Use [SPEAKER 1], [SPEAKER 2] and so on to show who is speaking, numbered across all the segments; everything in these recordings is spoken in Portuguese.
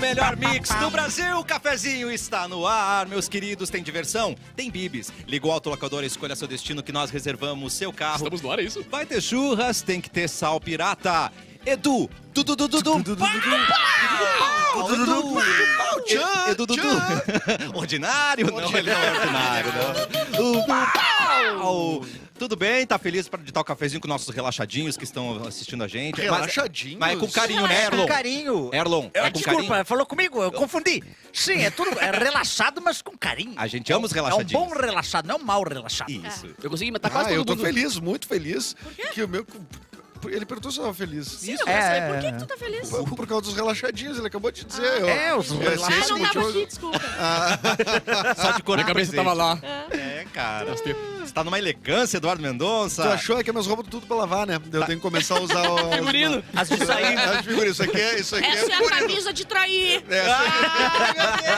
[SPEAKER 1] melhor mix do Brasil. O cafezinho está no ar, meus queridos. Tem diversão? Tem bibis. Liga o autolocador e escolha seu destino que nós reservamos seu carro.
[SPEAKER 2] Estamos no ar, é isso?
[SPEAKER 1] Vai ter churras, tem que ter sal pirata. Edu, du du du du du, du, du, du, pau, Edu, pau, tchan, Edu, du, du. Ordinário? Não, ele não é ordinário, não. Du, pau. Tudo bem? Tá feliz pra- de estar o cafezinho com nossos relaxadinhos que estão assistindo a gente? Mas-
[SPEAKER 2] Relaxadinhos?
[SPEAKER 1] Mas é com carinho, né,
[SPEAKER 3] Relaxa,
[SPEAKER 1] Erlon?
[SPEAKER 3] Com carinho.
[SPEAKER 1] Erlon,
[SPEAKER 3] Eu-
[SPEAKER 1] é com
[SPEAKER 3] Desculpa,
[SPEAKER 1] carinho?
[SPEAKER 3] falou comigo, eu confundi. Sim, é tudo é relaxado, mas com carinho.
[SPEAKER 1] A gente ama os
[SPEAKER 3] É um bom
[SPEAKER 1] relaxadinhos.
[SPEAKER 3] relaxado, não é um mau relaxado.
[SPEAKER 1] Isso.
[SPEAKER 2] Eu consegui matar tá quase
[SPEAKER 4] Ah,
[SPEAKER 2] todo
[SPEAKER 4] eu tô
[SPEAKER 2] mundo.
[SPEAKER 4] feliz, muito feliz. Que o meu. Ele perguntou se eu tava feliz.
[SPEAKER 5] Sim, eu quero
[SPEAKER 3] É.
[SPEAKER 5] saber por que, que tu tá feliz.
[SPEAKER 4] Por, por causa dos relaxadinhos, ele acabou de dizer. eu-
[SPEAKER 3] É, os
[SPEAKER 4] eu-
[SPEAKER 5] Ah,
[SPEAKER 3] relaxados.
[SPEAKER 4] esse
[SPEAKER 5] não tava
[SPEAKER 4] motivo-
[SPEAKER 5] aqui, desculpa.
[SPEAKER 1] Só de cor
[SPEAKER 2] Minha cabeça tava lá.
[SPEAKER 1] É, cara. Você tá numa elegância, Eduardo
[SPEAKER 4] Tu
[SPEAKER 1] Mendonça.
[SPEAKER 4] achou que minhas roupas tudo pra lavar, né? Eu tenho que começar a usar o.
[SPEAKER 2] Figurino.
[SPEAKER 3] As de sair.
[SPEAKER 4] As figurinhas. Isso aqui é. Isso aqui
[SPEAKER 5] Essa é a camisa de trair.
[SPEAKER 4] é-
[SPEAKER 3] Ah,
[SPEAKER 4] essa-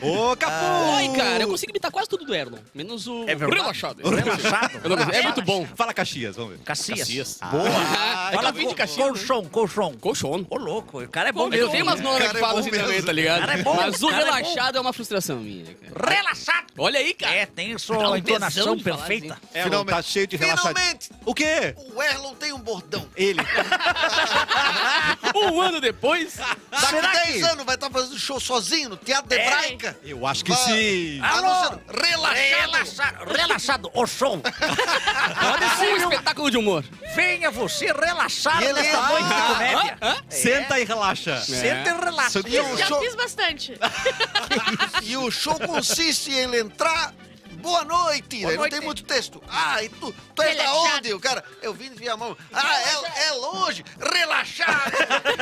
[SPEAKER 1] Ô, Capu!
[SPEAKER 2] Oi, cara, eu consegui imitar quase tudo do Erlon. Menos o
[SPEAKER 3] É verdade.
[SPEAKER 2] relaxado.
[SPEAKER 3] Relaxado.
[SPEAKER 2] Eu não consigo. É muito bom.
[SPEAKER 1] Fala Caxias, vamos ver.
[SPEAKER 3] Cacias.
[SPEAKER 2] Cacias.
[SPEAKER 3] Boa.
[SPEAKER 2] Ah,
[SPEAKER 3] Fala
[SPEAKER 2] acabei de
[SPEAKER 3] co-
[SPEAKER 2] Caxias.
[SPEAKER 3] colchão, colchão.
[SPEAKER 2] Colchão.
[SPEAKER 3] Ô, louco, o cara é bom
[SPEAKER 2] Bom, eu
[SPEAKER 3] mesmo.
[SPEAKER 2] tenho umas nonas
[SPEAKER 4] Cara,
[SPEAKER 2] que
[SPEAKER 4] é
[SPEAKER 2] falam
[SPEAKER 4] bom
[SPEAKER 2] assim
[SPEAKER 4] mesmo.
[SPEAKER 2] também, tá ligado?
[SPEAKER 3] Cara, é bom,
[SPEAKER 2] Mas o
[SPEAKER 3] cara, é bom.
[SPEAKER 2] relaxado é, uma frustração minha. cara.
[SPEAKER 3] Relaxado.
[SPEAKER 2] Olha aí, cara.
[SPEAKER 3] É, tem
[SPEAKER 2] Dá um
[SPEAKER 3] sua
[SPEAKER 2] tesão
[SPEAKER 3] entonação
[SPEAKER 2] de falar
[SPEAKER 3] perfeita.
[SPEAKER 2] assim.
[SPEAKER 1] É,
[SPEAKER 4] Finalmente.
[SPEAKER 1] tá cheio de relaxadinhos.
[SPEAKER 6] Finalmente!
[SPEAKER 1] O quê?
[SPEAKER 6] O Erlon tem um bordão.
[SPEAKER 1] Ele.
[SPEAKER 2] Um ano depois,
[SPEAKER 6] Daqui
[SPEAKER 3] Ah, Será
[SPEAKER 6] 10
[SPEAKER 3] que-
[SPEAKER 6] anos vai estar fazendo show sozinho no Teatro
[SPEAKER 3] É.
[SPEAKER 6] de Hebraica.
[SPEAKER 1] Eu acho que
[SPEAKER 6] Vai.
[SPEAKER 1] sim.
[SPEAKER 4] Ah,
[SPEAKER 3] Alô?
[SPEAKER 6] Anunciando, Relaxado.
[SPEAKER 3] Relaxado, relaxado, o show. Pode
[SPEAKER 2] um
[SPEAKER 3] ser, viu?
[SPEAKER 2] espetáculo de humor.
[SPEAKER 3] Venha você relaxar
[SPEAKER 6] E ele
[SPEAKER 3] nesta
[SPEAKER 6] tá-
[SPEAKER 3] noite de comédia. É.
[SPEAKER 2] Hã? Hã?
[SPEAKER 1] Ah, Senta e relaxa.
[SPEAKER 6] É.
[SPEAKER 3] Senta e relaxa.
[SPEAKER 4] Senta
[SPEAKER 6] E o,
[SPEAKER 5] Já
[SPEAKER 6] show,
[SPEAKER 5] fiz bastante.
[SPEAKER 6] e o show consiste em ele entrar. Boa noite.
[SPEAKER 3] Boa
[SPEAKER 6] Aí Não
[SPEAKER 3] noite.
[SPEAKER 6] tem muito texto. Ah, e tu, tu é da
[SPEAKER 5] Relaxado.
[SPEAKER 6] onde? O cara, eu vim de Viamão. Ah, é, é longe. Relaxado.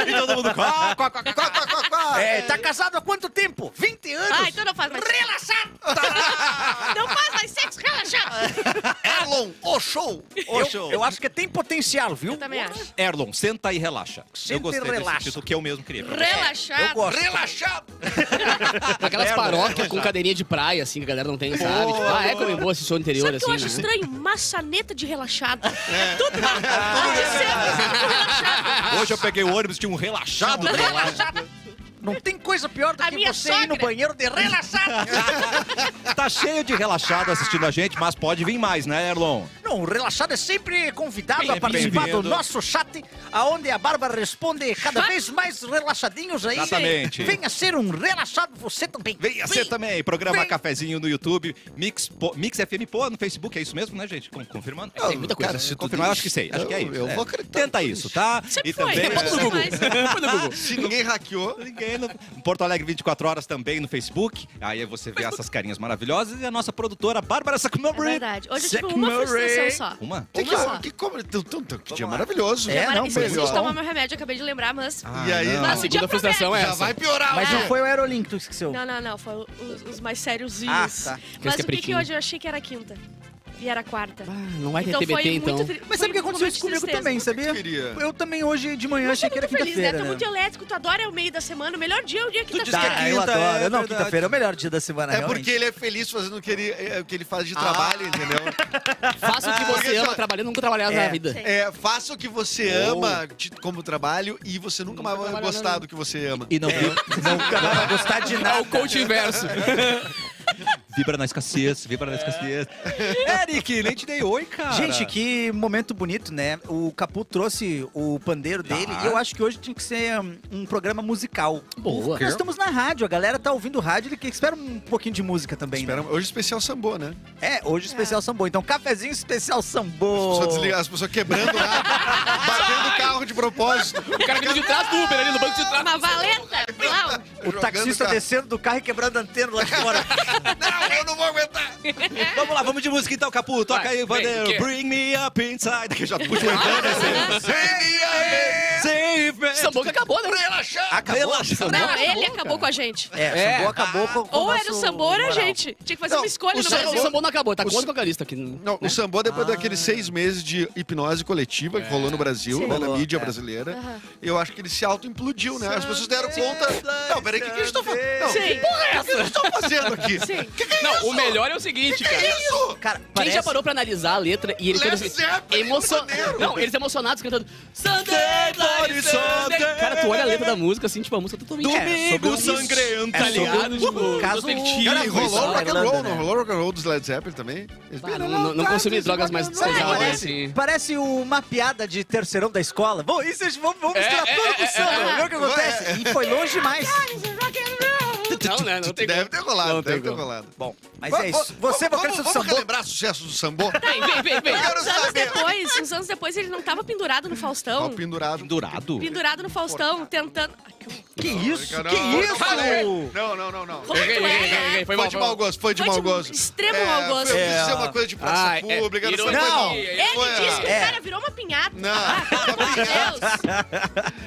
[SPEAKER 1] E todo mundo. Ah, Quá, quá, quá, quá.
[SPEAKER 6] Quá, quá, quá, quá.
[SPEAKER 3] É, tá casado há quanto tempo? 20 anos.
[SPEAKER 5] Ah, então não faz mais.
[SPEAKER 3] Relaxado.
[SPEAKER 6] Tá
[SPEAKER 5] Não faz mais sexo, relaxado.
[SPEAKER 6] Erlon, o show.
[SPEAKER 1] Ô,
[SPEAKER 3] Eu,
[SPEAKER 1] show.
[SPEAKER 3] eu acho que tem potencial, viu?
[SPEAKER 5] Eu também acho.
[SPEAKER 1] Erlon, senta e relaxa.
[SPEAKER 3] Senta
[SPEAKER 1] eu
[SPEAKER 3] e
[SPEAKER 1] gostei
[SPEAKER 3] relaxa.
[SPEAKER 1] desse título que eu mesmo criei. pra você.
[SPEAKER 3] Eu
[SPEAKER 5] Relaxado.
[SPEAKER 3] gosto.
[SPEAKER 6] Relaxado.
[SPEAKER 2] Aquelas
[SPEAKER 1] Erlon,
[SPEAKER 2] paróquias
[SPEAKER 1] relaxado.
[SPEAKER 2] com cadeirinha de praia, assim, que a galera não tem, sabe? Tipo, ah, é como é boa esse show interior,
[SPEAKER 5] Sabe o que eu
[SPEAKER 2] assim,
[SPEAKER 5] acho
[SPEAKER 2] né?
[SPEAKER 5] estranho? Maçaneta de relaxado. É Tudo mal. relaxado.
[SPEAKER 1] Hoje eu peguei o ônibus, tinha um relaxado. do meu lado.
[SPEAKER 3] Relaxado. Não tem coisa pior do
[SPEAKER 5] A
[SPEAKER 3] que
[SPEAKER 5] minha
[SPEAKER 3] você ir no
[SPEAKER 5] sogra.
[SPEAKER 3] banheiro de relaxado.
[SPEAKER 1] Tá cheio de relaxado assistindo a gente, mas pode vir mais, né, Erlon?
[SPEAKER 3] Não, o relaxado é sempre convidado
[SPEAKER 1] Bem-vindo.
[SPEAKER 3] a participar do
[SPEAKER 1] Bem-vindo.
[SPEAKER 3] nosso chat, aonde a Bárbara responde cada vez mais relaxadinhos aí.
[SPEAKER 1] Exatamente.
[SPEAKER 3] Venha ser um relaxado você também.
[SPEAKER 1] Venha ser também. Programa
[SPEAKER 3] Vem.
[SPEAKER 1] Cafezinho no YouTube, Mix, Po- Mix FM Poa no Facebook, é isso mesmo, né, gente? Con- Confirmando?
[SPEAKER 2] É, tem muita coisa.
[SPEAKER 4] Cara, se tu
[SPEAKER 1] Confirmado,
[SPEAKER 4] diz,
[SPEAKER 1] acho que sei. Acho que é
[SPEAKER 4] eu-
[SPEAKER 1] isso.
[SPEAKER 4] eu
[SPEAKER 1] é.
[SPEAKER 4] vou acreditar.
[SPEAKER 1] Tenta isso, tá?
[SPEAKER 5] Sempre
[SPEAKER 1] e
[SPEAKER 5] foi.
[SPEAKER 1] também.
[SPEAKER 5] Depois do Google.
[SPEAKER 2] Põe no Google.
[SPEAKER 4] Se ninguém hackeou.
[SPEAKER 1] Ninguém no... Porto Alegre 24 horas também no Facebook. Aí você vê essas carinhas maravilhosas e a nossa produtora Bárbara
[SPEAKER 5] É
[SPEAKER 1] Sacumabri.
[SPEAKER 5] verdade. Hoje eu tive
[SPEAKER 3] Zack
[SPEAKER 5] uma
[SPEAKER 3] Murray.
[SPEAKER 5] frustração só.
[SPEAKER 1] Uma?
[SPEAKER 4] Que, é?
[SPEAKER 5] Vamos lá.
[SPEAKER 4] que, que, como- tu- tu- tu- que dia maravilhoso.
[SPEAKER 3] É,
[SPEAKER 5] Agora,
[SPEAKER 3] não,
[SPEAKER 5] esqueci
[SPEAKER 4] melhor.
[SPEAKER 5] de tomar meu remédio, acabei de lembrar, mas...
[SPEAKER 4] E aí,
[SPEAKER 1] não.
[SPEAKER 5] Mas
[SPEAKER 2] A
[SPEAKER 5] o
[SPEAKER 2] segunda
[SPEAKER 5] dia
[SPEAKER 2] frustração é
[SPEAKER 4] já
[SPEAKER 2] essa.
[SPEAKER 4] vai piorar. né?
[SPEAKER 3] Mas não
[SPEAKER 5] É.
[SPEAKER 3] foi o Aerolink que tu esqueceu.
[SPEAKER 5] Não, não, não. Foi os, os mais sériozinhos.
[SPEAKER 3] Ah, tá.
[SPEAKER 2] que é
[SPEAKER 5] Mas o que, que
[SPEAKER 2] pretinho.
[SPEAKER 5] hoje eu achei que era quinta? E era quarta.
[SPEAKER 2] Ah, não vai ter
[SPEAKER 5] então foi
[SPEAKER 2] TBT,
[SPEAKER 5] muito
[SPEAKER 2] então.
[SPEAKER 5] tri-
[SPEAKER 3] Mas
[SPEAKER 5] foi
[SPEAKER 3] sabe o que aconteceu
[SPEAKER 5] muito
[SPEAKER 3] isso comigo
[SPEAKER 5] tristeza.
[SPEAKER 3] também, sabia?
[SPEAKER 4] queria.
[SPEAKER 3] Eu também hoje de manhã
[SPEAKER 5] Eu
[SPEAKER 3] achei que era
[SPEAKER 5] muito feliz, né? Tu
[SPEAKER 3] quinta-feira.
[SPEAKER 5] é muito
[SPEAKER 3] né?
[SPEAKER 5] elétrico, tu adora o meio da semana. O melhor dia é o dia
[SPEAKER 3] Tá,
[SPEAKER 5] quinta-feira.
[SPEAKER 3] eu
[SPEAKER 1] quinta,
[SPEAKER 3] adoro.
[SPEAKER 1] é
[SPEAKER 3] não,
[SPEAKER 1] verdade.
[SPEAKER 3] quinta-feira é o melhor dia da semana,
[SPEAKER 4] É
[SPEAKER 3] realmente.
[SPEAKER 4] porque ele é feliz fazendo o que ele, é, o que ele faz de trabalho, entendeu?
[SPEAKER 2] Faça o que você
[SPEAKER 4] Ah,
[SPEAKER 2] ama trabalhando, nunca trabalhar na
[SPEAKER 3] É.
[SPEAKER 2] vida.
[SPEAKER 4] É, faça o que você
[SPEAKER 2] Oh.
[SPEAKER 4] ama de- como trabalho e você nunca mais vai
[SPEAKER 2] trabalhar,
[SPEAKER 4] gostar
[SPEAKER 2] não.
[SPEAKER 4] do que você ama.
[SPEAKER 1] E não vibra,
[SPEAKER 3] Nunca vai gostar de
[SPEAKER 2] É
[SPEAKER 3] nada.
[SPEAKER 2] o coach inverso.
[SPEAKER 1] vibra na escassez, vibra na escassez. Eric, nem te dei oi, cara.
[SPEAKER 3] Gente, que momento bonito, né? O Capu trouxe o pandeiro dele
[SPEAKER 1] Tá.
[SPEAKER 3] e eu acho que hoje tinha que ser um, um programa musical.
[SPEAKER 2] Boa.
[SPEAKER 3] Nós estamos na rádio, a galera tá ouvindo rádio, ele que espera um pouquinho de música também,
[SPEAKER 4] Espera,
[SPEAKER 3] né?
[SPEAKER 4] hoje é especial sambô, né?
[SPEAKER 3] É, hoje o especial sambô. Então, cafezinho especial
[SPEAKER 4] As
[SPEAKER 3] sambô.
[SPEAKER 4] pessoas, desligam, as pessoas quebrando lá, batendo o carro de propósito.
[SPEAKER 2] O cara vindo de trás do Uber ali no banco de
[SPEAKER 3] é
[SPEAKER 2] trás.
[SPEAKER 5] Uma valenta, Blau.
[SPEAKER 3] O
[SPEAKER 4] jogando
[SPEAKER 3] taxista
[SPEAKER 4] carro.
[SPEAKER 3] descendo do carro e quebrando a antena lá de fora.
[SPEAKER 4] Não, eu não vou aguentar.
[SPEAKER 1] Vamos lá, vamos de música então, Capu. Toca
[SPEAKER 2] Vai,
[SPEAKER 1] aí,
[SPEAKER 2] vem,
[SPEAKER 1] Vander.
[SPEAKER 2] que-
[SPEAKER 1] Bring me up inside. Que eu já pude lembrar desse. Save me.
[SPEAKER 2] Essa boca acabou, né?
[SPEAKER 6] Relaxado.
[SPEAKER 1] Acabou. Relaxa. né?
[SPEAKER 5] Não,
[SPEAKER 2] Acabou,
[SPEAKER 5] ele
[SPEAKER 2] cara.
[SPEAKER 5] acabou com a gente.
[SPEAKER 3] É, o sambô acabou com, com o
[SPEAKER 5] Ou era o
[SPEAKER 3] nosso
[SPEAKER 5] Sambô ou era a
[SPEAKER 3] moral.
[SPEAKER 5] gente. Tinha que fazer
[SPEAKER 4] Não,
[SPEAKER 5] uma escolha
[SPEAKER 4] o
[SPEAKER 5] no
[SPEAKER 2] Não, mas
[SPEAKER 5] Brasil.
[SPEAKER 2] o sambão não acabou, tá
[SPEAKER 4] Os-
[SPEAKER 2] quase com a lista aqui.
[SPEAKER 4] Não, o sambô, depois daqueles seis meses de hipnose coletiva que rolou no Brasil, né, na
[SPEAKER 3] Rolou,
[SPEAKER 4] mídia
[SPEAKER 3] é.
[SPEAKER 4] brasileira,
[SPEAKER 5] Aham.
[SPEAKER 4] eu acho que ele se auto-implodiu, né? As pessoas deram conta. Não, peraí, o que, que eles estão fazendo? Não, o que
[SPEAKER 5] Sim.
[SPEAKER 4] que eles estão fazendo aqui?
[SPEAKER 5] Sim.
[SPEAKER 2] Não, o melhor é o seguinte, cara.
[SPEAKER 4] Isso!
[SPEAKER 3] Cara,
[SPEAKER 2] Quem
[SPEAKER 3] parece...
[SPEAKER 2] já parou pra analisar a letra e ele
[SPEAKER 4] Led
[SPEAKER 2] cantando assim,
[SPEAKER 4] Zeppelin,
[SPEAKER 2] emocio-
[SPEAKER 4] maneiro.
[SPEAKER 2] Não, eles emocionados cantando Sunday Night
[SPEAKER 1] Body Sunday.
[SPEAKER 2] Cara, tu olha a letra da música, assim, tipo, a música totalmente...
[SPEAKER 3] É, sobre
[SPEAKER 1] Domingo
[SPEAKER 3] um-
[SPEAKER 1] sangrento,
[SPEAKER 3] é
[SPEAKER 2] tá
[SPEAKER 3] sobre
[SPEAKER 2] ligado?
[SPEAKER 3] um
[SPEAKER 2] Tipo,
[SPEAKER 3] caso-
[SPEAKER 2] perspectiva
[SPEAKER 4] Cara,
[SPEAKER 2] e
[SPEAKER 4] rolou
[SPEAKER 2] tal.
[SPEAKER 4] rock and roll,
[SPEAKER 3] né?
[SPEAKER 4] não rolou rock and roll dos Led Zeppelin também? Eles
[SPEAKER 2] Ah, não, não, não consumi drogas mais
[SPEAKER 5] Vai,
[SPEAKER 2] pesadas,
[SPEAKER 5] né?
[SPEAKER 2] assim.
[SPEAKER 3] Parece uma piada de terceirão da escola. Bom, isso eles vão,
[SPEAKER 4] É,
[SPEAKER 3] vão misturar tudo com samba. Vê o que acontece. E foi longe demais.
[SPEAKER 2] Não, né? Não tem
[SPEAKER 4] Deve
[SPEAKER 2] como.
[SPEAKER 4] ter rolado,
[SPEAKER 2] Não tem
[SPEAKER 4] deve ter
[SPEAKER 2] como.
[SPEAKER 4] rolado.
[SPEAKER 3] Bom, mas
[SPEAKER 4] Vamos-
[SPEAKER 3] é isso.
[SPEAKER 4] vamos-
[SPEAKER 3] Você, vocalista do
[SPEAKER 4] Vamos vamos
[SPEAKER 3] samba.
[SPEAKER 4] relembrar sucesso do sambô?
[SPEAKER 2] Vem, vem, vem, vem.
[SPEAKER 4] quero
[SPEAKER 5] Uns anos
[SPEAKER 4] saber.
[SPEAKER 5] depois, uns anos depois, ele não tava pendurado no
[SPEAKER 4] Ó,
[SPEAKER 5] Faustão.
[SPEAKER 4] pendurado.
[SPEAKER 1] Pendurado?
[SPEAKER 5] Pendurado no Faustão, tentando. Ai, que horror.
[SPEAKER 3] Que isso?
[SPEAKER 4] Não,
[SPEAKER 3] Que
[SPEAKER 4] não,
[SPEAKER 3] isso?
[SPEAKER 4] Não, não, não, não.
[SPEAKER 5] Como é que tu
[SPEAKER 2] Errei, errei, errei,
[SPEAKER 5] é?
[SPEAKER 2] errei.
[SPEAKER 4] Foi, de mau gosto, foi de
[SPEAKER 5] Foi
[SPEAKER 4] mau
[SPEAKER 5] de
[SPEAKER 4] gosto.
[SPEAKER 5] extremo mau gosto.
[SPEAKER 4] Foi, eu
[SPEAKER 3] É.
[SPEAKER 4] quis dizer uma coisa de praça
[SPEAKER 2] Ah, é,
[SPEAKER 4] pública. não,
[SPEAKER 2] ironia.
[SPEAKER 4] não.
[SPEAKER 5] Ele
[SPEAKER 4] Foi,
[SPEAKER 5] disse que
[SPEAKER 4] é.
[SPEAKER 5] o cara virou uma pinhata. Ah, pelo amor de Deus.
[SPEAKER 4] Não,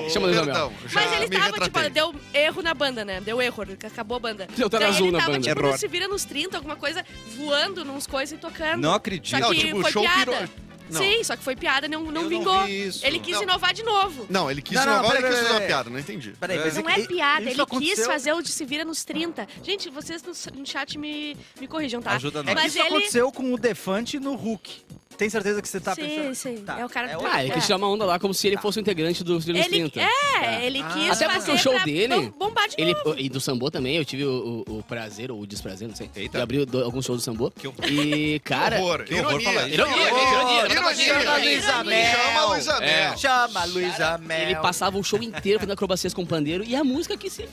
[SPEAKER 4] Perdão,
[SPEAKER 2] Chama o Leonel.
[SPEAKER 4] perdão. já
[SPEAKER 5] Mas ele
[SPEAKER 4] me
[SPEAKER 5] tava,
[SPEAKER 4] retratei.
[SPEAKER 5] tipo, deu erro na banda, né? Deu erro, acabou a banda.
[SPEAKER 2] Deu tela
[SPEAKER 5] Daí
[SPEAKER 2] azul
[SPEAKER 5] ele
[SPEAKER 2] na
[SPEAKER 5] tava,
[SPEAKER 2] banda.
[SPEAKER 5] tipo,
[SPEAKER 1] Error.
[SPEAKER 5] no Se Vira nos 30, alguma coisa, voando nos coisas e tocando.
[SPEAKER 1] Não acredito.
[SPEAKER 5] Só
[SPEAKER 4] Não,
[SPEAKER 5] que
[SPEAKER 4] tipo, o
[SPEAKER 5] foi
[SPEAKER 4] show
[SPEAKER 5] piada.
[SPEAKER 4] pirou- Não.
[SPEAKER 5] Sim, só que foi piada, não, não
[SPEAKER 1] Eu não
[SPEAKER 5] vingou.
[SPEAKER 1] vi isso.
[SPEAKER 5] Ele quis
[SPEAKER 4] Não.
[SPEAKER 5] inovar de novo.
[SPEAKER 4] Não, ele quis
[SPEAKER 3] Não, não,
[SPEAKER 4] inovar, ele
[SPEAKER 3] peraí,
[SPEAKER 4] quis fazer uma
[SPEAKER 3] peraí.
[SPEAKER 4] piada, não entendi.
[SPEAKER 3] Peraí, mas
[SPEAKER 5] Não
[SPEAKER 3] e-
[SPEAKER 5] é
[SPEAKER 3] e-
[SPEAKER 5] piada,
[SPEAKER 3] isso
[SPEAKER 5] ele quis
[SPEAKER 3] aconteceu-
[SPEAKER 5] fazer o de se vira nos 30. Gente, vocês no- no chat me, me corrijam, tá?
[SPEAKER 1] Ajuda nós.
[SPEAKER 3] É que
[SPEAKER 5] Mas
[SPEAKER 3] isso
[SPEAKER 5] ele.
[SPEAKER 3] aconteceu com o Defante no Hulk. Tem certeza que você tá
[SPEAKER 5] sim,
[SPEAKER 3] pensando?
[SPEAKER 5] sim.
[SPEAKER 3] Tá.
[SPEAKER 5] É o cara que
[SPEAKER 3] É
[SPEAKER 5] tá-
[SPEAKER 2] Ah, ele quis tirar uma onda lá como se ele fosse o integrante dos Filhos
[SPEAKER 5] Ele,
[SPEAKER 2] 30.
[SPEAKER 5] é, ele
[SPEAKER 4] Ah, tá.
[SPEAKER 5] quis
[SPEAKER 2] Tá. Até porque
[SPEAKER 5] fazer
[SPEAKER 2] o show
[SPEAKER 5] pra
[SPEAKER 2] dele,
[SPEAKER 5] bom- bombar de
[SPEAKER 2] Ele,
[SPEAKER 5] novo.
[SPEAKER 2] e do Sambô também, eu tive o, o- o prazer, ou o desprazer, não sei,
[SPEAKER 1] Eita.
[SPEAKER 2] de abrir do- alguns shows do Sambô.
[SPEAKER 1] Que horror.
[SPEAKER 2] E, cara...
[SPEAKER 4] horror,
[SPEAKER 1] que horror falar isso.
[SPEAKER 2] Ironia, gente, ironia. Eu tava
[SPEAKER 4] Ironia.
[SPEAKER 2] achando-
[SPEAKER 5] Isabel.
[SPEAKER 4] Chama a Luísa Mel.
[SPEAKER 3] Chama, Luísa Mel.
[SPEAKER 2] Ele
[SPEAKER 4] tipo
[SPEAKER 2] passava o show inteiro fazendo acrobacias com o pandeiro e a música que se...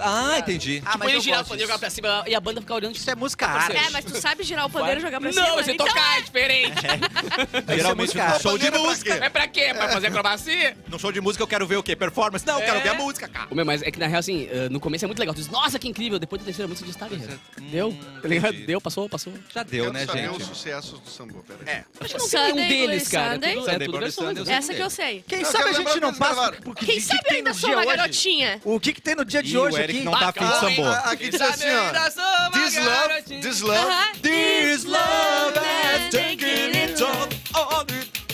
[SPEAKER 1] Ah, entendi.
[SPEAKER 4] um
[SPEAKER 3] Ah,
[SPEAKER 2] Tipo, ele
[SPEAKER 3] eu
[SPEAKER 2] girava o
[SPEAKER 3] gosto
[SPEAKER 2] pandeiro, jogava
[SPEAKER 3] disso.
[SPEAKER 2] pra cima e a banda ficava olhando. tipo,
[SPEAKER 3] Isso é música
[SPEAKER 2] Parceiro.
[SPEAKER 5] É,
[SPEAKER 3] arte.
[SPEAKER 5] mas tu sabe girar o pandeiro e jogar pra cima?
[SPEAKER 2] Não, você
[SPEAKER 5] Então
[SPEAKER 2] tocar é diferente.
[SPEAKER 1] é Geralmente
[SPEAKER 3] música.
[SPEAKER 1] no show de
[SPEAKER 4] Bandeira pra
[SPEAKER 1] música.
[SPEAKER 2] É pra quê? É pra fazer acrobacia?
[SPEAKER 1] No show de música eu quero ver o quê? Performance? Não, eu quero
[SPEAKER 2] É.
[SPEAKER 1] ver a música, cara.
[SPEAKER 2] Ô, meu, mas é que na real, assim, eh, no começo é muito legal. Tu diz, nossa, que incrível. Depois da terceira música, tu diz, tá, guerreiro. Deu, tá ligado?
[SPEAKER 1] entendi.
[SPEAKER 2] Deu, passou, passou.
[SPEAKER 1] Já deu,
[SPEAKER 4] Quero
[SPEAKER 1] né,
[SPEAKER 4] saber os
[SPEAKER 1] gente?
[SPEAKER 4] sucessos do sambô, peraí.
[SPEAKER 2] Acho que não tem nenhum
[SPEAKER 5] Sunday,
[SPEAKER 2] deles,
[SPEAKER 5] Luiz,
[SPEAKER 2] cara.
[SPEAKER 5] Sunday.
[SPEAKER 2] É tudo, é
[SPEAKER 1] Sunday,
[SPEAKER 2] tudo
[SPEAKER 1] Bloody
[SPEAKER 2] versão.
[SPEAKER 1] Sunday,
[SPEAKER 5] Essa que eu sei.
[SPEAKER 3] Quem
[SPEAKER 4] Eu
[SPEAKER 3] sabe a
[SPEAKER 4] quero
[SPEAKER 3] gente
[SPEAKER 4] lembrar
[SPEAKER 3] não
[SPEAKER 4] que
[SPEAKER 3] passa
[SPEAKER 4] gravaram.
[SPEAKER 3] porque
[SPEAKER 5] Quem
[SPEAKER 3] o que
[SPEAKER 5] sabe eu
[SPEAKER 3] tem no
[SPEAKER 5] ainda sou
[SPEAKER 3] dia
[SPEAKER 5] uma
[SPEAKER 3] hoje?
[SPEAKER 5] garotinha.
[SPEAKER 3] O que, que tem no dia de
[SPEAKER 1] E o
[SPEAKER 3] hoje
[SPEAKER 1] Eric
[SPEAKER 3] aqui?
[SPEAKER 1] não tá afim de sambô.
[SPEAKER 4] Ah, Aqui diz assim, ó. This love, this
[SPEAKER 5] Aham.
[SPEAKER 4] love,
[SPEAKER 5] This love has taken it all.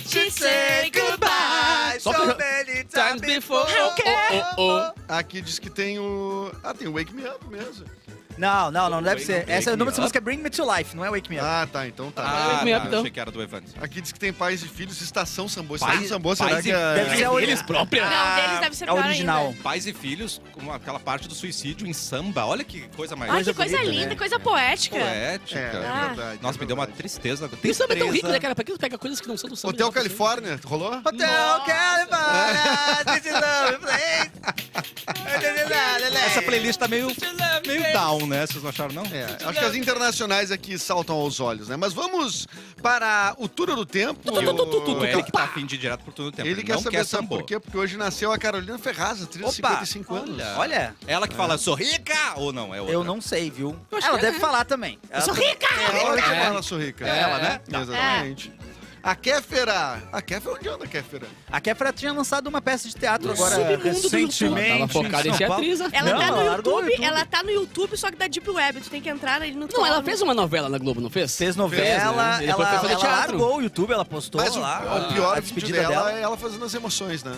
[SPEAKER 5] She said goodbye.
[SPEAKER 2] Só pra- Times before. Oh, oh, oh.
[SPEAKER 4] Aqui diz que tem o. Ah, tem o Wake Me Up mesmo.
[SPEAKER 3] Não, não, não deve ser.
[SPEAKER 1] Wake
[SPEAKER 3] Essa é o
[SPEAKER 1] me
[SPEAKER 3] nome dessa
[SPEAKER 1] up.
[SPEAKER 3] música é Bring Me to Life, não é Wake Me Up.
[SPEAKER 4] Ah, tá, então tá.
[SPEAKER 1] Ah,
[SPEAKER 2] me
[SPEAKER 1] tá,
[SPEAKER 2] up, então.
[SPEAKER 1] achei que era do Evandro.
[SPEAKER 4] Aqui diz que tem pais e filhos, estação sambô. Estação
[SPEAKER 1] Pais-
[SPEAKER 4] sambô, será
[SPEAKER 1] pais
[SPEAKER 4] que
[SPEAKER 1] e-
[SPEAKER 4] é.
[SPEAKER 3] Deve ser a
[SPEAKER 2] Eles próprios.
[SPEAKER 5] Não, deles é- deve ser
[SPEAKER 3] a
[SPEAKER 5] pior
[SPEAKER 3] É original.
[SPEAKER 5] ainda.
[SPEAKER 1] Pais e filhos, com aquela parte do suicídio em samba. Olha que coisa mais
[SPEAKER 5] Ai, que coisa
[SPEAKER 3] bonita,
[SPEAKER 5] linda,
[SPEAKER 3] né?
[SPEAKER 5] coisa poética.
[SPEAKER 4] É, é
[SPEAKER 1] poética.
[SPEAKER 5] Ah.
[SPEAKER 4] verdade.
[SPEAKER 1] Nossa,
[SPEAKER 4] é
[SPEAKER 1] me deu uma
[SPEAKER 4] verdade.
[SPEAKER 1] tristeza.
[SPEAKER 2] E o samba é tão rico,
[SPEAKER 1] Tristeza.
[SPEAKER 2] né, cara? Pra que tu pega coisas que não são do samba?
[SPEAKER 4] Hotel
[SPEAKER 3] um
[SPEAKER 2] Não, não sei.
[SPEAKER 4] Califórnia, rolou?
[SPEAKER 3] Hotel California, this is love place.
[SPEAKER 1] Essa playlist tá meio, meio down, né? Vocês não acharam, não?
[SPEAKER 4] É, acho que as internacionais aqui saltam aos olhos, né? Mas vamos para o Turo do Tempo.
[SPEAKER 1] O, o Eric
[SPEAKER 4] Ele
[SPEAKER 1] tá afim de ir direto pro turno do tempo. Ele,
[SPEAKER 4] quer
[SPEAKER 1] não
[SPEAKER 4] saber
[SPEAKER 1] quer
[SPEAKER 4] sabe
[SPEAKER 1] sambô.
[SPEAKER 4] por quê? Porque hoje nasceu a Carolina Ferraz, há 355 anos.
[SPEAKER 1] Olha.
[SPEAKER 3] Olha,
[SPEAKER 1] Ela que fala, sou rica! Ou não, é outra.
[SPEAKER 3] eu não sei, viu?
[SPEAKER 2] acho
[SPEAKER 3] Ela
[SPEAKER 2] que é,
[SPEAKER 3] deve
[SPEAKER 2] né?
[SPEAKER 3] falar também.
[SPEAKER 2] Eu sou rica!
[SPEAKER 4] É ela que fala, sou rica.
[SPEAKER 1] É ela, né?
[SPEAKER 4] Exatamente. A Kéfera. A Kéfera, onde anda a Kéfera?
[SPEAKER 3] A Kéfera tinha lançado uma peça de teatro agora
[SPEAKER 2] submundo do
[SPEAKER 3] recentemente.
[SPEAKER 2] YouTube. Ela tava focada em ser
[SPEAKER 3] São
[SPEAKER 2] atriz, né?
[SPEAKER 3] Paulo.
[SPEAKER 5] Ela
[SPEAKER 3] Não,
[SPEAKER 5] tá no
[SPEAKER 3] largou o
[SPEAKER 5] YouTube, ela tá no YouTube, só que da Deep Web. Tu tem que entrar ali no
[SPEAKER 2] Não, ela fez uma novela na Globo, não fez?
[SPEAKER 3] Fez
[SPEAKER 2] Fez,
[SPEAKER 3] novela,
[SPEAKER 2] né? E depois
[SPEAKER 3] ela,
[SPEAKER 2] foi fazer
[SPEAKER 3] ela
[SPEAKER 2] teatro.
[SPEAKER 3] largou o YouTube, ela postou
[SPEAKER 4] Mas o,
[SPEAKER 3] lá.
[SPEAKER 4] o pior
[SPEAKER 3] a
[SPEAKER 4] vídeo
[SPEAKER 3] despedida
[SPEAKER 4] dela,
[SPEAKER 3] dela.
[SPEAKER 4] é ela fazendo as emoções, né?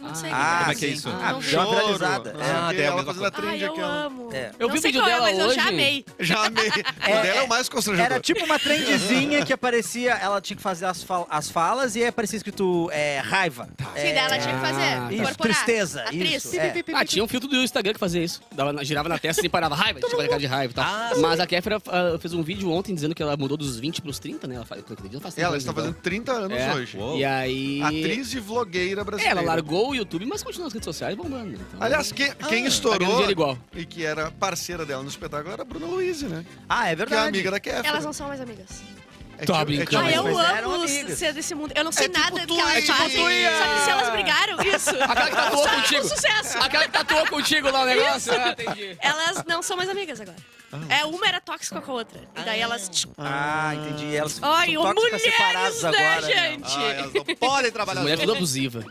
[SPEAKER 5] Não sei
[SPEAKER 3] Ah,
[SPEAKER 1] Como é que é
[SPEAKER 3] sim.
[SPEAKER 1] isso?
[SPEAKER 5] Ah,
[SPEAKER 4] Choro,
[SPEAKER 3] viralizada.
[SPEAKER 4] não
[SPEAKER 3] É.
[SPEAKER 4] sei o
[SPEAKER 1] Ah,
[SPEAKER 4] quê,
[SPEAKER 1] daí é a
[SPEAKER 4] ela
[SPEAKER 1] mesma
[SPEAKER 4] fazendo a
[SPEAKER 5] Ai,
[SPEAKER 4] trend
[SPEAKER 5] eu
[SPEAKER 4] aquela.
[SPEAKER 5] amo.
[SPEAKER 3] É.
[SPEAKER 2] Eu
[SPEAKER 5] não
[SPEAKER 2] vi o
[SPEAKER 5] sei
[SPEAKER 2] vídeo
[SPEAKER 5] qual é,
[SPEAKER 2] dela
[SPEAKER 5] mas eu já
[SPEAKER 2] hoje.
[SPEAKER 5] amei.
[SPEAKER 4] Já amei.
[SPEAKER 3] É,
[SPEAKER 4] o dela é
[SPEAKER 3] é.
[SPEAKER 4] o mais constrangedor.
[SPEAKER 3] Era tipo uma trendzinha que aparecia, ela tinha que fazer as, fal- as falas e aí aparecia escrito é, raiva.
[SPEAKER 5] Sim,
[SPEAKER 3] É,
[SPEAKER 5] daí ela tinha que fazer.
[SPEAKER 2] Ah, tá.
[SPEAKER 3] Isso,
[SPEAKER 5] incorporar.
[SPEAKER 3] tristeza,
[SPEAKER 5] Atriz.
[SPEAKER 3] isso, é.
[SPEAKER 2] Ah, tinha um filtro do Instagram que fazia isso. Dava, na- girava na testa e parava raiva, tinha cara de raiva e tal. Mas a Kéfera ah, fez um vídeo ontem dizendo que ela mudou dos 20 pros 30, né? Ela, faz, eu acredito, ela faz 30
[SPEAKER 4] Ela
[SPEAKER 2] anos,
[SPEAKER 4] está
[SPEAKER 2] então.
[SPEAKER 4] fazendo 30 anos
[SPEAKER 2] É.
[SPEAKER 4] hoje.
[SPEAKER 1] Uou.
[SPEAKER 2] E aí.
[SPEAKER 4] Atriz e vlogueira
[SPEAKER 2] É,
[SPEAKER 4] brasileira.
[SPEAKER 2] ela largou o YouTube, mas continua nas redes sociais bombando. Então,
[SPEAKER 4] Aliás, que- quem
[SPEAKER 2] tá
[SPEAKER 4] estourou
[SPEAKER 2] ganhando dinheiro igual.
[SPEAKER 4] e que era parceira dela no espetáculo era a Bruna Luiz, né?
[SPEAKER 3] Ah, é
[SPEAKER 4] Que é
[SPEAKER 3] verdade.
[SPEAKER 4] amiga da Kéfera.
[SPEAKER 5] Elas não são mais amigas.
[SPEAKER 2] Tá
[SPEAKER 4] É tipo- é
[SPEAKER 2] brincando.
[SPEAKER 5] Ah,
[SPEAKER 2] mas
[SPEAKER 5] eu
[SPEAKER 3] elas eram
[SPEAKER 5] amo
[SPEAKER 3] amigas.
[SPEAKER 5] ser desse mundo. Eu não sei
[SPEAKER 4] tipo
[SPEAKER 5] nada
[SPEAKER 4] tu
[SPEAKER 5] do que elas
[SPEAKER 4] e-
[SPEAKER 5] fazem.
[SPEAKER 4] tu e a-
[SPEAKER 5] Só que se elas brigaram, isso.
[SPEAKER 2] Aquela que tatuou
[SPEAKER 5] Só é um
[SPEAKER 2] contigo. Ah.
[SPEAKER 5] sucesso.
[SPEAKER 2] Aquela que tatuou contigo lá o negócio. Ah, entendi.
[SPEAKER 5] Elas não são mais amigas agora. É, uma era tóxica com a outra. E daí elas.
[SPEAKER 3] Ah, entendi. Elas
[SPEAKER 5] Ai,
[SPEAKER 3] são
[SPEAKER 5] ô,
[SPEAKER 3] tóxicas
[SPEAKER 5] mulheres,
[SPEAKER 3] separadas
[SPEAKER 5] né,
[SPEAKER 3] agora.
[SPEAKER 5] gente?
[SPEAKER 1] Ah, elas não podem
[SPEAKER 2] As
[SPEAKER 1] trabalhar assim. juntas.
[SPEAKER 2] mulheres tudo é abusiva.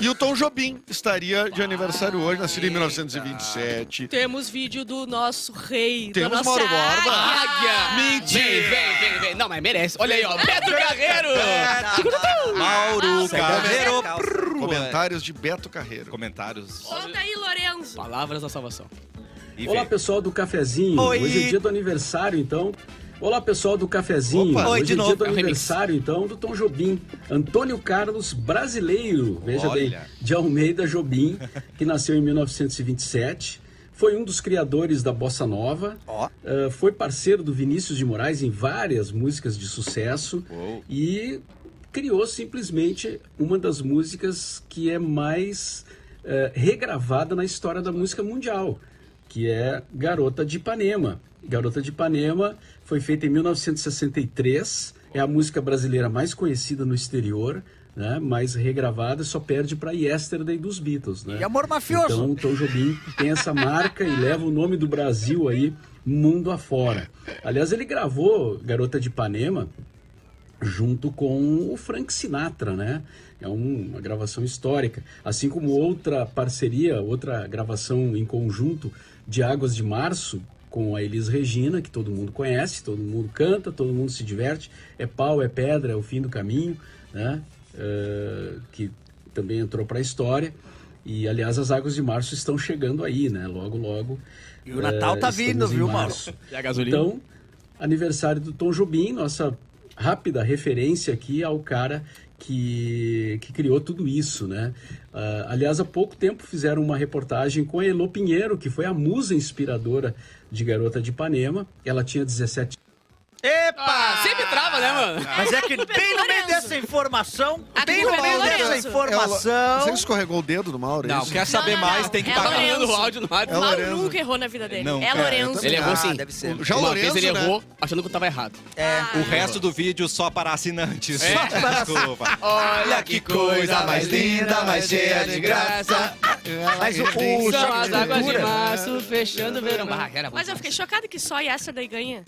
[SPEAKER 4] E o Tom Jobim estaria de aniversário hoje, nascido em 1927.
[SPEAKER 5] Temos vídeo do nosso rei.
[SPEAKER 4] Ah. Temos
[SPEAKER 5] da nossa
[SPEAKER 4] Mauro Borba.
[SPEAKER 5] águia.
[SPEAKER 2] Águia! Mentira! Vem, vem, vem, vem. Não, mas merece. Olha aí, ó. Beto Carreiro!
[SPEAKER 1] Mauro
[SPEAKER 3] Sai da
[SPEAKER 1] Carreiro.
[SPEAKER 3] minha calça.
[SPEAKER 4] Comentários de Beto Carreiro.
[SPEAKER 1] Comentários.
[SPEAKER 5] Solta aí, Lorenzo.
[SPEAKER 2] Palavras da salvação.
[SPEAKER 1] E
[SPEAKER 7] Olá
[SPEAKER 1] vem.
[SPEAKER 7] pessoal do Cafezinho,
[SPEAKER 3] Oi.
[SPEAKER 7] hoje é dia do aniversário então Olá pessoal do Cafezinho,
[SPEAKER 1] Opa,
[SPEAKER 7] hoje
[SPEAKER 1] oi, de
[SPEAKER 7] é
[SPEAKER 1] novo.
[SPEAKER 7] dia do
[SPEAKER 2] É o remix.
[SPEAKER 7] aniversário então do Tom Jobim, Antônio Carlos Brasileiro, veja
[SPEAKER 1] Olha.
[SPEAKER 7] bem, de Almeida Jobim, que nasceu em 1927, foi um dos criadores da Bossa Nova, eh, foi parceiro do Vinícius de Moraes em várias músicas de sucesso
[SPEAKER 1] Uou.
[SPEAKER 7] e criou simplesmente uma das músicas que é mais eh, regravada na história da música mundial, que é Garota de Ipanema. Garota de Ipanema foi feita em 1963, é a música brasileira mais conhecida no exterior, né? mais regravada, só perde para Yesterday dos Beatles. Né?
[SPEAKER 3] E amor mafioso.
[SPEAKER 7] Então, o Tom Jobim tem essa marca e leva o nome do Brasil aí mundo afora. Aliás, ele gravou Garota de Ipanema junto com o Frank Sinatra, né? É um- uma gravação histórica. Assim como outra parceria, outra gravação em conjunto de Águas de Março com a Elis Regina, que todo mundo conhece, todo mundo canta, todo mundo se diverte. É pau, é pedra, é o fim do caminho, né? Eh, que também entrou para a história. E, aliás, as Águas de Março estão chegando aí, né? Logo, logo. ah,
[SPEAKER 3] E o Natal tá
[SPEAKER 7] Então, é, estamos
[SPEAKER 3] vindo,
[SPEAKER 7] em
[SPEAKER 3] viu,
[SPEAKER 7] março.
[SPEAKER 2] E a gasolina?
[SPEAKER 7] Então, aniversário do Tom Jobim, nossa rápida referência aqui ao cara que, que criou tudo isso, né? Ah, aliás, há pouco tempo fizeram uma reportagem com a Elô Pinheiro, que foi a musa inspiradora de Garota de Ipanema. Ela tinha 17
[SPEAKER 3] Epa!
[SPEAKER 2] Ah, sempre trava, né, mano?
[SPEAKER 3] Mas é que bem no meio
[SPEAKER 5] Lourenço.
[SPEAKER 3] dessa informação,
[SPEAKER 5] A
[SPEAKER 3] bem
[SPEAKER 5] culpa
[SPEAKER 3] no
[SPEAKER 5] é do
[SPEAKER 3] meio dessa
[SPEAKER 5] Lourenço.
[SPEAKER 3] informação...
[SPEAKER 4] Você escorregou o dedo do Mauro? é
[SPEAKER 1] Não,
[SPEAKER 4] isso?
[SPEAKER 1] quer saber
[SPEAKER 5] não,
[SPEAKER 1] mais,
[SPEAKER 5] não.
[SPEAKER 1] tem que
[SPEAKER 5] É
[SPEAKER 2] Tá
[SPEAKER 1] pagar.
[SPEAKER 5] Lourenço.
[SPEAKER 2] ganhando o áudio no rádio.
[SPEAKER 4] É
[SPEAKER 5] O Mauro
[SPEAKER 4] Lourenço.
[SPEAKER 5] nunca errou na vida dele.
[SPEAKER 1] Não,
[SPEAKER 5] é
[SPEAKER 1] cara,
[SPEAKER 5] Lourenço.
[SPEAKER 2] Ele errou sim.
[SPEAKER 3] deve ser.
[SPEAKER 4] Já o
[SPEAKER 2] Ah, uma
[SPEAKER 4] Lourenço,
[SPEAKER 2] vez ele
[SPEAKER 4] né?
[SPEAKER 2] errou achando que eu tava errado.
[SPEAKER 3] é.
[SPEAKER 1] O resto do vídeo só para assinantes.
[SPEAKER 2] É.
[SPEAKER 1] Desculpa. Olha que coisa mais linda, mais cheia de graça.
[SPEAKER 4] É,
[SPEAKER 3] Mas o, o
[SPEAKER 2] é São
[SPEAKER 3] Choque
[SPEAKER 2] as
[SPEAKER 3] de
[SPEAKER 2] águas de
[SPEAKER 3] Cultura...
[SPEAKER 2] março, fechando o verão. Ah, era bom
[SPEAKER 5] Mas eu
[SPEAKER 2] demais.
[SPEAKER 5] fiquei chocada que só Yesterday ganha.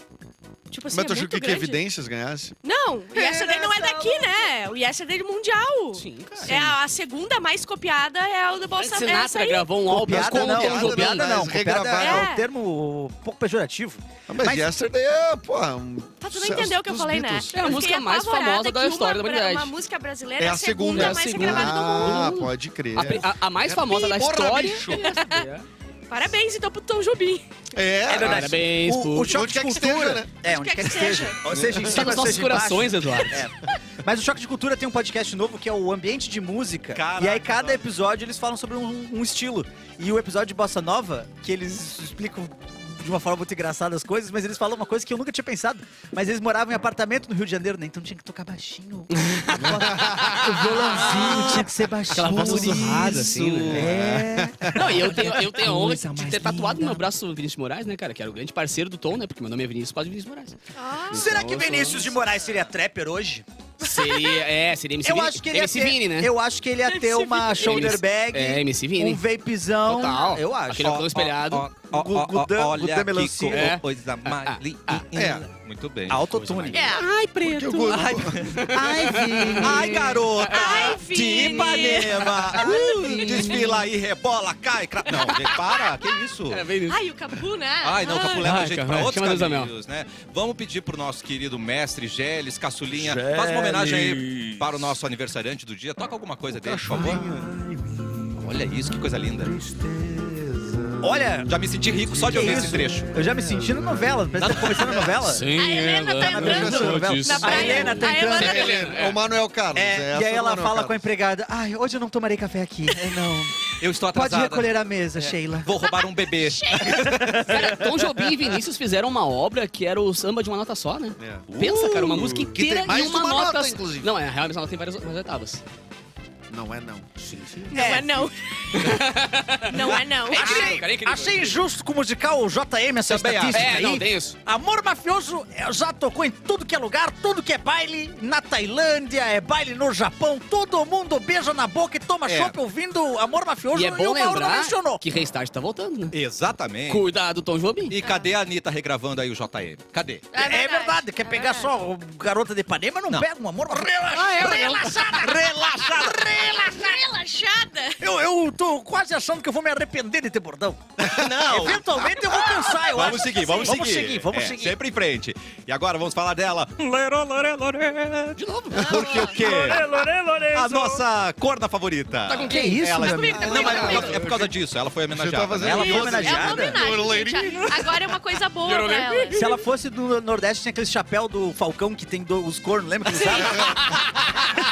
[SPEAKER 5] Tipo assim,
[SPEAKER 4] Mas tu
[SPEAKER 5] é
[SPEAKER 4] achou
[SPEAKER 5] muito
[SPEAKER 4] que, que
[SPEAKER 5] grande.
[SPEAKER 4] evidências ganhasse?
[SPEAKER 5] Não, o Yesterday não é daqui, né? O Yesterday é mundial.
[SPEAKER 2] Sim, cara.
[SPEAKER 5] É a, a segunda mais copiada é o do
[SPEAKER 2] Frank
[SPEAKER 5] Bolsonaro.
[SPEAKER 2] Sinatra gravou um álbum
[SPEAKER 3] Piada
[SPEAKER 2] com o
[SPEAKER 3] não,
[SPEAKER 2] Tom
[SPEAKER 4] piada
[SPEAKER 2] Jobim.
[SPEAKER 4] nada,
[SPEAKER 3] piada não,
[SPEAKER 4] mas
[SPEAKER 3] piada é
[SPEAKER 5] regravar.
[SPEAKER 3] um termo pouco pejorativo.
[SPEAKER 4] Ah, mas,
[SPEAKER 3] Mas-
[SPEAKER 4] Yesterday é, porra, um
[SPEAKER 5] Tá, tu não
[SPEAKER 4] sucesso
[SPEAKER 5] entendeu o que eu
[SPEAKER 4] dos
[SPEAKER 5] falei,
[SPEAKER 4] Beatles.
[SPEAKER 5] né?
[SPEAKER 2] É a
[SPEAKER 5] Eu
[SPEAKER 2] música
[SPEAKER 5] fiquei
[SPEAKER 2] mais
[SPEAKER 5] apavorada
[SPEAKER 2] famosa da
[SPEAKER 5] que
[SPEAKER 2] história
[SPEAKER 5] uma,
[SPEAKER 2] da
[SPEAKER 5] bra-
[SPEAKER 2] humanidade.
[SPEAKER 5] Uma música brasileira
[SPEAKER 4] É
[SPEAKER 5] é
[SPEAKER 4] a
[SPEAKER 5] a
[SPEAKER 4] segunda,
[SPEAKER 5] segunda,
[SPEAKER 4] é a
[SPEAKER 5] mais
[SPEAKER 2] segunda.
[SPEAKER 5] regravada do mundo.
[SPEAKER 4] Ah, pode crer.
[SPEAKER 2] A, pri- a- a mais famosa da
[SPEAKER 4] Porra,
[SPEAKER 2] história.
[SPEAKER 4] bicho.
[SPEAKER 5] Parabéns, então, pro Tom Jobim.
[SPEAKER 4] É,
[SPEAKER 3] É verdade.
[SPEAKER 2] Parabéns,
[SPEAKER 3] o,
[SPEAKER 2] pô.
[SPEAKER 3] o Choque
[SPEAKER 4] Onde quer
[SPEAKER 3] de
[SPEAKER 4] que
[SPEAKER 3] Cultura...
[SPEAKER 4] esteja, né?
[SPEAKER 3] É,
[SPEAKER 5] Onde quer que seja.
[SPEAKER 3] Ou seja, em
[SPEAKER 2] Tá
[SPEAKER 3] cima,
[SPEAKER 2] nos nossos
[SPEAKER 3] seja embaixo.
[SPEAKER 2] corações, Eduardo.
[SPEAKER 3] É. Mas o Choque de Cultura tem um podcast novo que é o Ambiente de Música.
[SPEAKER 1] Caraca,
[SPEAKER 3] e aí cada
[SPEAKER 1] nossa.
[SPEAKER 3] episódio eles falam sobre um, um estilo. E o episódio de Bossa Nova, que eles explicam de uma forma muito engraçada as coisas, mas eles falam uma coisa que eu nunca tinha pensado. Mas eles moravam em apartamento no Rio de Janeiro, né? Então tinha que tocar baixinho. Ah, o violãozinho tinha que ser baixinho.
[SPEAKER 2] Aquela voz
[SPEAKER 3] Por
[SPEAKER 2] sussurrada,
[SPEAKER 3] isso.
[SPEAKER 2] assim,
[SPEAKER 3] né? É.
[SPEAKER 2] Não, e eu tenho, eu tenho a honra
[SPEAKER 3] Coisa
[SPEAKER 2] de
[SPEAKER 3] mais
[SPEAKER 2] ter tatuado no
[SPEAKER 3] linda.
[SPEAKER 2] meu braço o Vinícius Moraes, né, cara? Que era o grande parceiro do Tom, né? Porque meu nome é Vinícius por causa de Vinícius Moraes.
[SPEAKER 5] Ah,
[SPEAKER 3] É. Será que
[SPEAKER 2] Então,
[SPEAKER 3] Vinícius de Moraes seria trapper hoje?
[SPEAKER 2] Seria, é, seria MC
[SPEAKER 3] Eu
[SPEAKER 2] Vini.
[SPEAKER 3] acho que ele ia
[SPEAKER 2] MC
[SPEAKER 3] ter,
[SPEAKER 2] Vini, né?
[SPEAKER 3] Eu acho que ele ia ter uma shoulder bag,
[SPEAKER 2] É, MC Vini.
[SPEAKER 3] um vapezão.
[SPEAKER 2] Total.
[SPEAKER 3] Eu acho.
[SPEAKER 2] Aquele óculos espelhado.
[SPEAKER 3] Gu- Gudan- Gudan Melancia.
[SPEAKER 2] É.
[SPEAKER 6] coisa
[SPEAKER 2] Ah, ah,
[SPEAKER 1] É, muito bem.
[SPEAKER 3] Autotune.
[SPEAKER 5] É.
[SPEAKER 2] Ai, preto.
[SPEAKER 4] eu vou-
[SPEAKER 3] Ai, ai, Vini. Ai, garoto.
[SPEAKER 5] Ai, Vini.
[SPEAKER 1] Uh, Desfila aí, rebola, cai. Cra... Não, gente, para, que isso?
[SPEAKER 3] É,
[SPEAKER 2] Era bem isso.
[SPEAKER 5] Ai, o Capu, né?
[SPEAKER 1] Ai, não, o Capu
[SPEAKER 5] Ah.
[SPEAKER 1] leva a
[SPEAKER 2] Ai,
[SPEAKER 1] gente
[SPEAKER 2] cara,
[SPEAKER 1] pra
[SPEAKER 2] vai,
[SPEAKER 1] outros
[SPEAKER 2] chama Deus Amel.
[SPEAKER 1] caminhos, né? Vamos pedir pro nosso querido mestre Geles, Caçulinha, faz uma homenagem aí para o nosso aniversariante do dia. Toca alguma coisa dele, por favor. Olha isso, que coisa linda.
[SPEAKER 3] Olha,
[SPEAKER 1] Já me senti rico só de
[SPEAKER 3] que
[SPEAKER 1] ouvir
[SPEAKER 3] isso?
[SPEAKER 1] esse trecho.
[SPEAKER 3] Eu já me senti na novela. Parece que tá começando a novela.
[SPEAKER 2] Sim,
[SPEAKER 5] A Helena tá entrando na praia.
[SPEAKER 3] A Helena tá
[SPEAKER 5] A
[SPEAKER 3] entrando.
[SPEAKER 5] Helena-
[SPEAKER 4] É o Manuel Carlos.
[SPEAKER 3] É,
[SPEAKER 4] essa
[SPEAKER 3] e aí
[SPEAKER 4] do
[SPEAKER 3] ela
[SPEAKER 4] Manuel
[SPEAKER 3] fala
[SPEAKER 4] Carlos.
[SPEAKER 3] com a empregada, ai, hoje eu não tomarei café aqui. É, não.
[SPEAKER 1] Eu estou
[SPEAKER 3] Pode
[SPEAKER 1] atrasada.
[SPEAKER 3] recolher a mesa, Sheila.
[SPEAKER 1] Vou roubar um bebê.
[SPEAKER 2] Cara, Tom Jobim e Vinícius fizeram uma obra que era o samba de uma nota só, né?
[SPEAKER 4] É.
[SPEAKER 2] Pensa, cara, uma música
[SPEAKER 4] tem
[SPEAKER 2] inteira
[SPEAKER 4] mais
[SPEAKER 2] e uma,
[SPEAKER 4] de uma
[SPEAKER 2] nota.
[SPEAKER 4] nota, inclusive.
[SPEAKER 2] Não, é, realmente ela tem várias, várias etapas.
[SPEAKER 4] Não é não.
[SPEAKER 5] Não é não. Não é não.
[SPEAKER 2] incrível, cara, é incrível.
[SPEAKER 3] injusto com o musical o JM, essa
[SPEAKER 1] Também acho.
[SPEAKER 2] É, não, tem isso.
[SPEAKER 3] Amor Mafioso eh, já tocou em tudo que é lugar, tudo que é baile, na Tailândia, é baile no Japão, todo mundo beija na boca e toma
[SPEAKER 1] É.
[SPEAKER 3] chopp ouvindo Amor Mafioso
[SPEAKER 2] E é bom
[SPEAKER 3] o Mauro não
[SPEAKER 2] lembrar
[SPEAKER 3] mencionou.
[SPEAKER 2] que Restart tá voltando, né?
[SPEAKER 1] Exatamente.
[SPEAKER 2] Cuidado, Tom Jobim.
[SPEAKER 1] E cadê a Anitta regravando aí o JM? Cadê?
[SPEAKER 3] É verdade, quer pegar só o Garota de Ipanema, não, pega um amor mafioso.
[SPEAKER 2] é,
[SPEAKER 3] Relaxada! Relaxada!
[SPEAKER 5] relaxada.
[SPEAKER 3] Eu, eu tô quase achando que eu vou me arrepender de ter bordão.
[SPEAKER 1] Não.
[SPEAKER 3] Eventualmente eu vou cansar, eu
[SPEAKER 1] Vamos
[SPEAKER 3] acho.
[SPEAKER 1] seguir, vamos seguir.
[SPEAKER 3] Vamos seguir, vamos
[SPEAKER 1] É,
[SPEAKER 3] seguir.
[SPEAKER 1] Sempre em frente. E agora vamos falar dela.
[SPEAKER 2] De novo.
[SPEAKER 1] Porque o quê? A nossa corna favorita.
[SPEAKER 2] Tá com
[SPEAKER 3] Que
[SPEAKER 2] quem?
[SPEAKER 3] isso,
[SPEAKER 1] Ela-
[SPEAKER 3] meu amigo?
[SPEAKER 5] Comigo, tá
[SPEAKER 1] Não, mas é por
[SPEAKER 5] comigo.
[SPEAKER 1] causa- é por causa disso. Ela foi homenageada.
[SPEAKER 4] Você tá fazendo-
[SPEAKER 1] né?
[SPEAKER 3] Ela foi
[SPEAKER 5] Isso, É uma
[SPEAKER 3] homenageada?
[SPEAKER 5] homenagem, gente. Agora é uma coisa boa pra ela.
[SPEAKER 3] Se ela fosse do Nordeste, tinha aquele chapéu do Falcão que tem do- os cornos, lembra que usaram?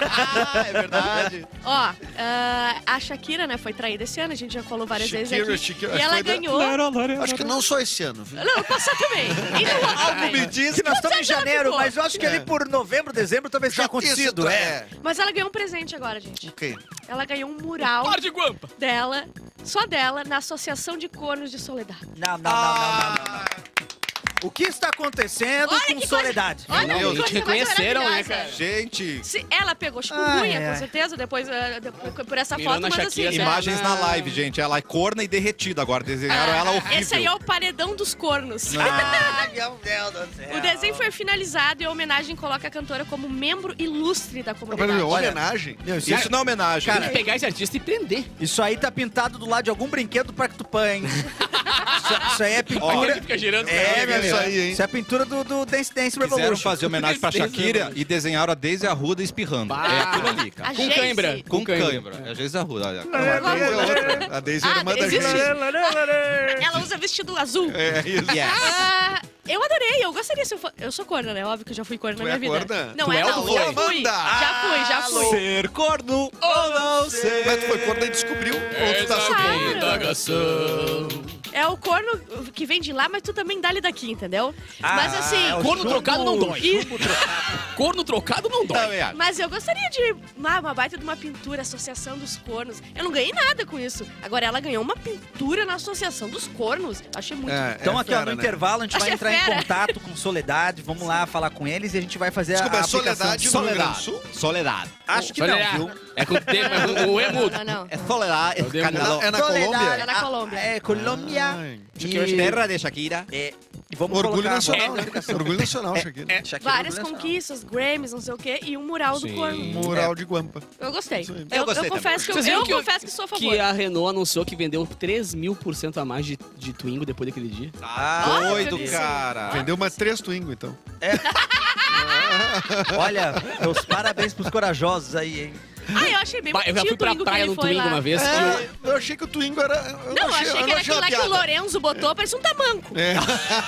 [SPEAKER 6] Ah, é verdade.
[SPEAKER 5] Ó, ah, a Shakira, né, foi traída esse ano, a gente já falou várias
[SPEAKER 4] Shakira,
[SPEAKER 5] vezes aqui.
[SPEAKER 4] Shakira,
[SPEAKER 5] e
[SPEAKER 4] acho
[SPEAKER 5] ela
[SPEAKER 4] que foi da-
[SPEAKER 5] ganhou.
[SPEAKER 6] Acho que não só esse ano, viu?
[SPEAKER 5] Não, passou também. Então, E no outro também.
[SPEAKER 3] diz que é nós estamos em
[SPEAKER 5] anos ela
[SPEAKER 3] janeiro,
[SPEAKER 5] ficou?
[SPEAKER 3] mas eu acho que ali por novembro, dezembro talvez tenha acontecido. É.
[SPEAKER 5] Mas ela ganhou um presente agora,
[SPEAKER 4] é,
[SPEAKER 5] gente.
[SPEAKER 6] Ok.
[SPEAKER 5] Ela ganhou um mural
[SPEAKER 2] Par de guampa.
[SPEAKER 5] dela, só dela, na Associação de Cornos de Soledade.
[SPEAKER 3] Não, não, não, não, não,
[SPEAKER 1] Ah,
[SPEAKER 3] não, não. O que está acontecendo
[SPEAKER 5] Olha
[SPEAKER 3] com
[SPEAKER 5] que
[SPEAKER 3] Soledade?
[SPEAKER 5] Olha
[SPEAKER 2] Não,
[SPEAKER 5] que
[SPEAKER 2] eles
[SPEAKER 5] coisa mais
[SPEAKER 2] reconheceram, né,
[SPEAKER 5] maravilhosa.
[SPEAKER 2] cara?
[SPEAKER 1] Gente,
[SPEAKER 5] Se ela pegou
[SPEAKER 3] Ai,
[SPEAKER 5] chikungunya,
[SPEAKER 3] ai.
[SPEAKER 5] com certeza, depois, ah, depois- por essa
[SPEAKER 2] Mirou
[SPEAKER 5] foto,
[SPEAKER 2] na
[SPEAKER 5] mas assim...
[SPEAKER 2] Shakira,
[SPEAKER 5] né?
[SPEAKER 1] imagens na live, gente. Ela é corna e derretida agora. Desenharam ela horrível.
[SPEAKER 5] Esse aí é o paredão dos cornos.
[SPEAKER 3] Ai, meu Deus do céu.
[SPEAKER 5] O desenho foi finalizado e a homenagem coloca a cantora como membro ilustre da comunidade.
[SPEAKER 4] Peraí, homenagem.
[SPEAKER 3] Meu, isso,
[SPEAKER 1] Isso não é homenagem.
[SPEAKER 2] Tem que pegar esse artista e prender.
[SPEAKER 3] isso aí tá pintado do lado de algum brinquedo do Parque Tupã, hein? isso, isso aí é
[SPEAKER 2] Olha que
[SPEAKER 3] pintura...
[SPEAKER 2] fica girando. né?
[SPEAKER 3] É, meu
[SPEAKER 4] Isso
[SPEAKER 3] amigo.
[SPEAKER 4] aí, hein?
[SPEAKER 3] Isso é pintura do, do Dance Dance
[SPEAKER 1] Quiseram
[SPEAKER 3] Revolution.
[SPEAKER 1] fazer homenagem pra
[SPEAKER 2] Desenho,
[SPEAKER 1] Shakira
[SPEAKER 2] mano.
[SPEAKER 1] e desenharam a Daisy Arruda espirrando.
[SPEAKER 2] Bah.
[SPEAKER 1] É aquilo ali, cara.
[SPEAKER 5] A
[SPEAKER 2] Com
[SPEAKER 5] Jayce.
[SPEAKER 2] cãibra.
[SPEAKER 1] Com cãibra. É a Daisy Arruda, olha.
[SPEAKER 4] A Daisy é outra. A Daisy é
[SPEAKER 5] Ah,
[SPEAKER 4] irmã da
[SPEAKER 5] existe.
[SPEAKER 4] Jane.
[SPEAKER 5] Ela usa vestido azul.
[SPEAKER 4] É isso.
[SPEAKER 5] Ah, eu adorei, eu gostaria se eu for... Eu sou corna, né? Óbvio que eu já fui corna na
[SPEAKER 4] Tu é
[SPEAKER 5] minha vida.
[SPEAKER 4] corna?
[SPEAKER 5] Não,
[SPEAKER 2] Tu
[SPEAKER 5] é
[SPEAKER 2] é ou
[SPEAKER 5] não.
[SPEAKER 2] foi?
[SPEAKER 5] Já fui, já fui,
[SPEAKER 1] Ah,
[SPEAKER 5] já
[SPEAKER 2] Ah,
[SPEAKER 5] fui.
[SPEAKER 1] Ser corno ou não ser.
[SPEAKER 4] Mas tu foi quando ele descobriu, ou tu tá
[SPEAKER 5] Essa
[SPEAKER 4] supondo?
[SPEAKER 5] É o corno que vem de lá, mas tu também dá-lhe daqui, entendeu?
[SPEAKER 3] Ah,
[SPEAKER 2] Ah,
[SPEAKER 5] mas assim...
[SPEAKER 3] é
[SPEAKER 2] Corno trocado é não dói.
[SPEAKER 5] E-
[SPEAKER 2] Corno trocado não
[SPEAKER 4] Tá,
[SPEAKER 2] dói.
[SPEAKER 1] Também acho.
[SPEAKER 5] Mas eu gostaria de ah, uma baita de uma pintura, Associação dos Cornos. Eu não ganhei nada com isso. Agora ela ganhou uma pintura na Associação dos Cornos. Achei muito.
[SPEAKER 4] É,
[SPEAKER 3] Então,
[SPEAKER 4] é
[SPEAKER 3] aqui, ó,
[SPEAKER 4] fera,
[SPEAKER 3] no
[SPEAKER 4] né?
[SPEAKER 3] intervalo, a gente vai
[SPEAKER 5] Achei
[SPEAKER 3] entrar em
[SPEAKER 5] é fera.
[SPEAKER 3] contato com Soledade. Vamos lá falar com eles e a gente vai
[SPEAKER 1] Ah,
[SPEAKER 3] fazer
[SPEAKER 4] Desculpa,
[SPEAKER 3] a
[SPEAKER 4] é
[SPEAKER 3] aplicação.
[SPEAKER 4] Soledade no Rio Grande do Sul?
[SPEAKER 1] Soledade.
[SPEAKER 3] Acho que não,
[SPEAKER 2] Olha,
[SPEAKER 3] viu?
[SPEAKER 2] É com o tempo, é com o E mudo.
[SPEAKER 5] Não, não.
[SPEAKER 1] É Soledade.
[SPEAKER 2] Eu dei uma-
[SPEAKER 1] Canal.
[SPEAKER 4] É na
[SPEAKER 3] Soledade,
[SPEAKER 4] Colômbia?
[SPEAKER 5] É na
[SPEAKER 3] a-
[SPEAKER 5] Colômbia.
[SPEAKER 3] É, Colômbia.
[SPEAKER 4] Ai.
[SPEAKER 3] E-
[SPEAKER 1] Terra de Shakira.
[SPEAKER 3] é, e vamos
[SPEAKER 4] Ah, é. Orgulho
[SPEAKER 3] colocar
[SPEAKER 4] nacional, né?
[SPEAKER 3] agora-
[SPEAKER 4] Orgulho nacional, Shakira.
[SPEAKER 3] É, Shakira,
[SPEAKER 5] Várias
[SPEAKER 1] né,
[SPEAKER 3] orgulho nacional.
[SPEAKER 5] conquistas, Grammys, não sei o quê, e um mural do
[SPEAKER 1] Sim.
[SPEAKER 5] corno.
[SPEAKER 4] Mural de Guampa.
[SPEAKER 5] Eu gostei.
[SPEAKER 4] Isso aí.
[SPEAKER 5] Eu,
[SPEAKER 1] Eu gostei
[SPEAKER 5] eu confesso que eu,
[SPEAKER 2] Vocês viram
[SPEAKER 5] eu
[SPEAKER 2] que eu-
[SPEAKER 5] confesso que sou a favor.
[SPEAKER 2] Que a Renault anunciou que vendeu 3 mil por cento a mais de, de Twingo depois daquele dia.
[SPEAKER 3] Ah,
[SPEAKER 5] Óbvio
[SPEAKER 1] Doido,
[SPEAKER 5] que sim.
[SPEAKER 1] cara.
[SPEAKER 4] Vendeu uma três Twingo, então.
[SPEAKER 3] Olha, meus parabéns pros corajosos aí, hein?
[SPEAKER 5] Ah, eu achei bem
[SPEAKER 2] Bah, eu já
[SPEAKER 5] bonitinho
[SPEAKER 2] fui pra
[SPEAKER 5] o Twingo
[SPEAKER 2] praia
[SPEAKER 5] que
[SPEAKER 2] no
[SPEAKER 5] ele foi
[SPEAKER 2] Twingo
[SPEAKER 5] lá. Ah,
[SPEAKER 2] uma vez. e eu-
[SPEAKER 4] É, eu achei que o Twingo era... Eu
[SPEAKER 5] Não, eu achei que
[SPEAKER 4] não
[SPEAKER 5] era aquilo
[SPEAKER 4] uma
[SPEAKER 5] lá que o
[SPEAKER 4] piada.
[SPEAKER 5] Lorenzo botou, parecia um tamanco.
[SPEAKER 4] É.
[SPEAKER 5] Um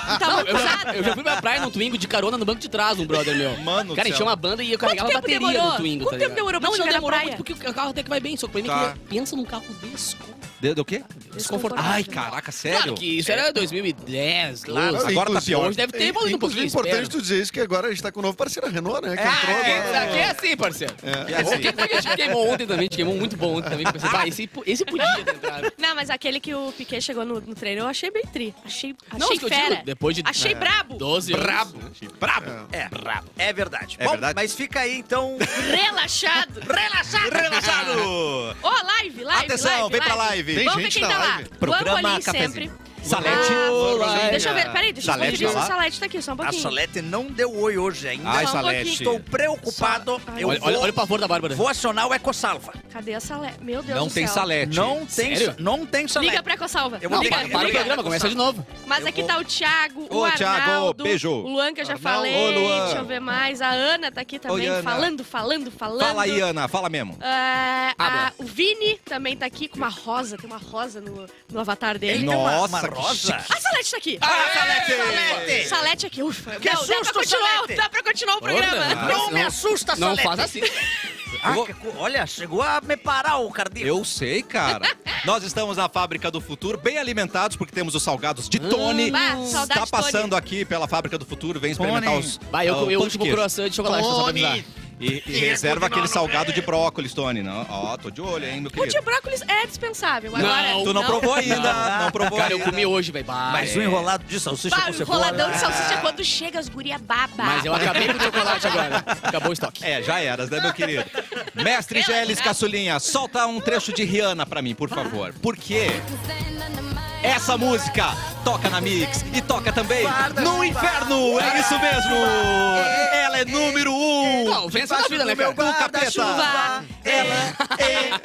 [SPEAKER 2] Não,
[SPEAKER 5] tamanco
[SPEAKER 2] eu, já,
[SPEAKER 5] usado.
[SPEAKER 2] eu já fui pra praia no Twingo de carona no banco de trás, um brother meu.
[SPEAKER 1] Mano do
[SPEAKER 2] Cara,
[SPEAKER 1] céu.
[SPEAKER 2] encheu uma banda e eu carregava a
[SPEAKER 5] tempo
[SPEAKER 2] bateria
[SPEAKER 5] demorou?
[SPEAKER 2] do Twingo,
[SPEAKER 5] Quanto
[SPEAKER 2] tá
[SPEAKER 5] tempo
[SPEAKER 2] ligado?
[SPEAKER 5] demorou pra
[SPEAKER 2] Não,
[SPEAKER 5] chegar
[SPEAKER 2] não
[SPEAKER 5] na
[SPEAKER 2] demorou
[SPEAKER 5] praia?
[SPEAKER 2] muito, porque o carro até que vai bem. Só que o problema é
[SPEAKER 1] Tá.
[SPEAKER 2] que pensa num carro desconfortável.
[SPEAKER 1] Deu o quê?
[SPEAKER 5] Desconfortável.
[SPEAKER 1] Ai, caraca, Ah, sério?
[SPEAKER 2] Claro que isso era 2010,
[SPEAKER 1] Claro,
[SPEAKER 2] claro.
[SPEAKER 1] sim. Agora tá
[SPEAKER 4] Inclusive,
[SPEAKER 1] pior.
[SPEAKER 2] Hoje deve ter evoluído um
[SPEAKER 4] Inclusive,
[SPEAKER 2] pouquinho.
[SPEAKER 4] é importante
[SPEAKER 2] espero.
[SPEAKER 4] tu dizer isso, que agora a gente tá com o novo parceiro, a Renault, né? Que entrou
[SPEAKER 2] Ah,
[SPEAKER 4] agora.
[SPEAKER 2] é, aqui é assim, parceiro.
[SPEAKER 4] É.
[SPEAKER 2] Esse
[SPEAKER 1] assim.
[SPEAKER 2] aqui foi que a gente queimou ontem também, a gente queimou muito bom ontem também. que eu Pensei, bah, esse, esse podia ter entrado.
[SPEAKER 5] Não, mas aquele que o Piquet chegou no, no treino, eu achei bem tri. Achei, achei
[SPEAKER 2] Não, acho que eu
[SPEAKER 5] fera.
[SPEAKER 2] digo, depois de
[SPEAKER 5] Achei
[SPEAKER 2] é,
[SPEAKER 5] brabo.
[SPEAKER 2] 12 anos.
[SPEAKER 1] Brabo. Brabo.
[SPEAKER 3] É, é verdade.
[SPEAKER 1] É
[SPEAKER 3] Bom,
[SPEAKER 1] verdade?
[SPEAKER 3] mas fica aí,
[SPEAKER 5] Um
[SPEAKER 3] então...
[SPEAKER 5] Relaxado. Relaxado.
[SPEAKER 1] Relaxado.
[SPEAKER 5] Ó, live, live,
[SPEAKER 1] Atenção,
[SPEAKER 5] live,
[SPEAKER 1] vem pra live.
[SPEAKER 4] Tem
[SPEAKER 5] Vamos ver
[SPEAKER 4] gente
[SPEAKER 5] quem
[SPEAKER 4] na
[SPEAKER 5] tá lá.
[SPEAKER 4] live?
[SPEAKER 1] Programa
[SPEAKER 5] Vamos ali
[SPEAKER 1] Cafezinho.
[SPEAKER 5] sempre.
[SPEAKER 1] Salete.
[SPEAKER 5] Ah,
[SPEAKER 2] Olá.
[SPEAKER 5] Deixa eu ver, peraí, deixa eu
[SPEAKER 1] Salete
[SPEAKER 5] conferir se
[SPEAKER 1] tá
[SPEAKER 5] o
[SPEAKER 1] lá?
[SPEAKER 5] Salete tá aqui, só um
[SPEAKER 3] A
[SPEAKER 5] pouquinho.
[SPEAKER 3] Solete não deu oi hoje ainda.
[SPEAKER 1] Ai,
[SPEAKER 5] Só um
[SPEAKER 1] Salete.
[SPEAKER 5] pouquinho.
[SPEAKER 3] Estou preocupado.
[SPEAKER 5] Só-
[SPEAKER 3] Eu
[SPEAKER 2] Olha,
[SPEAKER 3] vou, é
[SPEAKER 2] olha, olha o pavor da Bárbara.
[SPEAKER 3] vou acionar o Ecosalva.
[SPEAKER 5] Cadê a Salete? Meu Deus
[SPEAKER 1] Não
[SPEAKER 5] do
[SPEAKER 1] tem
[SPEAKER 5] céu.
[SPEAKER 1] salete.
[SPEAKER 3] Não tem,
[SPEAKER 2] Sério?
[SPEAKER 3] não tem Solete.
[SPEAKER 5] Liga pra Ecosalva.
[SPEAKER 3] Eu vou
[SPEAKER 2] Não,
[SPEAKER 3] ligar,
[SPEAKER 2] para, para o
[SPEAKER 3] liga.
[SPEAKER 2] programa, começa de novo.
[SPEAKER 5] Mas
[SPEAKER 3] Eu
[SPEAKER 5] aqui
[SPEAKER 3] vou-
[SPEAKER 5] tá o Thiago, o
[SPEAKER 1] Ô,
[SPEAKER 5] Arnaldo,
[SPEAKER 1] Thiago, beijo.
[SPEAKER 5] o Luan, que eu já
[SPEAKER 1] Arnaldo,
[SPEAKER 5] falei,
[SPEAKER 1] ô, Luan.
[SPEAKER 5] deixa eu ver mais. A Ana tá aqui também,
[SPEAKER 1] Oi, Ana.
[SPEAKER 5] falando, falando, falando.
[SPEAKER 1] Fala aí, Ana. Fala mesmo.
[SPEAKER 5] Ah, a-
[SPEAKER 2] Abra.
[SPEAKER 5] o Vini também tá aqui com uma rosa, tem uma rosa no, no avatar dele.
[SPEAKER 1] Nossa,
[SPEAKER 3] uma
[SPEAKER 1] que
[SPEAKER 3] rosa?
[SPEAKER 5] A Salete tá aqui!
[SPEAKER 3] Salete!
[SPEAKER 5] Salete aqui, ufa.
[SPEAKER 3] Que
[SPEAKER 5] Não, dá,
[SPEAKER 3] susto,
[SPEAKER 5] pra continuar,
[SPEAKER 3] Salete.
[SPEAKER 5] dá pra continuar o programa.
[SPEAKER 2] Olha.
[SPEAKER 3] Não me assusta,
[SPEAKER 2] Não
[SPEAKER 3] Salete.
[SPEAKER 2] faz assim.
[SPEAKER 3] Ah, que- olha, chegou a me parar o cardíaco.
[SPEAKER 1] Eu sei, cara. Nós estamos na Fábrica do Futuro, bem alimentados, porque temos os salgados de Tony.
[SPEAKER 5] Hum, Bah, saudade
[SPEAKER 1] Está
[SPEAKER 5] de Tony.
[SPEAKER 1] passando aqui pela Fábrica do Futuro, vem experimentar
[SPEAKER 3] Tony.
[SPEAKER 1] os.
[SPEAKER 2] Vai, eu
[SPEAKER 1] ah, o
[SPEAKER 2] comi
[SPEAKER 1] pão
[SPEAKER 2] o
[SPEAKER 1] de
[SPEAKER 2] último
[SPEAKER 1] queijo.
[SPEAKER 2] croissant de chocolate, só pra avisar.
[SPEAKER 1] E, e reserva aquele salgado de brócolis, Tony. Não, ó, tô de olho, hein, meu
[SPEAKER 5] O de
[SPEAKER 1] querido.
[SPEAKER 5] brócolis é dispensável.
[SPEAKER 2] Não,
[SPEAKER 5] Agora,
[SPEAKER 1] Tu não, provou ainda, não provou
[SPEAKER 2] Cara, eu
[SPEAKER 1] ainda.
[SPEAKER 2] comi hoje, velho. Bah,
[SPEAKER 3] Mas
[SPEAKER 2] é.
[SPEAKER 3] o enrolado de salsicha
[SPEAKER 5] Bah,
[SPEAKER 3] com
[SPEAKER 5] o
[SPEAKER 3] cebola... é
[SPEAKER 5] enroladão
[SPEAKER 1] Ah.
[SPEAKER 5] de salsicha quando chega, as guria baba.
[SPEAKER 3] tá.
[SPEAKER 2] Mas eu acabei com o chocolate agora. Acabou o estoque.
[SPEAKER 1] É, já eras, né, meu querido? Mestre Geles Caçulinha, solta um trecho de Rihanna pra mim, por favor. Por quê? Essa música toca na Mix e toca também no Inferno. É isso mesmo. Ela é número um.
[SPEAKER 2] Então, Não, vença na vida, né, cara?
[SPEAKER 1] Capeta.
[SPEAKER 5] Chuva, é,
[SPEAKER 3] é,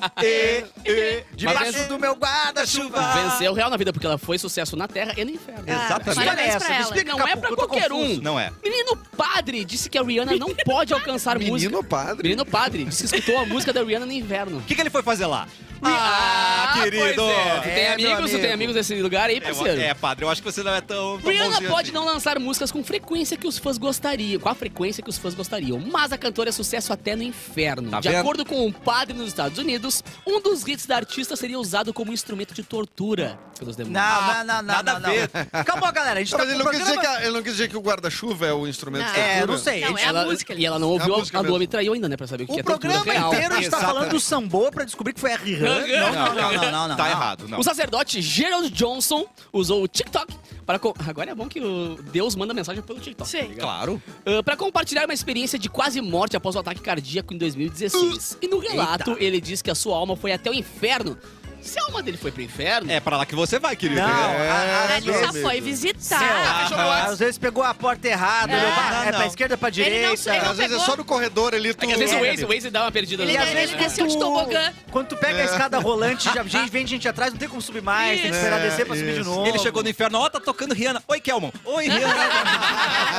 [SPEAKER 3] Debaixo
[SPEAKER 2] Mas-
[SPEAKER 3] do meu guarda-chuva.
[SPEAKER 2] Venceu real na vida, porque ela foi sucesso na terra e no inferno.
[SPEAKER 1] Exatamente.
[SPEAKER 5] Parabéns
[SPEAKER 3] Olha essa,
[SPEAKER 5] pra
[SPEAKER 3] me
[SPEAKER 5] ela.
[SPEAKER 3] explica,
[SPEAKER 2] Não é
[SPEAKER 3] Capu,
[SPEAKER 2] pra
[SPEAKER 3] que eu tô
[SPEAKER 2] qualquer
[SPEAKER 3] confuso.
[SPEAKER 2] um.
[SPEAKER 1] Não é.
[SPEAKER 2] Menino padre disse que a Rihanna não pode alcançar
[SPEAKER 4] Menino
[SPEAKER 2] música.
[SPEAKER 4] padre?
[SPEAKER 2] Menino padre disse que escutou a música da Rihanna no inverno.
[SPEAKER 1] O que, que ele foi fazer lá?
[SPEAKER 2] Ah,
[SPEAKER 1] querido!
[SPEAKER 2] pois é. Tu tem
[SPEAKER 3] É, meu
[SPEAKER 2] amigos, tu tem
[SPEAKER 3] amigo.
[SPEAKER 2] amigos nesse lugar aí,
[SPEAKER 1] Eu-
[SPEAKER 2] parceiro?
[SPEAKER 1] é, padre, eu acho que você não é tão. tão
[SPEAKER 2] Rihanna
[SPEAKER 1] bonzinho
[SPEAKER 2] pode
[SPEAKER 1] assim.
[SPEAKER 2] não lançar músicas com frequência que os fãs gostariam, com a frequência que os fãs gostariam, mas a cantora é sucesso até no inferno.
[SPEAKER 1] Tá
[SPEAKER 2] de
[SPEAKER 1] vendo?
[SPEAKER 2] acordo com um padre nos Estados Unidos, um dos hits da artista seria usado como instrumento de tortura pelos demônios. Ah,
[SPEAKER 3] Não, não, não, não.
[SPEAKER 1] nada
[SPEAKER 3] não,
[SPEAKER 1] a ver.
[SPEAKER 3] não. Calma, galera. A gente
[SPEAKER 4] Tá,
[SPEAKER 3] tá
[SPEAKER 4] mas
[SPEAKER 3] com
[SPEAKER 4] ele
[SPEAKER 3] um
[SPEAKER 4] não, quis dizer
[SPEAKER 3] programa-
[SPEAKER 4] que a- ele não quis dizer que o guarda-chuva é o instrumento
[SPEAKER 5] Não,
[SPEAKER 4] de
[SPEAKER 3] É, eu não
[SPEAKER 4] tortura?
[SPEAKER 3] sei.
[SPEAKER 5] Não,
[SPEAKER 3] A gente-
[SPEAKER 5] é a
[SPEAKER 2] Ela-
[SPEAKER 5] música.
[SPEAKER 2] E ela não
[SPEAKER 4] É a
[SPEAKER 2] ouviu
[SPEAKER 4] música
[SPEAKER 2] a, a Lua
[SPEAKER 4] mesmo.
[SPEAKER 2] me traiu ainda, né? Pra saber o que
[SPEAKER 3] O
[SPEAKER 2] é tortura
[SPEAKER 3] programa
[SPEAKER 2] real.
[SPEAKER 3] inteiro a gente tá
[SPEAKER 1] Exatamente.
[SPEAKER 3] falando do Sambo pra descobrir que foi a Rihanna.
[SPEAKER 2] Rihanna.
[SPEAKER 3] Não, não, não, não, não.
[SPEAKER 1] Tá
[SPEAKER 3] não.
[SPEAKER 1] errado, não.
[SPEAKER 2] O sacerdote Gerald Johnson usou o TikTok para. co- Agora é bom que o Deus manda mensagem pelo TikTok. tá
[SPEAKER 5] Sim.
[SPEAKER 1] Claro.
[SPEAKER 2] Ah, Pra compartilhar uma experiência de quase morte após o ataque cardíaco em 2016. E no relato, ele diz que a sua alma foi até o inferno. Se a alma dele foi pro inferno.
[SPEAKER 1] É pra lá que você vai, querido.
[SPEAKER 3] Não,
[SPEAKER 1] É.
[SPEAKER 3] a- a-
[SPEAKER 5] Ah, Ele só
[SPEAKER 4] meu
[SPEAKER 5] foi
[SPEAKER 4] Deus.
[SPEAKER 5] visitar.
[SPEAKER 3] Às vezes pegou a porta errada,
[SPEAKER 5] Tá. É.
[SPEAKER 3] olhou pra-
[SPEAKER 1] Não,
[SPEAKER 3] é pra
[SPEAKER 1] não.
[SPEAKER 3] esquerda, pra
[SPEAKER 5] Ele não
[SPEAKER 3] direita.
[SPEAKER 5] sei, não
[SPEAKER 4] Às vezes é
[SPEAKER 5] pegou.
[SPEAKER 4] só no corredor ali tu...
[SPEAKER 2] É que às vezes o
[SPEAKER 3] É,
[SPEAKER 2] Waze, o Waze dá uma perdida
[SPEAKER 5] Ele é
[SPEAKER 3] E
[SPEAKER 2] no-
[SPEAKER 3] às
[SPEAKER 5] Ele
[SPEAKER 3] vezes
[SPEAKER 5] desceu
[SPEAKER 3] quando
[SPEAKER 5] de
[SPEAKER 3] tu-
[SPEAKER 5] tobogã.
[SPEAKER 3] Quando tu pega a escada rolante, já já vem gente atrás, não tem como subir mais, tem que esperar
[SPEAKER 4] Isso.
[SPEAKER 3] descer pra subir de
[SPEAKER 4] Isso.
[SPEAKER 3] novo.
[SPEAKER 1] Ele chegou no inferno, ó, tá tocando Rihanna. Oi, Kelmon. Oi, Rihanna.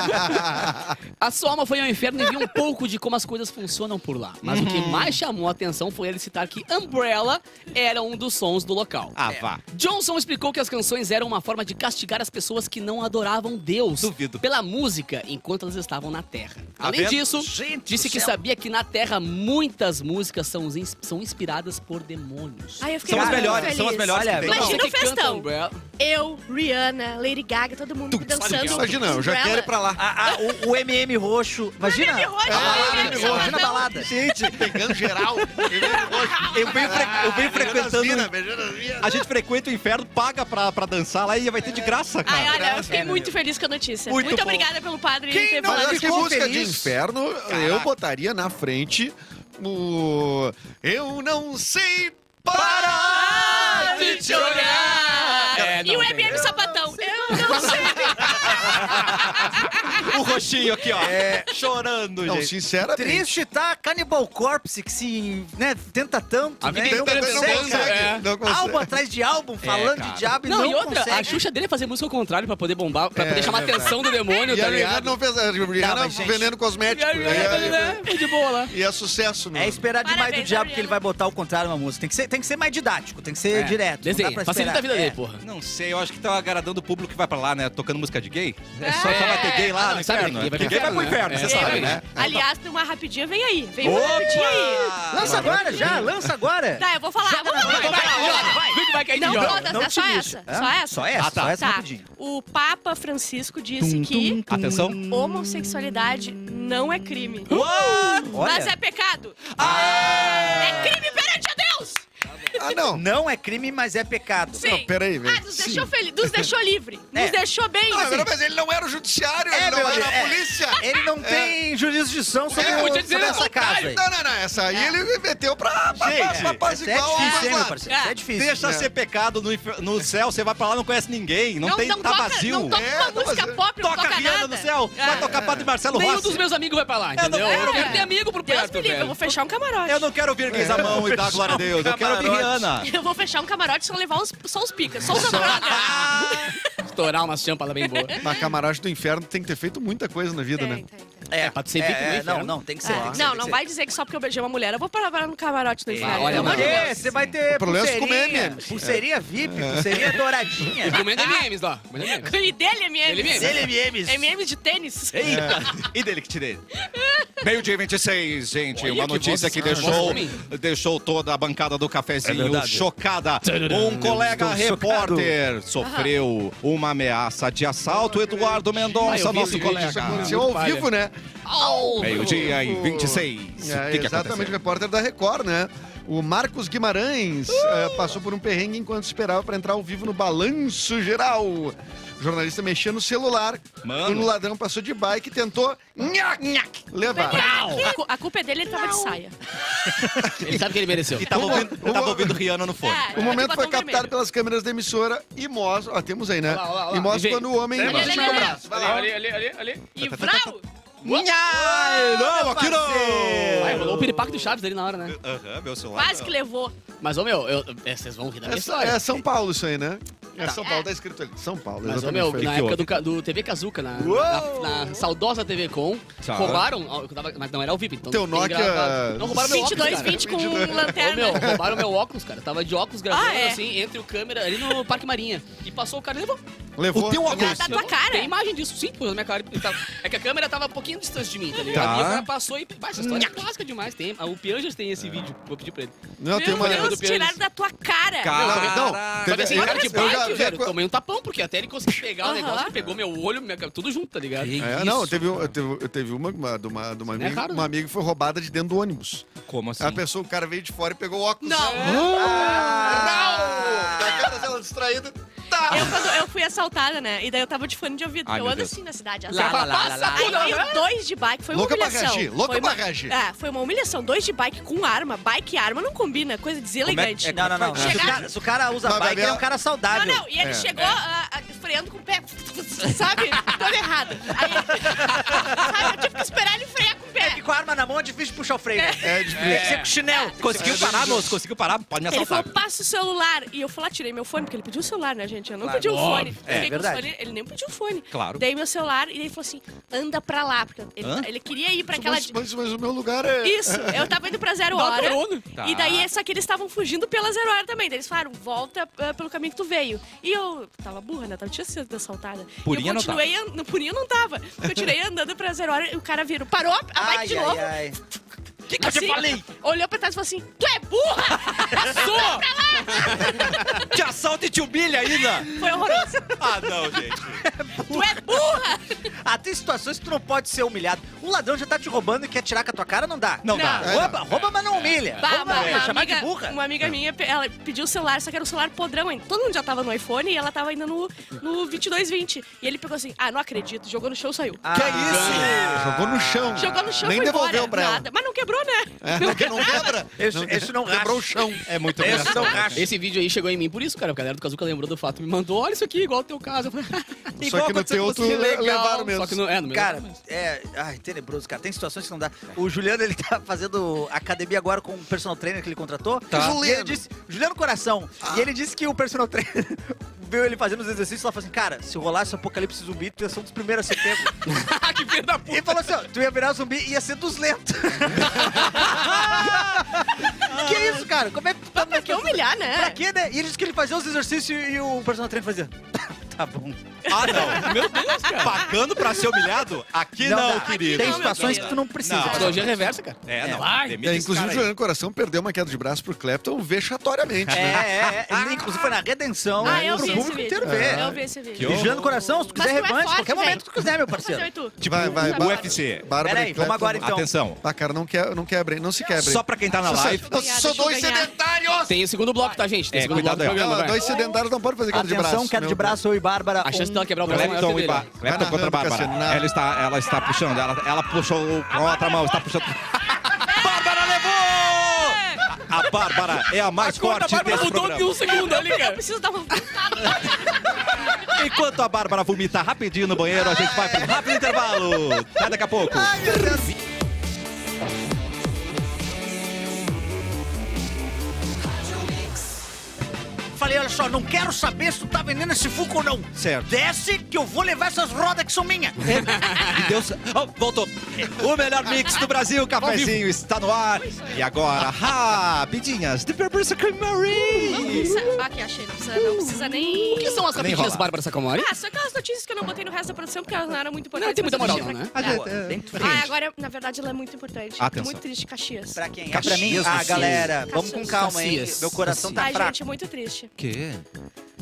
[SPEAKER 2] né? A sua alma foi ao inferno e viu um pouco de como as coisas funcionam por lá. Mas o que
[SPEAKER 1] Uhum.
[SPEAKER 2] mais chamou a atenção foi ele citar que Umbrella era um dos sons do local.
[SPEAKER 1] ah, vá.
[SPEAKER 2] Johnson explicou que as canções eram uma forma de castigar as pessoas que não adoravam Deus
[SPEAKER 1] Duvido.
[SPEAKER 2] pela música enquanto elas estavam na Terra.
[SPEAKER 1] Tá
[SPEAKER 2] Além
[SPEAKER 1] vendo?
[SPEAKER 2] disso,
[SPEAKER 6] Gente
[SPEAKER 2] disse
[SPEAKER 6] do
[SPEAKER 2] que
[SPEAKER 6] céu.
[SPEAKER 2] sabia que na Terra muitas músicas são, ins- são inspiradas por demônios.
[SPEAKER 5] Ai, eu fiquei
[SPEAKER 1] São as
[SPEAKER 5] muito
[SPEAKER 1] melhores, são as
[SPEAKER 5] feliz.
[SPEAKER 1] melhores que tem.
[SPEAKER 5] Imagina
[SPEAKER 2] Você
[SPEAKER 5] o
[SPEAKER 2] que canta um
[SPEAKER 5] festão.
[SPEAKER 2] Umbrella-
[SPEAKER 5] Eu, Rihanna, Lady Gaga, todo mundo dançando.
[SPEAKER 4] Imagina, eu já quero ir pra lá.
[SPEAKER 3] A- a- o, o MM roxo. Imagina.
[SPEAKER 5] MM roxo,
[SPEAKER 3] a balada,
[SPEAKER 5] MM
[SPEAKER 3] imagina a
[SPEAKER 5] choradão.
[SPEAKER 3] balada.
[SPEAKER 4] Gente, pegando geral.
[SPEAKER 3] Eu venho, fre eu venho
[SPEAKER 1] um-
[SPEAKER 3] frequentando.
[SPEAKER 1] A gente frequenta o inferno, paga pra, pra dançar lá e vai ter de graça, cara.
[SPEAKER 5] Ai, olha, eu
[SPEAKER 1] É.
[SPEAKER 5] fiquei muito feliz com a notícia.
[SPEAKER 1] Muito
[SPEAKER 5] Muito,
[SPEAKER 1] bom.
[SPEAKER 5] obrigada pelo padre ter
[SPEAKER 4] Mas
[SPEAKER 5] falado
[SPEAKER 4] acho que
[SPEAKER 5] isso.
[SPEAKER 3] ficou
[SPEAKER 4] música
[SPEAKER 3] feliz?
[SPEAKER 4] de inferno eu botaria na frente o... Eu não sei parar de te olhar.
[SPEAKER 2] É, não
[SPEAKER 5] e o
[SPEAKER 2] tem.
[SPEAKER 5] MM Sapatão. Eu não sei.
[SPEAKER 1] O roxinho aqui, ó. Chorando,
[SPEAKER 4] Não,
[SPEAKER 1] gente.
[SPEAKER 4] sinceramente.
[SPEAKER 3] Triste tá Cannibal Corpse, que se né, tenta tanto,
[SPEAKER 2] A
[SPEAKER 3] né,
[SPEAKER 2] vida
[SPEAKER 3] não
[SPEAKER 2] inteira
[SPEAKER 4] Também
[SPEAKER 2] Não
[SPEAKER 3] consegue, cara.
[SPEAKER 2] consegue,
[SPEAKER 4] Não consegue.
[SPEAKER 3] Álbum atrás de álbum, falando
[SPEAKER 1] cara.
[SPEAKER 3] de diabo e
[SPEAKER 2] Não,
[SPEAKER 3] não,
[SPEAKER 2] e outra,
[SPEAKER 3] consegue.
[SPEAKER 2] a Xuxa dele é fazer música ao contrário pra poder bombar, pra
[SPEAKER 4] É,
[SPEAKER 2] poder chamar a
[SPEAKER 4] é é
[SPEAKER 2] atenção do demônio,
[SPEAKER 4] E a
[SPEAKER 2] tá
[SPEAKER 4] Rihanna
[SPEAKER 2] ligado?
[SPEAKER 4] não fez. A Rihanna
[SPEAKER 3] mas, gente,
[SPEAKER 4] vendendo
[SPEAKER 2] E é
[SPEAKER 4] cosmético.
[SPEAKER 2] a Rihanna, né, foi de boa lá.
[SPEAKER 4] E é sucesso, meu.
[SPEAKER 3] É esperar demais do
[SPEAKER 5] Parabéns,
[SPEAKER 3] diabo que ele
[SPEAKER 5] Ariana.
[SPEAKER 3] vai botar ao contrário na música. Tem que ser, tem que ser mais didático, tem que ser
[SPEAKER 2] É,
[SPEAKER 3] direto. não
[SPEAKER 2] Desenha,
[SPEAKER 3] dá pra
[SPEAKER 2] facilita a
[SPEAKER 3] esperar.
[SPEAKER 2] vida
[SPEAKER 3] É.
[SPEAKER 2] dele, porra.
[SPEAKER 1] Não sei, eu acho que tá agradando o público que vai pra lá, né? Tocando música de gay. É só,
[SPEAKER 5] É.
[SPEAKER 1] só vai ter gay lá
[SPEAKER 2] Ah,
[SPEAKER 1] no
[SPEAKER 2] não, sabe
[SPEAKER 1] inferno.
[SPEAKER 2] que
[SPEAKER 1] Porque gay vai pro inferno,
[SPEAKER 2] né?
[SPEAKER 1] você
[SPEAKER 2] É,
[SPEAKER 1] sabe,
[SPEAKER 2] vai
[SPEAKER 1] né?
[SPEAKER 5] Aliás, tem uma rapidinha, vem aí. Vem uma rapidinha aí.
[SPEAKER 3] Lança agora já, lança agora.
[SPEAKER 5] Tá, eu vou falar. Vou falar, vou falar.
[SPEAKER 2] Vai, vai cair de
[SPEAKER 5] Não
[SPEAKER 2] jogo.
[SPEAKER 5] todas,
[SPEAKER 3] Não
[SPEAKER 5] né? Só
[SPEAKER 3] te
[SPEAKER 5] essa.
[SPEAKER 3] lixa.
[SPEAKER 5] Só essa.
[SPEAKER 3] Só essa,
[SPEAKER 1] Ah, tá.
[SPEAKER 3] só essa
[SPEAKER 5] Tá.
[SPEAKER 3] rapidinho.
[SPEAKER 5] O Papa Francisco disse
[SPEAKER 3] Tum,
[SPEAKER 5] que
[SPEAKER 3] tum,
[SPEAKER 1] Atenção.
[SPEAKER 3] tum.
[SPEAKER 5] homossexualidade não é crime.
[SPEAKER 3] Olha.
[SPEAKER 5] Mas é pecado. É crime perante a Deus.
[SPEAKER 4] Ah, não.
[SPEAKER 3] Não é crime, mas é pecado.
[SPEAKER 5] Sim.
[SPEAKER 4] Não, peraí, velho.
[SPEAKER 5] Ah, nos deixou feliz, nos deixou livre, nos
[SPEAKER 3] É.
[SPEAKER 5] deixou bem. assim.
[SPEAKER 4] Ah, agora, mas ele não era o judiciário,
[SPEAKER 3] É,
[SPEAKER 4] ele não
[SPEAKER 3] meu
[SPEAKER 4] era
[SPEAKER 3] amigo,
[SPEAKER 4] a
[SPEAKER 3] é.
[SPEAKER 4] polícia.
[SPEAKER 3] Ele não tem jurisdição sobre,
[SPEAKER 4] É,
[SPEAKER 3] o-
[SPEAKER 4] eu
[SPEAKER 2] te dizer
[SPEAKER 3] sobre
[SPEAKER 2] o
[SPEAKER 3] essa casa aí.
[SPEAKER 4] Não, não, não. Essa aí ele meteu pra, pra, pra, pra paz
[SPEAKER 3] Essa é
[SPEAKER 4] igual.
[SPEAKER 3] difícil, hein, meu
[SPEAKER 4] mas-
[SPEAKER 3] parceiro? Essa é difícil.
[SPEAKER 1] Deixa
[SPEAKER 4] É.
[SPEAKER 1] ser pecado no, infer- no céu, você vai pra lá não conhece ninguém, não, tem, tá
[SPEAKER 5] toca,
[SPEAKER 1] vazio.
[SPEAKER 5] Não toca
[SPEAKER 4] É,
[SPEAKER 5] uma
[SPEAKER 4] tá
[SPEAKER 5] música
[SPEAKER 4] vazio.
[SPEAKER 5] pop, não
[SPEAKER 1] Toca
[SPEAKER 5] toca
[SPEAKER 1] Rihanna
[SPEAKER 5] nada.
[SPEAKER 1] no céu,
[SPEAKER 5] É.
[SPEAKER 1] vai tocar Padre Marcelo
[SPEAKER 2] Nenhum
[SPEAKER 1] Rossi.
[SPEAKER 2] dos meus amigos vai pra lá,
[SPEAKER 1] não,
[SPEAKER 2] entendeu?
[SPEAKER 1] eu não
[SPEAKER 2] Eu quero
[SPEAKER 1] quero.
[SPEAKER 2] ter amigo por
[SPEAKER 5] Deus
[SPEAKER 2] perto,
[SPEAKER 5] me livre, eu
[SPEAKER 2] velho.
[SPEAKER 5] vou fechar um camarote.
[SPEAKER 1] Eu não quero ouvir gays a mão e dar glória a Deus, eu quero ouvir Rihanna.
[SPEAKER 5] Eu vou fechar um camarote só levar os, só os picas, só os É, droga.
[SPEAKER 2] Estourar umas champas lá bem boa.
[SPEAKER 4] Mas camarote do inferno tem que ter feito muita coisa na vida,
[SPEAKER 5] tá,
[SPEAKER 4] né?
[SPEAKER 2] É, pra tu ser vítima do
[SPEAKER 3] É,
[SPEAKER 2] inferno.
[SPEAKER 3] não, não, tem que ser. tem que ser,
[SPEAKER 5] Ah, não,
[SPEAKER 3] tem que
[SPEAKER 5] não
[SPEAKER 3] ser.
[SPEAKER 5] vai dizer que só porque eu beijei uma mulher eu vou parar no camarote do inferno.
[SPEAKER 2] olha,
[SPEAKER 5] Pelo amor de
[SPEAKER 2] mano.
[SPEAKER 5] Deus.
[SPEAKER 3] É, você vai ter
[SPEAKER 4] O problema é se
[SPEAKER 3] pulseirinha,
[SPEAKER 4] comer, né?
[SPEAKER 3] pulseirinha VIP, pulseirinha douradinha.
[SPEAKER 2] Comendo MMs, ó. Comendo MMs.
[SPEAKER 5] E dele,
[SPEAKER 2] Dele
[SPEAKER 5] MM.
[SPEAKER 2] mesmo.
[SPEAKER 3] LMMs.
[SPEAKER 5] MM de tênis.
[SPEAKER 1] E dele que tirei. Meio dia 26, gente.
[SPEAKER 2] Olha
[SPEAKER 1] uma
[SPEAKER 2] que
[SPEAKER 1] notícia
[SPEAKER 2] voz-
[SPEAKER 1] que
[SPEAKER 2] ah,
[SPEAKER 1] deixou,
[SPEAKER 2] voz homem. É
[SPEAKER 1] deixou toda a bancada do cafezinho
[SPEAKER 3] verdade.
[SPEAKER 1] chocada. Um colega repórter sofreu uma ameaça de assalto. Eduardo
[SPEAKER 2] Ah,
[SPEAKER 1] Mendonça,
[SPEAKER 2] eu vi
[SPEAKER 1] nosso
[SPEAKER 2] esse
[SPEAKER 1] colega.
[SPEAKER 2] vídeo, isso
[SPEAKER 4] Aconteceu ao
[SPEAKER 2] Palha.
[SPEAKER 4] vivo, né?
[SPEAKER 2] Au!
[SPEAKER 1] Meio dia e 26.
[SPEAKER 4] É,
[SPEAKER 1] o que que
[SPEAKER 4] exatamente, o
[SPEAKER 1] aconteceu?
[SPEAKER 4] repórter da Record, né? O Marcos
[SPEAKER 5] Uh!
[SPEAKER 4] Guimarães eh, passou por um perrengue enquanto esperava para entrar ao vivo no Balanço Geral. O jornalista mexia no celular.
[SPEAKER 1] Mano.
[SPEAKER 4] O ladrão passou de bike e tentou nhac, nhac, levar.
[SPEAKER 5] A, cu- a culpa é dele, ele tava de saia.
[SPEAKER 2] Ele sabe que ele mereceu.
[SPEAKER 1] E tava ouvindo,
[SPEAKER 4] o-
[SPEAKER 1] tava ouvindo Rihanna no fone.
[SPEAKER 5] É,
[SPEAKER 4] O momento
[SPEAKER 5] de
[SPEAKER 4] foi
[SPEAKER 5] batom
[SPEAKER 4] captado
[SPEAKER 5] vermelho.
[SPEAKER 4] pelas câmeras da emissora e mostra. Ó, temos aí, né?
[SPEAKER 2] Olha lá, olha lá, olha lá.
[SPEAKER 4] E mostra
[SPEAKER 2] Vem.
[SPEAKER 4] quando o homem
[SPEAKER 2] Vem,
[SPEAKER 5] vem,
[SPEAKER 4] estica o
[SPEAKER 5] vem,
[SPEAKER 4] braço. Vai lá.
[SPEAKER 2] ali, ali, ali.
[SPEAKER 5] E Vral!
[SPEAKER 1] Nhai, não, aqui não!
[SPEAKER 2] Ai, rolou o piripaque do Chaves ali na hora, né?
[SPEAKER 1] Aham, meu celular.
[SPEAKER 5] Quase que levou.
[SPEAKER 2] Mas, ô meu, eu- é, vocês vão rir da
[SPEAKER 4] É,
[SPEAKER 2] minha
[SPEAKER 4] São-
[SPEAKER 2] história.
[SPEAKER 4] é São Paulo isso aí, né? É
[SPEAKER 5] Tá.
[SPEAKER 4] São Paulo, tá escrito ali. São Paulo,
[SPEAKER 2] Mas, ô
[SPEAKER 4] exatamente.
[SPEAKER 2] meu,
[SPEAKER 4] foi.
[SPEAKER 2] na
[SPEAKER 1] que
[SPEAKER 2] época
[SPEAKER 1] houve?
[SPEAKER 2] do, ca- do TV Kazuca, na,
[SPEAKER 1] Uou!
[SPEAKER 2] na- na saudosa TV Com,
[SPEAKER 1] Tá.
[SPEAKER 2] roubaram, ó, eu tava- mas não era o VIP, então
[SPEAKER 4] Teu
[SPEAKER 2] tem
[SPEAKER 4] Nokia-
[SPEAKER 2] gravado. Não, roubaram meu óculos, cara.
[SPEAKER 5] 22,20 com
[SPEAKER 2] Ô, meu,
[SPEAKER 5] lanterna.
[SPEAKER 2] roubaram meu óculos, cara. Eu tava de óculos gravando,
[SPEAKER 5] Ah, é?
[SPEAKER 2] assim, entre o câmera, ali no Parque Marinha. E passou o cara e levou.
[SPEAKER 4] Levou.
[SPEAKER 1] O teu óculos.
[SPEAKER 5] Da
[SPEAKER 2] Eu
[SPEAKER 5] tua
[SPEAKER 2] não-
[SPEAKER 5] cara.
[SPEAKER 2] Tem imagem disso, sim, pô, na minha cara. Ele tava- É que a câmera tava um pouquinho distante de mim, tá ligado?
[SPEAKER 1] Tá.
[SPEAKER 2] E o cara passou e... Vai, essa história é clássica demais. Tem, o Pianjas tem
[SPEAKER 1] É.
[SPEAKER 2] esse vídeo, vou pedir pra ele.
[SPEAKER 4] Não, tem
[SPEAKER 5] Meu
[SPEAKER 4] uma... Ah,
[SPEAKER 2] lembro do
[SPEAKER 5] Deus,
[SPEAKER 2] Pianges.
[SPEAKER 5] tiraram da tua cara.
[SPEAKER 2] Só que assim,
[SPEAKER 4] Eu-
[SPEAKER 2] cara de
[SPEAKER 4] eu já
[SPEAKER 2] bike,
[SPEAKER 4] vi a
[SPEAKER 2] velho,
[SPEAKER 4] co-
[SPEAKER 2] tomei um tapão, porque até ele conseguiu pegar o
[SPEAKER 5] Aham.
[SPEAKER 2] negócio, ele pegou meu olho, minha... cara, tudo junto, tá ligado?
[SPEAKER 4] É, não, teve, um- teve, teve uma, uma, de uma, de uma,
[SPEAKER 2] Isso não é
[SPEAKER 4] amiga,
[SPEAKER 2] raro,
[SPEAKER 4] uma
[SPEAKER 2] né?
[SPEAKER 4] amiga que foi roubada de dentro do ônibus.
[SPEAKER 1] Como assim?
[SPEAKER 4] A pessoa, o cara veio de fora e pegou o óculos. né?
[SPEAKER 5] Não.
[SPEAKER 4] Ah, não! Da cara dela distraída. Tá.
[SPEAKER 5] Eu, quando- eu fui assaltada, né? E daí eu tava de fone de ouvido.
[SPEAKER 1] Ai,
[SPEAKER 5] eu
[SPEAKER 1] meu
[SPEAKER 5] ando
[SPEAKER 1] Deus.
[SPEAKER 5] assim na cidade.
[SPEAKER 2] Lá, lá,
[SPEAKER 5] assaltada.
[SPEAKER 2] lá, lá, lá.
[SPEAKER 5] Aí veio dois de bike, foi uma
[SPEAKER 4] Louca pra
[SPEAKER 5] humilhação.
[SPEAKER 4] reagir, louca
[SPEAKER 5] foi uma,
[SPEAKER 4] pra reagir.
[SPEAKER 5] É, foi uma humilhação. Dois de bike com arma. Bike e arma não combina, coisa deselegante. né?
[SPEAKER 3] Não, não, não. Se o
[SPEAKER 5] Chegar-
[SPEAKER 3] cara, se o cara usa
[SPEAKER 4] Mas,
[SPEAKER 3] bike, ele é um
[SPEAKER 4] Gabriel-
[SPEAKER 3] cara saudável.
[SPEAKER 5] Não, não, e ele
[SPEAKER 4] É.
[SPEAKER 5] chegou ah, ah, freando com o pé, sabe? Todo errado. Aí, sabe, eu tive que esperar ele frear com o pé.
[SPEAKER 3] E com a arma na mão é difícil puxar o freio. né?
[SPEAKER 4] É, de
[SPEAKER 3] Tem que ser com chinelo.
[SPEAKER 1] Conseguiu parar, moço? Conseguiu parar? Pode me
[SPEAKER 5] Ele
[SPEAKER 1] assaltar.
[SPEAKER 5] falou, passa o celular. E eu falei, ah, tirei meu fone, porque ele pediu o celular, né, gente? Eu não pedi o fone. Fiquei com o
[SPEAKER 3] verdade.
[SPEAKER 5] fone, Ele nem pediu o fone.
[SPEAKER 1] Claro.
[SPEAKER 5] Dei meu celular e ele falou assim, anda pra lá. Porque ele,
[SPEAKER 1] Hã?
[SPEAKER 5] ele queria ir pra aquela...
[SPEAKER 4] mas, mas, mas o meu lugar é...
[SPEAKER 5] Isso, eu tava indo pra Zero
[SPEAKER 2] Dá uma
[SPEAKER 5] Hora.
[SPEAKER 2] carona.
[SPEAKER 1] Tá.
[SPEAKER 5] E daí, é só que eles estavam fugindo pela Zero Hora também. Daí eles falaram, volta eh, pelo caminho que tu veio. E eu tava burra, né? Tava, tinha sido assaltada.
[SPEAKER 1] Purinha
[SPEAKER 5] e eu
[SPEAKER 1] não
[SPEAKER 5] continuei não tava. Purinha não tava. Eu tirei andando pra Zero Hora e o cara virou, parou É, a bike
[SPEAKER 3] Ai,
[SPEAKER 5] de
[SPEAKER 3] ai, Assim?
[SPEAKER 5] novo.
[SPEAKER 3] ai.
[SPEAKER 5] O que, que eu te falei? Olhou pra trás e falou assim, tu é burra? Sou!
[SPEAKER 1] Te assalta e te humilha ainda!
[SPEAKER 5] Foi horroroso.
[SPEAKER 1] Ah, não, gente.
[SPEAKER 5] tu é burra!
[SPEAKER 3] Até em Ah, situações que tu não pode ser humilhado. Um ladrão já tá te roubando e quer tirar com a tua cara, não dá.
[SPEAKER 1] Não dá.
[SPEAKER 4] É,
[SPEAKER 3] Rouba, rouba, mas não humilha.
[SPEAKER 5] Bah,
[SPEAKER 3] Rouba,
[SPEAKER 5] uma,
[SPEAKER 3] é,
[SPEAKER 5] uma
[SPEAKER 3] chamar
[SPEAKER 5] amiga,
[SPEAKER 3] de burra.
[SPEAKER 5] uma amiga minha, pe- ela pediu o celular, só que era um celular podrão ainda. Todo mundo já tava no iPhone e ela tava ainda no, no 2220. E ele pegou assim, ah, não acredito, jogou no chão e saiu.
[SPEAKER 3] Que é
[SPEAKER 4] Jogou no chão.
[SPEAKER 5] Jogou no chão
[SPEAKER 4] Nem
[SPEAKER 5] foi
[SPEAKER 4] devolveu
[SPEAKER 5] embora.
[SPEAKER 4] pra ela.
[SPEAKER 5] Nada. Mas não quebrou, né?
[SPEAKER 4] É, porque não quebra.
[SPEAKER 3] Esse- esse não
[SPEAKER 4] Quebrou
[SPEAKER 3] racha.
[SPEAKER 4] o chão.
[SPEAKER 1] É muito
[SPEAKER 3] Esse não racha.
[SPEAKER 2] Esse vídeo aí chegou em mim por isso, cara. A galera do Kazuca lembrou do fato. Me mandou, olha isso aqui, igual o teu caso. Eu falei, "Ah,
[SPEAKER 4] Só que no
[SPEAKER 3] aconteceu
[SPEAKER 4] teu
[SPEAKER 3] com
[SPEAKER 4] tu
[SPEAKER 3] você,
[SPEAKER 4] le-
[SPEAKER 3] legal.
[SPEAKER 4] levaram mesmo.
[SPEAKER 2] Só que não, é, no meu
[SPEAKER 3] Cara,
[SPEAKER 2] caso.
[SPEAKER 3] é. Ai, tenebroso, cara. Tem situações que não dá. O Juliano, ele tá fazendo academia agora com um personal trainer que ele contratou.
[SPEAKER 4] Tá.
[SPEAKER 3] E ele
[SPEAKER 4] Juliano.
[SPEAKER 3] disse, Juliano Coração. E ele disse que o personal trainer viu ele fazendo os exercícios e ela falou assim: Cara, se rolasse apocalipse zumbi, tu ia ser um dos primeiros a ser pego.
[SPEAKER 2] Ah, que filho da puta.
[SPEAKER 3] Ele falou assim: ó, tu ia virar zumbi e ia ser dos lentos. que isso, cara? Como é que tu tá
[SPEAKER 5] Pra que humilhar, né?
[SPEAKER 3] Pra quê, né? E ele disse que ele fazia os exercícios e o personal trainer fazia. Tá bom.
[SPEAKER 1] Ah, não. Meu Deus, cara. Pagando pra ser humilhado? Aqui não,
[SPEAKER 3] dá.
[SPEAKER 1] querido.
[SPEAKER 3] Tem
[SPEAKER 5] Não, meu
[SPEAKER 3] situações
[SPEAKER 5] querido.
[SPEAKER 3] que tu não precisa.
[SPEAKER 1] Não.
[SPEAKER 2] Psicologia reversa, cara.
[SPEAKER 1] É, não.
[SPEAKER 2] Vai.
[SPEAKER 1] Demite
[SPEAKER 4] É,
[SPEAKER 1] esse
[SPEAKER 4] inclusive, o
[SPEAKER 1] cara aí.
[SPEAKER 4] Juliano Coração perdeu uma queda de braço pro Clapton vexatoriamente,
[SPEAKER 3] É,
[SPEAKER 4] né?
[SPEAKER 3] é, é. Ele, inclusive foi na redenção né?
[SPEAKER 5] Ah, eu
[SPEAKER 3] pro
[SPEAKER 5] vi esse
[SPEAKER 3] público
[SPEAKER 5] vídeo. É,
[SPEAKER 3] inteiro ver.
[SPEAKER 5] Eu vi esse vídeo.
[SPEAKER 1] Que
[SPEAKER 3] Vigiando o coração, se tu
[SPEAKER 5] Mas
[SPEAKER 3] quiser
[SPEAKER 5] tu é
[SPEAKER 3] revanche,
[SPEAKER 5] forte,
[SPEAKER 3] qualquer
[SPEAKER 5] velho.
[SPEAKER 3] momento que tu quiser, meu
[SPEAKER 5] Vamos fazer o
[SPEAKER 3] parceiro.
[SPEAKER 5] Itu.
[SPEAKER 4] Vai, vai,
[SPEAKER 5] Vai.
[SPEAKER 4] Bá-
[SPEAKER 1] UFC.
[SPEAKER 4] Bárbara
[SPEAKER 3] Peraí,
[SPEAKER 4] e
[SPEAKER 3] vamos
[SPEAKER 4] Clapton.
[SPEAKER 3] agora então.
[SPEAKER 1] Atenção.
[SPEAKER 4] Ah, cara, não, quer, não quebrem, não se quebrem.
[SPEAKER 1] Só pra quem tá na live.
[SPEAKER 4] Eu
[SPEAKER 5] Deixa
[SPEAKER 4] sou
[SPEAKER 5] eu
[SPEAKER 4] dois
[SPEAKER 5] ganhar.
[SPEAKER 4] sedentários!
[SPEAKER 2] Tem o segundo bloco, tá, gente? Tem o
[SPEAKER 1] É,
[SPEAKER 2] segundo
[SPEAKER 1] cuidado
[SPEAKER 2] bloco do
[SPEAKER 1] aí, ó.
[SPEAKER 2] programa,
[SPEAKER 4] Ela,
[SPEAKER 2] vai.
[SPEAKER 4] dois sedentários não podem fazer queda de braço.
[SPEAKER 3] Atenção, quero de
[SPEAKER 4] meu
[SPEAKER 3] braço, eu e Bárbara.
[SPEAKER 2] A chance
[SPEAKER 3] um-
[SPEAKER 2] dela quebrar o braço é maior que
[SPEAKER 1] Clepton
[SPEAKER 2] o
[SPEAKER 1] e
[SPEAKER 2] dele.
[SPEAKER 1] Bá- Clepton
[SPEAKER 4] Vai
[SPEAKER 1] contra a
[SPEAKER 4] narrando,
[SPEAKER 1] Bárbara.
[SPEAKER 4] Cassiano, narra.
[SPEAKER 1] Ela está, ela está puxando, ela, ela puxou com a outra mão, está puxando. Bárbara levou! A a Bárbara é a mais
[SPEAKER 2] A
[SPEAKER 1] forte
[SPEAKER 2] Bárbara
[SPEAKER 1] desse
[SPEAKER 2] mudou de
[SPEAKER 1] programa.
[SPEAKER 2] um segundo ali,
[SPEAKER 5] Eu
[SPEAKER 2] cara.
[SPEAKER 5] preciso dar um tapa.
[SPEAKER 1] Enquanto a Bárbara vomita rapidinho no banheiro, a gente vai para um rápido intervalo. Até daqui a pouco.
[SPEAKER 3] Falei, olha só, não quero saber se tu tá vendendo esse Fuco ou não.
[SPEAKER 1] Certo.
[SPEAKER 3] Desce que eu vou levar essas rodas que são minhas.
[SPEAKER 1] E Deus. Oh, voltou. O melhor mix do Brasil, cafezinho está no ar. E agora, rapidinhas de Pepper
[SPEAKER 5] Não
[SPEAKER 1] Creamery.
[SPEAKER 5] precisa. Ah, Aqui, achei. Não precisa, não precisa nem.
[SPEAKER 2] O que são as
[SPEAKER 1] Nem
[SPEAKER 2] rapidinhas
[SPEAKER 1] rolar.
[SPEAKER 2] Bárbara Sacomori?
[SPEAKER 5] Ah, só aquelas notícias que eu não botei no resto da produção porque elas não eram muito importantes.
[SPEAKER 2] Não tem muita
[SPEAKER 5] mas eu
[SPEAKER 2] moral,
[SPEAKER 5] deixei
[SPEAKER 2] não, né?
[SPEAKER 5] pra- É. Ah,
[SPEAKER 1] Gente.
[SPEAKER 5] agora, na verdade, ela é muito importante.
[SPEAKER 1] Atenção.
[SPEAKER 5] Muito triste, Caxias.
[SPEAKER 3] Pra quem? É pra
[SPEAKER 1] Caxias,
[SPEAKER 3] mim? Ah,
[SPEAKER 1] Caxias.
[SPEAKER 3] galera, vamos com
[SPEAKER 5] Caxias.
[SPEAKER 3] calma, hein?
[SPEAKER 2] Caxias.
[SPEAKER 3] Meu coração tá
[SPEAKER 5] Ai,
[SPEAKER 3] fraco.
[SPEAKER 5] gente, muito triste.
[SPEAKER 1] Que?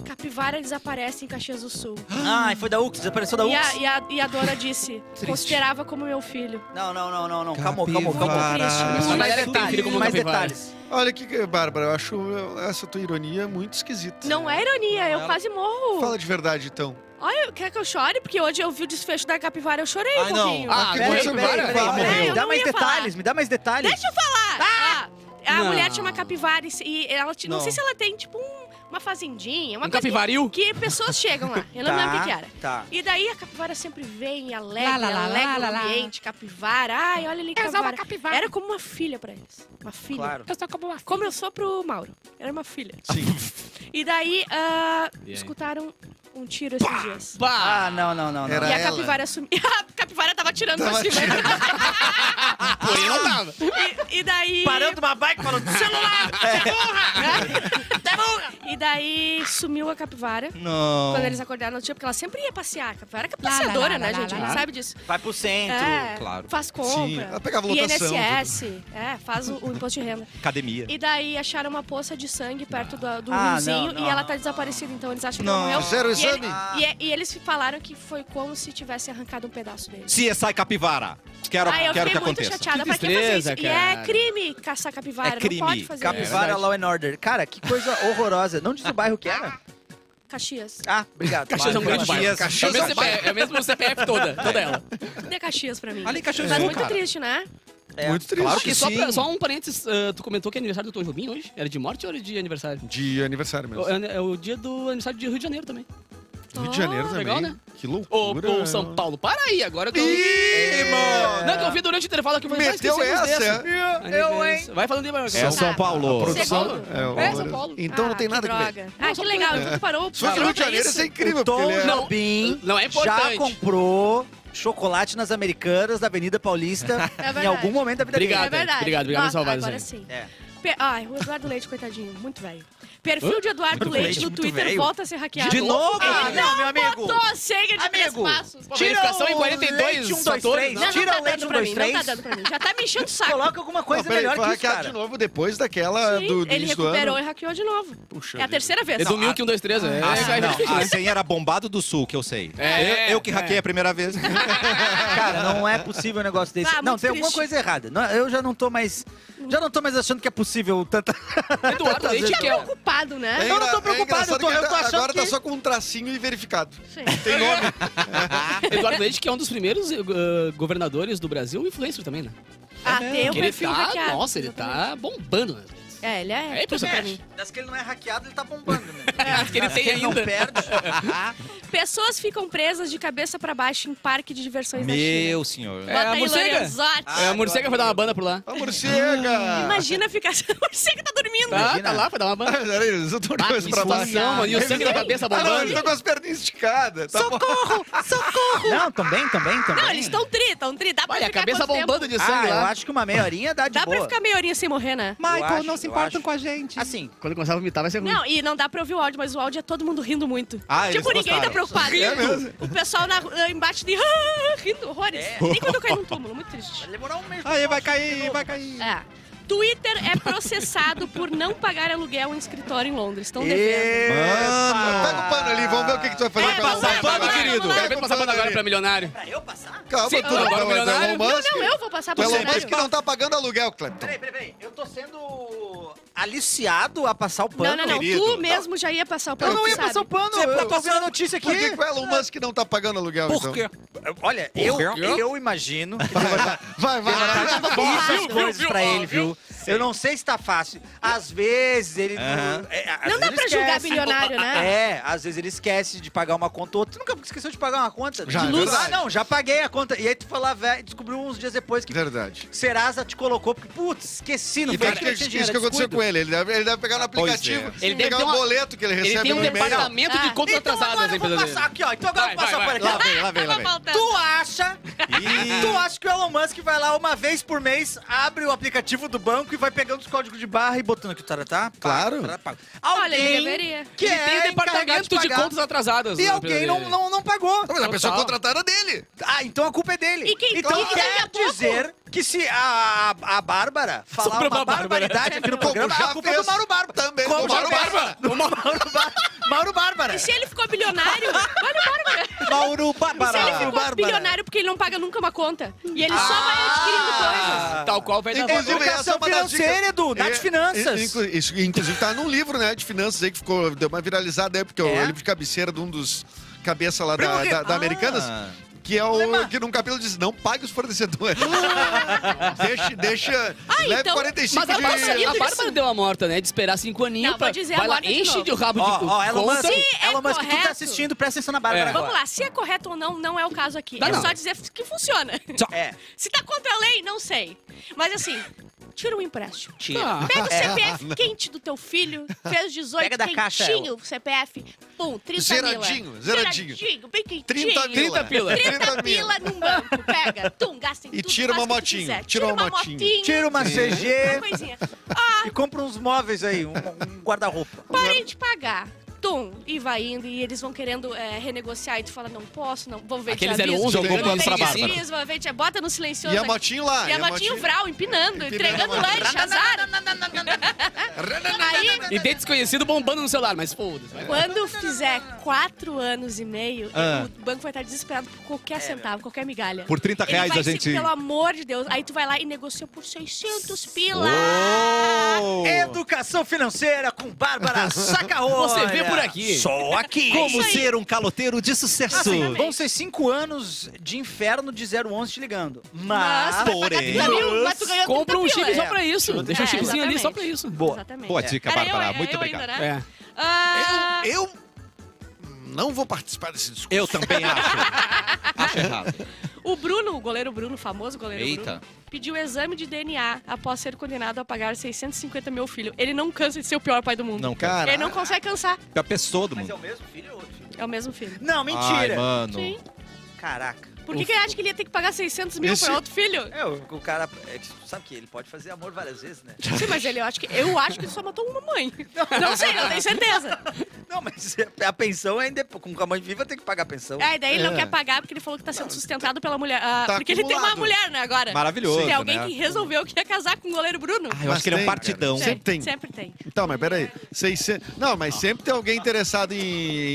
[SPEAKER 5] Capivara desaparece em Caxias do Sul.
[SPEAKER 3] Ai, foi da Ux, desapareceu da Ux.
[SPEAKER 5] E a, e a- e a dona disse, considerava como meu filho.
[SPEAKER 3] Não, não, não, não, não. Calma, calma, calma.
[SPEAKER 5] Capivara.
[SPEAKER 2] Essa
[SPEAKER 3] Mais
[SPEAKER 2] galera tem filho
[SPEAKER 3] detalhes,
[SPEAKER 2] como
[SPEAKER 3] mais
[SPEAKER 2] capivara.
[SPEAKER 3] detalhes.
[SPEAKER 4] Olha que, que- Bárbara, eu acho eu- essa tua ironia é muito esquisita.
[SPEAKER 5] Não é ironia, eu quase morro.
[SPEAKER 4] Fala de verdade, então.
[SPEAKER 5] Olha, quer que eu chore? Porque hoje eu vi o desfecho da capivara, eu chorei um
[SPEAKER 1] Ai, não.
[SPEAKER 5] pouquinho.
[SPEAKER 2] Ah,
[SPEAKER 4] que
[SPEAKER 2] peraí,
[SPEAKER 4] coisa
[SPEAKER 2] peraí,
[SPEAKER 4] bárbara.
[SPEAKER 2] peraí,
[SPEAKER 4] Fala.
[SPEAKER 2] peraí.
[SPEAKER 5] eu
[SPEAKER 3] Me dá
[SPEAKER 5] não
[SPEAKER 3] mais
[SPEAKER 5] ia falar.
[SPEAKER 3] detalhes, me dá mais detalhes.
[SPEAKER 5] Deixa eu falar! Ah, a
[SPEAKER 2] Não.
[SPEAKER 5] mulher chama capivara e se- e ela... ti- Não,
[SPEAKER 4] Não.
[SPEAKER 5] sei se ela tem, tipo, um... uma fazendinha, uma
[SPEAKER 2] Um
[SPEAKER 5] coisa que-
[SPEAKER 2] capivaril?
[SPEAKER 5] Que pessoas chegam lá. Eu não
[SPEAKER 3] Tá,
[SPEAKER 5] lembro o que, que era.
[SPEAKER 3] Tá.
[SPEAKER 5] E daí a capivara sempre vem e alegra,
[SPEAKER 2] Lá, lá, lá,
[SPEAKER 5] alegra
[SPEAKER 2] lá,
[SPEAKER 5] o
[SPEAKER 2] lá.
[SPEAKER 5] ambiente, capivara. Ai, olha ali,
[SPEAKER 8] Eu sou
[SPEAKER 5] capivara.
[SPEAKER 8] uma capivara.
[SPEAKER 5] Era como uma filha pra eles. Uma filha.
[SPEAKER 3] Claro.
[SPEAKER 8] Eu sou como uma
[SPEAKER 5] Como eu sou pro Mauro. Era uma filha.
[SPEAKER 1] Sim.
[SPEAKER 5] E daí, ah,
[SPEAKER 2] E aí?
[SPEAKER 5] escutaram um tiro esses dias.
[SPEAKER 2] Pá!
[SPEAKER 3] Ah, não, não, não. não.
[SPEAKER 5] E
[SPEAKER 6] Era-
[SPEAKER 5] a
[SPEAKER 6] ela.
[SPEAKER 5] capivara sumiu. A capivara tava atirando pra
[SPEAKER 6] Tava
[SPEAKER 5] cima.
[SPEAKER 6] Porém, não dava.
[SPEAKER 5] E, e daí.
[SPEAKER 3] uma bike falando celular!
[SPEAKER 5] Tá E daí sumiu a capivara.
[SPEAKER 1] Não.
[SPEAKER 5] Quando eles acordaram no dia, porque ela sempre ia passear. A capivara é
[SPEAKER 8] Lá, lá,
[SPEAKER 5] passeadora,
[SPEAKER 8] lá,
[SPEAKER 5] né,
[SPEAKER 8] lá,
[SPEAKER 5] gente?
[SPEAKER 8] lá,
[SPEAKER 5] a gente
[SPEAKER 7] lá.
[SPEAKER 5] sabe disso.
[SPEAKER 3] Vai pro centro.
[SPEAKER 5] é,
[SPEAKER 1] claro.
[SPEAKER 5] Faz compra.
[SPEAKER 4] Sim, ela pegava lotação,
[SPEAKER 5] INSS. É, faz o, o imposto de renda.
[SPEAKER 1] Academia.
[SPEAKER 5] E daí acharam uma poça de sangue perto do, do
[SPEAKER 3] Ah,
[SPEAKER 5] riozinho
[SPEAKER 3] não, não.
[SPEAKER 5] e ela tá desaparecida. Então eles acham que
[SPEAKER 1] Não.
[SPEAKER 5] ela morreu.
[SPEAKER 6] Fizeram o
[SPEAKER 5] E
[SPEAKER 6] exame?
[SPEAKER 5] ele- E, e eles falaram que foi como se tivesse arrancado um pedaço dele.
[SPEAKER 1] CSI é Capivara. Quero,
[SPEAKER 5] Aí eu
[SPEAKER 1] quero que
[SPEAKER 5] fiquei muito
[SPEAKER 1] aconteça.
[SPEAKER 5] chateada.
[SPEAKER 2] Que
[SPEAKER 5] pra que fazer isso?
[SPEAKER 2] tristeza,
[SPEAKER 5] E é
[SPEAKER 2] cara.
[SPEAKER 5] crime caçar capivara.
[SPEAKER 1] É crime.
[SPEAKER 5] Não pode fazer isso.
[SPEAKER 3] Capivara Law and Order. Cara, que coisa horrorosa. Não diz o bairro que era.
[SPEAKER 5] Caxias.
[SPEAKER 3] Ah, obrigado.
[SPEAKER 2] Caxias é um grande bairro.
[SPEAKER 1] Caxias,
[SPEAKER 2] É o mesmo CPF, é o mesmo CPF toda, toda ela.
[SPEAKER 5] Cadê Caxias pra mim?
[SPEAKER 2] Ali, Caxias
[SPEAKER 5] Mas
[SPEAKER 2] do Sul,
[SPEAKER 5] muito
[SPEAKER 1] cara.
[SPEAKER 5] triste, né?
[SPEAKER 3] É.
[SPEAKER 4] Muito triste.
[SPEAKER 1] Claro que
[SPEAKER 2] E só,
[SPEAKER 1] sim.
[SPEAKER 2] pra- só um parênteses, ah, tu comentou que é aniversário do Tom Jobim hoje? Era de morte ou era de aniversário?
[SPEAKER 4] De aniversário mesmo.
[SPEAKER 2] É, é o dia do aniversário de Rio de Janeiro também.
[SPEAKER 4] Rio de Janeiro
[SPEAKER 5] Ah,
[SPEAKER 4] também.
[SPEAKER 2] legal, né?
[SPEAKER 4] Que
[SPEAKER 2] Ô,
[SPEAKER 4] loucura.
[SPEAKER 2] ô, São Paulo, para aí, agora que eu... Não, é que eu vi durante o intervalo aqui. eu falei, ah,
[SPEAKER 4] Meteu
[SPEAKER 2] esquecemos
[SPEAKER 4] essa,
[SPEAKER 2] dessa.
[SPEAKER 3] Eu, hein?
[SPEAKER 2] Vai falando aí, Marcos.
[SPEAKER 1] É o São Paulo.
[SPEAKER 4] Produção.
[SPEAKER 5] Segundo.
[SPEAKER 4] o-
[SPEAKER 2] É, São Paulo.
[SPEAKER 4] Então não tem
[SPEAKER 5] Ah, que
[SPEAKER 4] nada que ver.
[SPEAKER 5] droga. Ah, que legal. Então tu parou.
[SPEAKER 4] Se fosse no
[SPEAKER 5] parou
[SPEAKER 4] Rio de
[SPEAKER 5] pra
[SPEAKER 4] Janeiro, ia
[SPEAKER 5] isso?
[SPEAKER 4] ser incrível.
[SPEAKER 3] O
[SPEAKER 4] porque
[SPEAKER 3] Tom
[SPEAKER 4] ele é-
[SPEAKER 2] Não,
[SPEAKER 3] Jobim
[SPEAKER 2] não é
[SPEAKER 3] já
[SPEAKER 2] importante.
[SPEAKER 3] comprou chocolate nas Americanas, da Avenida Paulista,
[SPEAKER 5] É verdade.
[SPEAKER 3] em algum momento da vida
[SPEAKER 5] É
[SPEAKER 2] Obrigado.
[SPEAKER 3] dele.
[SPEAKER 5] verdade.
[SPEAKER 2] Obrigado, obrigado,
[SPEAKER 5] Nossa,
[SPEAKER 2] salvados
[SPEAKER 5] Agora
[SPEAKER 2] aí.
[SPEAKER 5] sim.
[SPEAKER 3] É.
[SPEAKER 5] Pe- Ai, o Eduardo Leite, coitadinho, muito velho. Perfil de Eduardo Leite no
[SPEAKER 3] muito
[SPEAKER 5] Twitter
[SPEAKER 3] velho.
[SPEAKER 5] volta a ser hackeado.
[SPEAKER 2] De novo,
[SPEAKER 4] Ah,
[SPEAKER 5] Ele
[SPEAKER 3] cara?
[SPEAKER 5] não,
[SPEAKER 3] Não, meu amigo.
[SPEAKER 5] botou senha de três
[SPEAKER 3] Amigo,
[SPEAKER 5] passos. Pô,
[SPEAKER 2] tira verificação em 42
[SPEAKER 3] leite, um, dois,
[SPEAKER 2] fatores,
[SPEAKER 3] três.
[SPEAKER 5] Não, não
[SPEAKER 3] Tira
[SPEAKER 5] tá
[SPEAKER 3] o leite
[SPEAKER 5] dando
[SPEAKER 3] um,
[SPEAKER 5] pra
[SPEAKER 3] dois,
[SPEAKER 5] mim, não tá
[SPEAKER 3] três.
[SPEAKER 5] dando pra mim. Já tá me enchendo o saco.
[SPEAKER 3] Coloca alguma coisa
[SPEAKER 4] Não, peraí,
[SPEAKER 3] é
[SPEAKER 4] é
[SPEAKER 3] melhor
[SPEAKER 4] foi
[SPEAKER 3] que isso,
[SPEAKER 4] hackeado
[SPEAKER 3] cara.
[SPEAKER 4] de novo depois daquela
[SPEAKER 5] Sim,
[SPEAKER 4] do, do
[SPEAKER 5] ele
[SPEAKER 4] início do
[SPEAKER 5] recuperou
[SPEAKER 4] ano.
[SPEAKER 5] e hackeou de novo.
[SPEAKER 4] Puxa
[SPEAKER 5] é a
[SPEAKER 4] vida.
[SPEAKER 5] terceira vez.
[SPEAKER 2] Edu Milk 123, é.
[SPEAKER 1] Ah,
[SPEAKER 2] é,
[SPEAKER 1] não, a senha era Bombado do Sul, que eu sei.
[SPEAKER 2] É,
[SPEAKER 1] eu, eu que hackei a primeira vez.
[SPEAKER 3] Cara, não é possível um negócio desse.
[SPEAKER 5] Ah,
[SPEAKER 3] não,
[SPEAKER 5] muito
[SPEAKER 3] tem alguma
[SPEAKER 5] triste.
[SPEAKER 3] coisa errada. Não, eu já não tô mais. Já não tô mais achando que é possível tanta.
[SPEAKER 2] Eduardo Leite que é o...
[SPEAKER 5] Preocupado, né?
[SPEAKER 3] Eu não tô
[SPEAKER 4] engra- é
[SPEAKER 3] preocupado,
[SPEAKER 4] engraçado
[SPEAKER 3] eu tô-
[SPEAKER 4] que
[SPEAKER 3] eu tô achando
[SPEAKER 4] Agora tá
[SPEAKER 3] que-
[SPEAKER 4] só com um tracinho e verificado.
[SPEAKER 5] Sim.
[SPEAKER 4] Tem nome.
[SPEAKER 2] Eduardo Leite que é um dos primeiros eh, go- governadores do Brasil, influencer também, né?
[SPEAKER 5] Ah, tem o
[SPEAKER 2] Que ele
[SPEAKER 5] perfil
[SPEAKER 2] tá,
[SPEAKER 5] hackeado.
[SPEAKER 2] nossa, ele tá bombando nas redes.
[SPEAKER 5] É, ele é.
[SPEAKER 2] É impressionante.
[SPEAKER 3] Das que ele não é hackeado, ele tá bombando, né?
[SPEAKER 2] Acho que ele tem
[SPEAKER 3] não
[SPEAKER 2] ainda.
[SPEAKER 3] perde.
[SPEAKER 5] Pessoas ficam presas de cabeça pra baixo em parque de diversões na China.
[SPEAKER 1] Meu senhor.
[SPEAKER 2] É,
[SPEAKER 5] Bota
[SPEAKER 2] a
[SPEAKER 5] aí
[SPEAKER 2] morcega.
[SPEAKER 5] Lorenzotti.
[SPEAKER 2] É, a morcega foi dar uma banda por lá.
[SPEAKER 4] A morcega!
[SPEAKER 5] Imagina ficar. A morcega tá dormindo.
[SPEAKER 2] Tá, tá lá, foi dar uma banda.
[SPEAKER 4] Olha aí, Eles estão de
[SPEAKER 2] Ah,
[SPEAKER 4] cabeça
[SPEAKER 2] que
[SPEAKER 4] pra baixo.
[SPEAKER 2] explosão, mano. E o sangue da cabeça
[SPEAKER 4] Ah, não,
[SPEAKER 2] bombando.
[SPEAKER 4] eles estão com as perninhas esticadas. Tá bom.
[SPEAKER 3] Não, também, também, também.
[SPEAKER 5] Não, eles estão tri, estão tri. Dá pra
[SPEAKER 2] Olha, a
[SPEAKER 5] ficar
[SPEAKER 2] cabeça
[SPEAKER 5] quanto tempo?
[SPEAKER 2] bombando de
[SPEAKER 3] Ah,
[SPEAKER 2] sangue
[SPEAKER 3] eu
[SPEAKER 2] lá.
[SPEAKER 3] acho que uma meia horinha dá tá de
[SPEAKER 5] Dá
[SPEAKER 3] boa.
[SPEAKER 5] pra ficar meia horinha sem morrer, né?
[SPEAKER 3] Michael, não se importam com a gente. Assim,
[SPEAKER 2] Quando começava a vomitar vai ser ruim.
[SPEAKER 5] Não, e não dá pra ouvir o áudio, mas o áudio é todo mundo rindo muito.
[SPEAKER 1] Ah, eles
[SPEAKER 5] tipo, ninguém
[SPEAKER 1] gostaram.
[SPEAKER 5] tá preocupado.
[SPEAKER 4] É mesmo.
[SPEAKER 5] O pessoal na, na embaixo de "Ah", rindo, horrores. Nem quando eu caí num túmulo, muito triste.
[SPEAKER 3] demorar um mês.
[SPEAKER 4] Aí vai cair, vai cair.
[SPEAKER 5] É. Twitter é processado por não pagar aluguel em escritório em Londres.
[SPEAKER 3] um
[SPEAKER 5] Estão devendo.
[SPEAKER 4] Mano,
[SPEAKER 3] Epa!
[SPEAKER 4] pega o pano ali, vamos ver o que, que tu vai fazer
[SPEAKER 5] Vai
[SPEAKER 4] com a
[SPEAKER 5] passar
[SPEAKER 4] mão.
[SPEAKER 5] pano, querido.
[SPEAKER 4] Pega
[SPEAKER 2] Quero ver
[SPEAKER 4] o
[SPEAKER 2] passar
[SPEAKER 4] pano
[SPEAKER 2] banda agora
[SPEAKER 4] ali.
[SPEAKER 2] pra milionário.
[SPEAKER 3] Pra eu passar?
[SPEAKER 4] Calma,
[SPEAKER 2] Sim,
[SPEAKER 4] tu não
[SPEAKER 2] agora
[SPEAKER 4] tá
[SPEAKER 2] o
[SPEAKER 4] mais
[SPEAKER 2] milionário-
[SPEAKER 4] Elon Musk.
[SPEAKER 5] Não, eu vou passar
[SPEAKER 4] Tu
[SPEAKER 5] pro
[SPEAKER 4] é Elon Musk que
[SPEAKER 5] cenário.
[SPEAKER 4] não tá pagando aluguel, Clepton.
[SPEAKER 3] Peraí, peraí, peraí. Eu tô sendo aliciado a passar o pano.
[SPEAKER 5] Não, não, não.
[SPEAKER 4] Querido.
[SPEAKER 5] Tu mesmo já ia passar o pano.
[SPEAKER 3] Eu não
[SPEAKER 5] tu
[SPEAKER 3] ia
[SPEAKER 5] sabe.
[SPEAKER 3] passar o pano.
[SPEAKER 4] Você
[SPEAKER 3] eu
[SPEAKER 4] tá
[SPEAKER 3] tô ouvindo a notícia aqui.
[SPEAKER 4] Por que, que o Elon Musk não tá pagando aluguel, então?
[SPEAKER 3] Olha, eu, eu imagino que
[SPEAKER 4] Vai, vai, vai, vai. vai.
[SPEAKER 3] essas coisas pra ele, viu? Eu não sei se tá fácil. Às vezes ele. é, às
[SPEAKER 5] Não dá
[SPEAKER 3] vezes
[SPEAKER 5] pra
[SPEAKER 3] ele
[SPEAKER 5] julgar
[SPEAKER 3] esquece.
[SPEAKER 5] bilionário, né?
[SPEAKER 3] É, às vezes ele esquece de pagar uma conta ou outra. Tu nunca esqueceu de pagar uma conta?
[SPEAKER 4] Já,
[SPEAKER 3] de
[SPEAKER 4] é
[SPEAKER 3] luz? Ah,
[SPEAKER 4] verdade.
[SPEAKER 3] não, já paguei a conta. E aí tu foi lá, velho, descobriu uns dias depois que
[SPEAKER 4] Verdade.
[SPEAKER 3] Serasa te colocou, porque, putz, esqueci, não
[SPEAKER 4] E
[SPEAKER 3] foi
[SPEAKER 4] foi
[SPEAKER 3] eu que eu
[SPEAKER 4] isso
[SPEAKER 3] tinha
[SPEAKER 4] que,
[SPEAKER 3] dinheiro, é
[SPEAKER 4] isso que aconteceu
[SPEAKER 3] descuido.
[SPEAKER 4] com ele. Ele deve, ele deve pegar no
[SPEAKER 1] Pois é.
[SPEAKER 4] aplicativo,
[SPEAKER 2] Ele deve
[SPEAKER 4] pegar
[SPEAKER 2] ter
[SPEAKER 4] um
[SPEAKER 2] uma-
[SPEAKER 4] boleto que ele recebe
[SPEAKER 2] Ele tem um
[SPEAKER 4] no e-mail.
[SPEAKER 2] departamento
[SPEAKER 5] Ah,
[SPEAKER 2] de contas
[SPEAKER 3] Então
[SPEAKER 2] atrasadas
[SPEAKER 3] agora
[SPEAKER 2] na
[SPEAKER 4] assim,
[SPEAKER 3] eu vou
[SPEAKER 2] empresa
[SPEAKER 3] passar aqui,
[SPEAKER 2] dele.
[SPEAKER 3] ó. Então agora eu vou
[SPEAKER 2] Vai,
[SPEAKER 3] passar
[SPEAKER 2] vai,
[SPEAKER 3] por
[SPEAKER 2] vai.
[SPEAKER 1] Lá
[SPEAKER 3] aqui.
[SPEAKER 1] vem, lá vem, lá
[SPEAKER 5] Tava
[SPEAKER 1] vem.
[SPEAKER 5] faltando.
[SPEAKER 3] Tu acha,
[SPEAKER 1] Ih.
[SPEAKER 3] tu acha que o Elon Musk vai lá uma vez por mês, abre o aplicativo do banco e vai pegando os códigos de barra e botando aqui, taratá? pago,
[SPEAKER 4] Claro.
[SPEAKER 3] taratá, pago.
[SPEAKER 5] Olha, ele
[SPEAKER 3] Alguém
[SPEAKER 5] deveria.
[SPEAKER 3] que
[SPEAKER 2] Ele tem
[SPEAKER 3] é
[SPEAKER 2] um departamento de,
[SPEAKER 3] encarregado
[SPEAKER 2] contas atrasadas. né,
[SPEAKER 3] e
[SPEAKER 2] na
[SPEAKER 3] alguém
[SPEAKER 2] empresa
[SPEAKER 3] não,
[SPEAKER 2] dele.
[SPEAKER 3] não, não pagou.
[SPEAKER 4] Mas a pessoa
[SPEAKER 2] Total.
[SPEAKER 4] contratada é dele.
[SPEAKER 3] Ah, então a culpa é dele.
[SPEAKER 5] E quem-
[SPEAKER 3] então
[SPEAKER 5] quem que daqui
[SPEAKER 3] quer
[SPEAKER 5] a pouco?
[SPEAKER 3] dizer que se a, a Bárbara falar
[SPEAKER 2] Sobrou
[SPEAKER 3] uma
[SPEAKER 2] pra Bárbara.
[SPEAKER 3] barbaridade aqui no
[SPEAKER 4] Como
[SPEAKER 3] programa,
[SPEAKER 4] já
[SPEAKER 3] a culpa é
[SPEAKER 4] fez
[SPEAKER 3] do Mauro Bárbara.
[SPEAKER 4] também
[SPEAKER 3] Como
[SPEAKER 4] do
[SPEAKER 3] já
[SPEAKER 4] Mauro
[SPEAKER 3] fez
[SPEAKER 4] Bárbara.
[SPEAKER 3] Do Mauro Bárbara. Mauro Bárbara.
[SPEAKER 5] E se ele ficou bilionário, olha o Bárbara.
[SPEAKER 3] Mauro
[SPEAKER 5] Se
[SPEAKER 3] Bárbara.
[SPEAKER 5] ele
[SPEAKER 3] Mauro
[SPEAKER 5] ficou
[SPEAKER 3] Bárbara.
[SPEAKER 5] bilionário porque ele não paga nunca uma conta. E ele só vai adquirindo coisas.
[SPEAKER 3] Ah.
[SPEAKER 2] Tal qual vai dar
[SPEAKER 4] Inclusive, essa é
[SPEAKER 3] Educação
[SPEAKER 4] uma das
[SPEAKER 3] financeira,
[SPEAKER 4] dicas.
[SPEAKER 3] Edu. Nath
[SPEAKER 4] É,
[SPEAKER 3] Finanças.
[SPEAKER 4] e- inclu- isso, inclusive, tá num livro, né, de finanças aí que ficou, deu uma viralizada aí, porque é o
[SPEAKER 3] É?
[SPEAKER 4] livro de cabeceira de um dos cabeça lá
[SPEAKER 3] Primo
[SPEAKER 4] da,
[SPEAKER 3] Rico.
[SPEAKER 4] da, da Americanas. que é o que num capítulo diz, não pague os fornecedores. deixa, deixa, leve
[SPEAKER 5] então-
[SPEAKER 4] 45
[SPEAKER 2] Mas a
[SPEAKER 4] de...
[SPEAKER 2] Bárbara, a Bárbara deu a morta, né? De esperar cinco aninhos
[SPEAKER 5] Não,
[SPEAKER 2] pra...
[SPEAKER 5] vou dizer
[SPEAKER 2] vai lá,
[SPEAKER 5] agora de
[SPEAKER 2] enche
[SPEAKER 5] novo.
[SPEAKER 2] de rabo tipo de
[SPEAKER 3] Ó, ó, Elon
[SPEAKER 2] conta.
[SPEAKER 5] Se
[SPEAKER 3] Musk,
[SPEAKER 5] é
[SPEAKER 3] Elon Musk, tu
[SPEAKER 5] correto-
[SPEAKER 3] tá assistindo, presta atenção na Bárbara
[SPEAKER 2] É.
[SPEAKER 3] agora.
[SPEAKER 5] Vamos lá, se é correto ou não, não é o caso aqui.
[SPEAKER 2] Tá,
[SPEAKER 5] é
[SPEAKER 2] não.
[SPEAKER 5] só dizer que funciona.
[SPEAKER 2] Só-
[SPEAKER 3] É.
[SPEAKER 5] Se tá contra a lei, não sei. Mas assim, tira um empréstimo.
[SPEAKER 4] Ah.
[SPEAKER 2] Tá.
[SPEAKER 5] Pega o CPF
[SPEAKER 4] É.
[SPEAKER 5] quente do teu filho, fez 18,
[SPEAKER 3] Pega da caixa,
[SPEAKER 5] quentinho o CPF, pum, 30
[SPEAKER 4] Zeradinho,
[SPEAKER 5] mila.
[SPEAKER 4] zeradinho.
[SPEAKER 5] bem quentinho.
[SPEAKER 4] 30
[SPEAKER 2] 30 pila.
[SPEAKER 5] 30
[SPEAKER 4] mila.
[SPEAKER 5] pila num banco, pega, tum, gasta em
[SPEAKER 4] E
[SPEAKER 5] tudo,
[SPEAKER 4] tira
[SPEAKER 5] faz
[SPEAKER 4] uma
[SPEAKER 5] o que tu
[SPEAKER 4] motinha,
[SPEAKER 5] quiser.
[SPEAKER 4] tira um uma motinha.
[SPEAKER 3] Tira uma
[SPEAKER 5] uma
[SPEAKER 3] CG
[SPEAKER 5] coisinha. Ah,
[SPEAKER 3] e compra uns móveis aí, um, um guarda-roupa.
[SPEAKER 5] parem de pagar. Tum, e vai indo, e eles vão querendo é, renegociar, e tu fala, não posso, não, vou ver
[SPEAKER 2] Aquele
[SPEAKER 5] te aviso.
[SPEAKER 2] 01
[SPEAKER 4] jogando
[SPEAKER 5] Vou ver
[SPEAKER 4] anos pra
[SPEAKER 5] te
[SPEAKER 2] Bárbara.
[SPEAKER 5] aviso, vou ver te- bota no silencioso.
[SPEAKER 4] E a
[SPEAKER 5] aqui.
[SPEAKER 4] motinho lá.
[SPEAKER 5] é? E a motinho Vral, empinando,
[SPEAKER 4] Empinando
[SPEAKER 5] entregando
[SPEAKER 4] a motinha.
[SPEAKER 5] lanche, azar. Aí,
[SPEAKER 2] E tem desconhecido bombando no celular, mas foda-se. vai.
[SPEAKER 5] Quando fizer quatro anos e meio,
[SPEAKER 4] Ah.
[SPEAKER 5] o banco vai estar desesperado por qualquer centavo, qualquer migalha.
[SPEAKER 1] Por 30
[SPEAKER 5] Ele
[SPEAKER 1] reais
[SPEAKER 5] vai
[SPEAKER 1] a
[SPEAKER 5] se-
[SPEAKER 1] gente...
[SPEAKER 5] Pelo amor de Deus. Aí tu vai lá e negocia por 600 pila.
[SPEAKER 1] Oh!
[SPEAKER 3] Educação financeira com Bárbara Sacarroa.
[SPEAKER 2] Você vê por aqui.
[SPEAKER 3] Só aqui.
[SPEAKER 5] Como isso aí. ser
[SPEAKER 3] um caloteiro de sucesso.
[SPEAKER 5] Exatamente.
[SPEAKER 3] vão ser cinco anos de inferno de 011 te ligando. Mas...
[SPEAKER 5] Mas,
[SPEAKER 1] Porém.
[SPEAKER 5] Tá mil, mas tu ganhou
[SPEAKER 2] Compra
[SPEAKER 5] 30
[SPEAKER 2] um chip
[SPEAKER 5] pila.
[SPEAKER 2] só pra isso. Deixa um
[SPEAKER 5] É,
[SPEAKER 2] chipzinho ali só
[SPEAKER 5] exatamente.
[SPEAKER 2] pra isso.
[SPEAKER 3] Boa.
[SPEAKER 5] Exatamente.
[SPEAKER 1] Boa dica,
[SPEAKER 5] Era eu,
[SPEAKER 1] Bárbara.
[SPEAKER 5] era
[SPEAKER 1] Muito
[SPEAKER 5] eu
[SPEAKER 1] obrigado.
[SPEAKER 5] Ainda, né?
[SPEAKER 2] É.
[SPEAKER 5] Ah,
[SPEAKER 6] Eu não vou participar desse discurso.
[SPEAKER 1] Eu também acho. acho errado.
[SPEAKER 5] O Bruno, o goleiro Bruno, o famoso goleiro
[SPEAKER 1] Eita.
[SPEAKER 5] Bruno, pediu exame de DNA após ser condenado a pagar 650 mil filho. Ele não cansa de ser o pior pai do mundo.
[SPEAKER 1] Não, cara.
[SPEAKER 5] Ele não consegue cansar.
[SPEAKER 1] É a pessoa do mundo.
[SPEAKER 3] o mesmo filho ou outro filho?
[SPEAKER 5] É o mesmo filho.
[SPEAKER 3] Não,
[SPEAKER 1] Ai,
[SPEAKER 3] mentira.
[SPEAKER 1] mano.
[SPEAKER 5] Sim.
[SPEAKER 3] Caraca.
[SPEAKER 5] Por que, que ele acha que ele ia ter que pagar 600 mil
[SPEAKER 4] Esse-
[SPEAKER 5] pra outro filho?
[SPEAKER 3] É, o, o cara... é que tu sabe que ele pode fazer amor várias vezes, né?
[SPEAKER 5] Sim, mas ele, eu acho que eu acho que ele só matou uma mãe. Não sei, não tenho certeza.
[SPEAKER 4] Então,
[SPEAKER 3] Não, mas a pensão ainda... é- Com a mãe viva tem que pagar a pensão.
[SPEAKER 5] É, e daí ele não
[SPEAKER 4] É.
[SPEAKER 5] quer pagar porque ele falou que tá sendo sustentado pela mulher. ah,
[SPEAKER 4] Tá
[SPEAKER 5] porque ele tem uma
[SPEAKER 4] acumulado.
[SPEAKER 5] mulher, né, agora.
[SPEAKER 1] Maravilhoso,
[SPEAKER 5] Tem alguém
[SPEAKER 1] né?
[SPEAKER 5] que resolveu que ia casar com o goleiro Bruno.
[SPEAKER 1] Ah, eu acho
[SPEAKER 4] Mas
[SPEAKER 1] que ele é um
[SPEAKER 4] tem,
[SPEAKER 1] partidão.
[SPEAKER 4] cara. sempre tem.
[SPEAKER 5] Sempre tem.
[SPEAKER 4] Então, mas peraí. 600... Não, mas sempre tem alguém interessado em,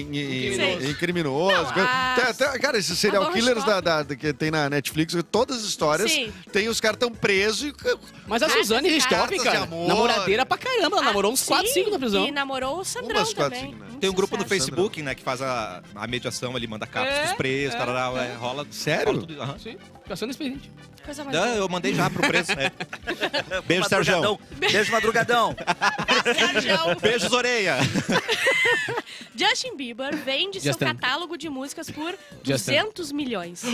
[SPEAKER 4] em, em-
[SPEAKER 5] Sim.
[SPEAKER 4] em criminoso.
[SPEAKER 5] Não,
[SPEAKER 4] coisa.
[SPEAKER 5] a-
[SPEAKER 4] Tem até- cara, esses serial
[SPEAKER 5] Barbara
[SPEAKER 4] killers da, da- que tem na Netflix, todas as histórias,
[SPEAKER 5] Sim.
[SPEAKER 4] tem os caras tão presos e
[SPEAKER 2] Mas a
[SPEAKER 5] Cartas,
[SPEAKER 2] Suzane Ristoff,
[SPEAKER 4] cartas de
[SPEAKER 2] cara,
[SPEAKER 4] amor.
[SPEAKER 2] namoradeira pra caramba. Ela namorou uns 4,
[SPEAKER 5] Ah, Sim,
[SPEAKER 2] 5 na prisão.
[SPEAKER 5] E namorou o Sandrão
[SPEAKER 4] Umas quatro,
[SPEAKER 5] também.
[SPEAKER 4] cinco, né?
[SPEAKER 5] Muito
[SPEAKER 1] Tem um grupo no
[SPEAKER 5] sucesso.
[SPEAKER 1] Facebook, né, que faz a, a mediação ali, manda cartas
[SPEAKER 2] É,
[SPEAKER 1] pros presos, tarará, é, rola.
[SPEAKER 4] Sério?
[SPEAKER 1] rola tudo, aham.
[SPEAKER 2] Sim, fica sendo experiente.
[SPEAKER 5] Coisa mais
[SPEAKER 1] Não,
[SPEAKER 5] linda.
[SPEAKER 1] eu mandei já pro preso. né? Beijo,
[SPEAKER 3] Madrugadão.
[SPEAKER 1] Sérgio.
[SPEAKER 3] Beijo, Madrugadão.
[SPEAKER 5] Sérgio.
[SPEAKER 1] Beijos, orelha.
[SPEAKER 5] Justin Bieber vende
[SPEAKER 2] Justin.
[SPEAKER 5] seu catálogo de músicas por
[SPEAKER 2] Justin.
[SPEAKER 5] 200 milhões. tá,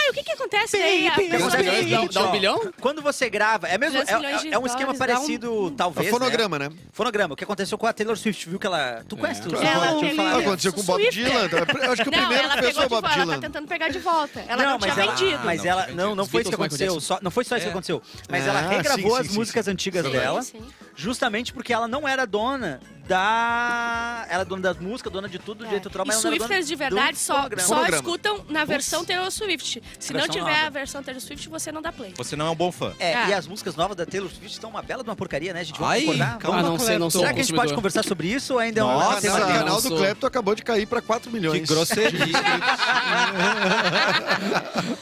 [SPEAKER 5] e o que que acontece aí? A pessoa-
[SPEAKER 4] Justin.
[SPEAKER 2] Dá-
[SPEAKER 4] milhões de
[SPEAKER 2] Dá um
[SPEAKER 4] dólares.
[SPEAKER 2] bilhão?
[SPEAKER 3] Quando você grava, é mesmo, é,
[SPEAKER 5] 200 milhões de
[SPEAKER 3] é- é um esquema
[SPEAKER 5] dólares, dá um-
[SPEAKER 3] parecido, talvez.
[SPEAKER 4] É fonograma, né?
[SPEAKER 3] né? Fonograma. O que aconteceu com a Taylor Swift, viu que ela. Tu conhece né? tu?
[SPEAKER 2] Ela-
[SPEAKER 4] Claro.
[SPEAKER 5] ela teve-
[SPEAKER 4] Ah, aconteceu com o Bob
[SPEAKER 5] Swifter.
[SPEAKER 4] Dylan. tá? Eu Acho que o
[SPEAKER 5] Não,
[SPEAKER 4] primeiro
[SPEAKER 5] ela
[SPEAKER 4] que
[SPEAKER 5] pegou
[SPEAKER 4] fez foi
[SPEAKER 5] de
[SPEAKER 4] o Bob
[SPEAKER 5] volta, ela
[SPEAKER 4] Dylan.
[SPEAKER 5] tá tentando pegar de volta. Ela não, tinha
[SPEAKER 3] mas ela,
[SPEAKER 5] vendido.
[SPEAKER 3] mas
[SPEAKER 1] Não,
[SPEAKER 3] ela
[SPEAKER 1] tinha
[SPEAKER 3] não, não
[SPEAKER 2] vendido.
[SPEAKER 3] foi isso que
[SPEAKER 2] Os Beatles,
[SPEAKER 3] aconteceu, só, não foi só isso que
[SPEAKER 1] É.
[SPEAKER 3] aconteceu, mas
[SPEAKER 4] Ah,
[SPEAKER 3] ela regravou
[SPEAKER 4] sim,
[SPEAKER 3] as
[SPEAKER 4] sim,
[SPEAKER 3] músicas antigas
[SPEAKER 5] Sim,
[SPEAKER 3] dela,
[SPEAKER 5] sim.
[SPEAKER 3] justamente porque ela não era dona da, ela é dona das músicas, dona de tudo, do
[SPEAKER 5] É.
[SPEAKER 3] jeito do
[SPEAKER 5] E
[SPEAKER 3] trabalho, ela não era dona
[SPEAKER 5] Swifters de
[SPEAKER 3] um do
[SPEAKER 5] verdade só,
[SPEAKER 3] fonograma.
[SPEAKER 5] só
[SPEAKER 4] Fonograma.
[SPEAKER 5] escutam na versão Taylor Swift. Se não
[SPEAKER 3] Versão
[SPEAKER 5] tiver
[SPEAKER 3] nova.
[SPEAKER 5] a versão Taylor Swift, você não dá play.
[SPEAKER 1] Você não é um bom fã.
[SPEAKER 3] É,
[SPEAKER 5] Ah.
[SPEAKER 3] e as músicas novas da Taylor Swift estão uma bela de uma porcaria, né, gente? Vamos
[SPEAKER 1] Ai,
[SPEAKER 3] concordar?
[SPEAKER 1] calma,
[SPEAKER 3] Vamos
[SPEAKER 2] não sei, não
[SPEAKER 3] concordar.
[SPEAKER 2] sou
[SPEAKER 3] Será que a gente
[SPEAKER 2] consumidor.
[SPEAKER 3] pode conversar sobre isso ou ainda é um-
[SPEAKER 1] Nossa,
[SPEAKER 3] é um tema
[SPEAKER 4] Nossa, o
[SPEAKER 1] Dylan,
[SPEAKER 4] canal do
[SPEAKER 2] sou-
[SPEAKER 4] Clepto acabou de cair pra 4
[SPEAKER 1] Que
[SPEAKER 4] milhões.
[SPEAKER 1] grosseria.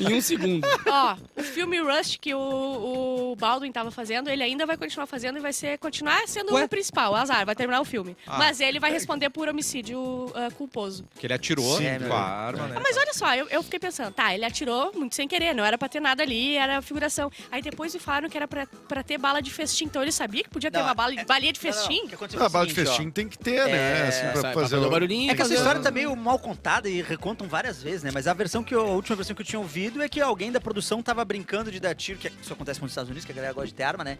[SPEAKER 2] Em um segundo.
[SPEAKER 5] Ó, o filme Rust que o, o Baldwin tava fazendo, ele ainda vai continuar fazendo e vai ser, continuar sendo
[SPEAKER 1] Ué?
[SPEAKER 5] o principal. Azar, vai terminar o filme.
[SPEAKER 1] Ah.
[SPEAKER 5] Mas ele vai responder por homicídio ah, culposo.
[SPEAKER 1] que ele atirou
[SPEAKER 4] Sim,
[SPEAKER 1] com
[SPEAKER 4] meu.
[SPEAKER 1] a arma, né?
[SPEAKER 5] Ah, Mas olha só, eu, eu fiquei pensando, tá, ele atirou muito sem querer, não era pra ter nada ali, era figuração. Aí depois me falaram que era pra, pra ter bala de festim, então ele sabia que podia ter
[SPEAKER 3] Não,
[SPEAKER 5] uma bala,
[SPEAKER 3] é-
[SPEAKER 5] balinha de
[SPEAKER 3] Não, não,
[SPEAKER 5] festim?
[SPEAKER 3] o que aconteceu foi
[SPEAKER 4] Ah,
[SPEAKER 3] o
[SPEAKER 4] bala de
[SPEAKER 3] seguinte, ó.
[SPEAKER 4] festim tem que ter, né?
[SPEAKER 3] É,
[SPEAKER 4] Assim, pra
[SPEAKER 2] Sai,
[SPEAKER 4] fazer
[SPEAKER 2] pra
[SPEAKER 4] o-
[SPEAKER 2] um barulhinho.
[SPEAKER 3] É que essa
[SPEAKER 2] fazer-
[SPEAKER 3] história tá meio mal contada e recontam várias vezes, né? Mas a versão que eu, a última versão que eu tinha ouvido é que alguém da produção tava brincando de dar tiro, que isso acontece muito nos Estados Unidos, que a galera gosta de ter arma, né?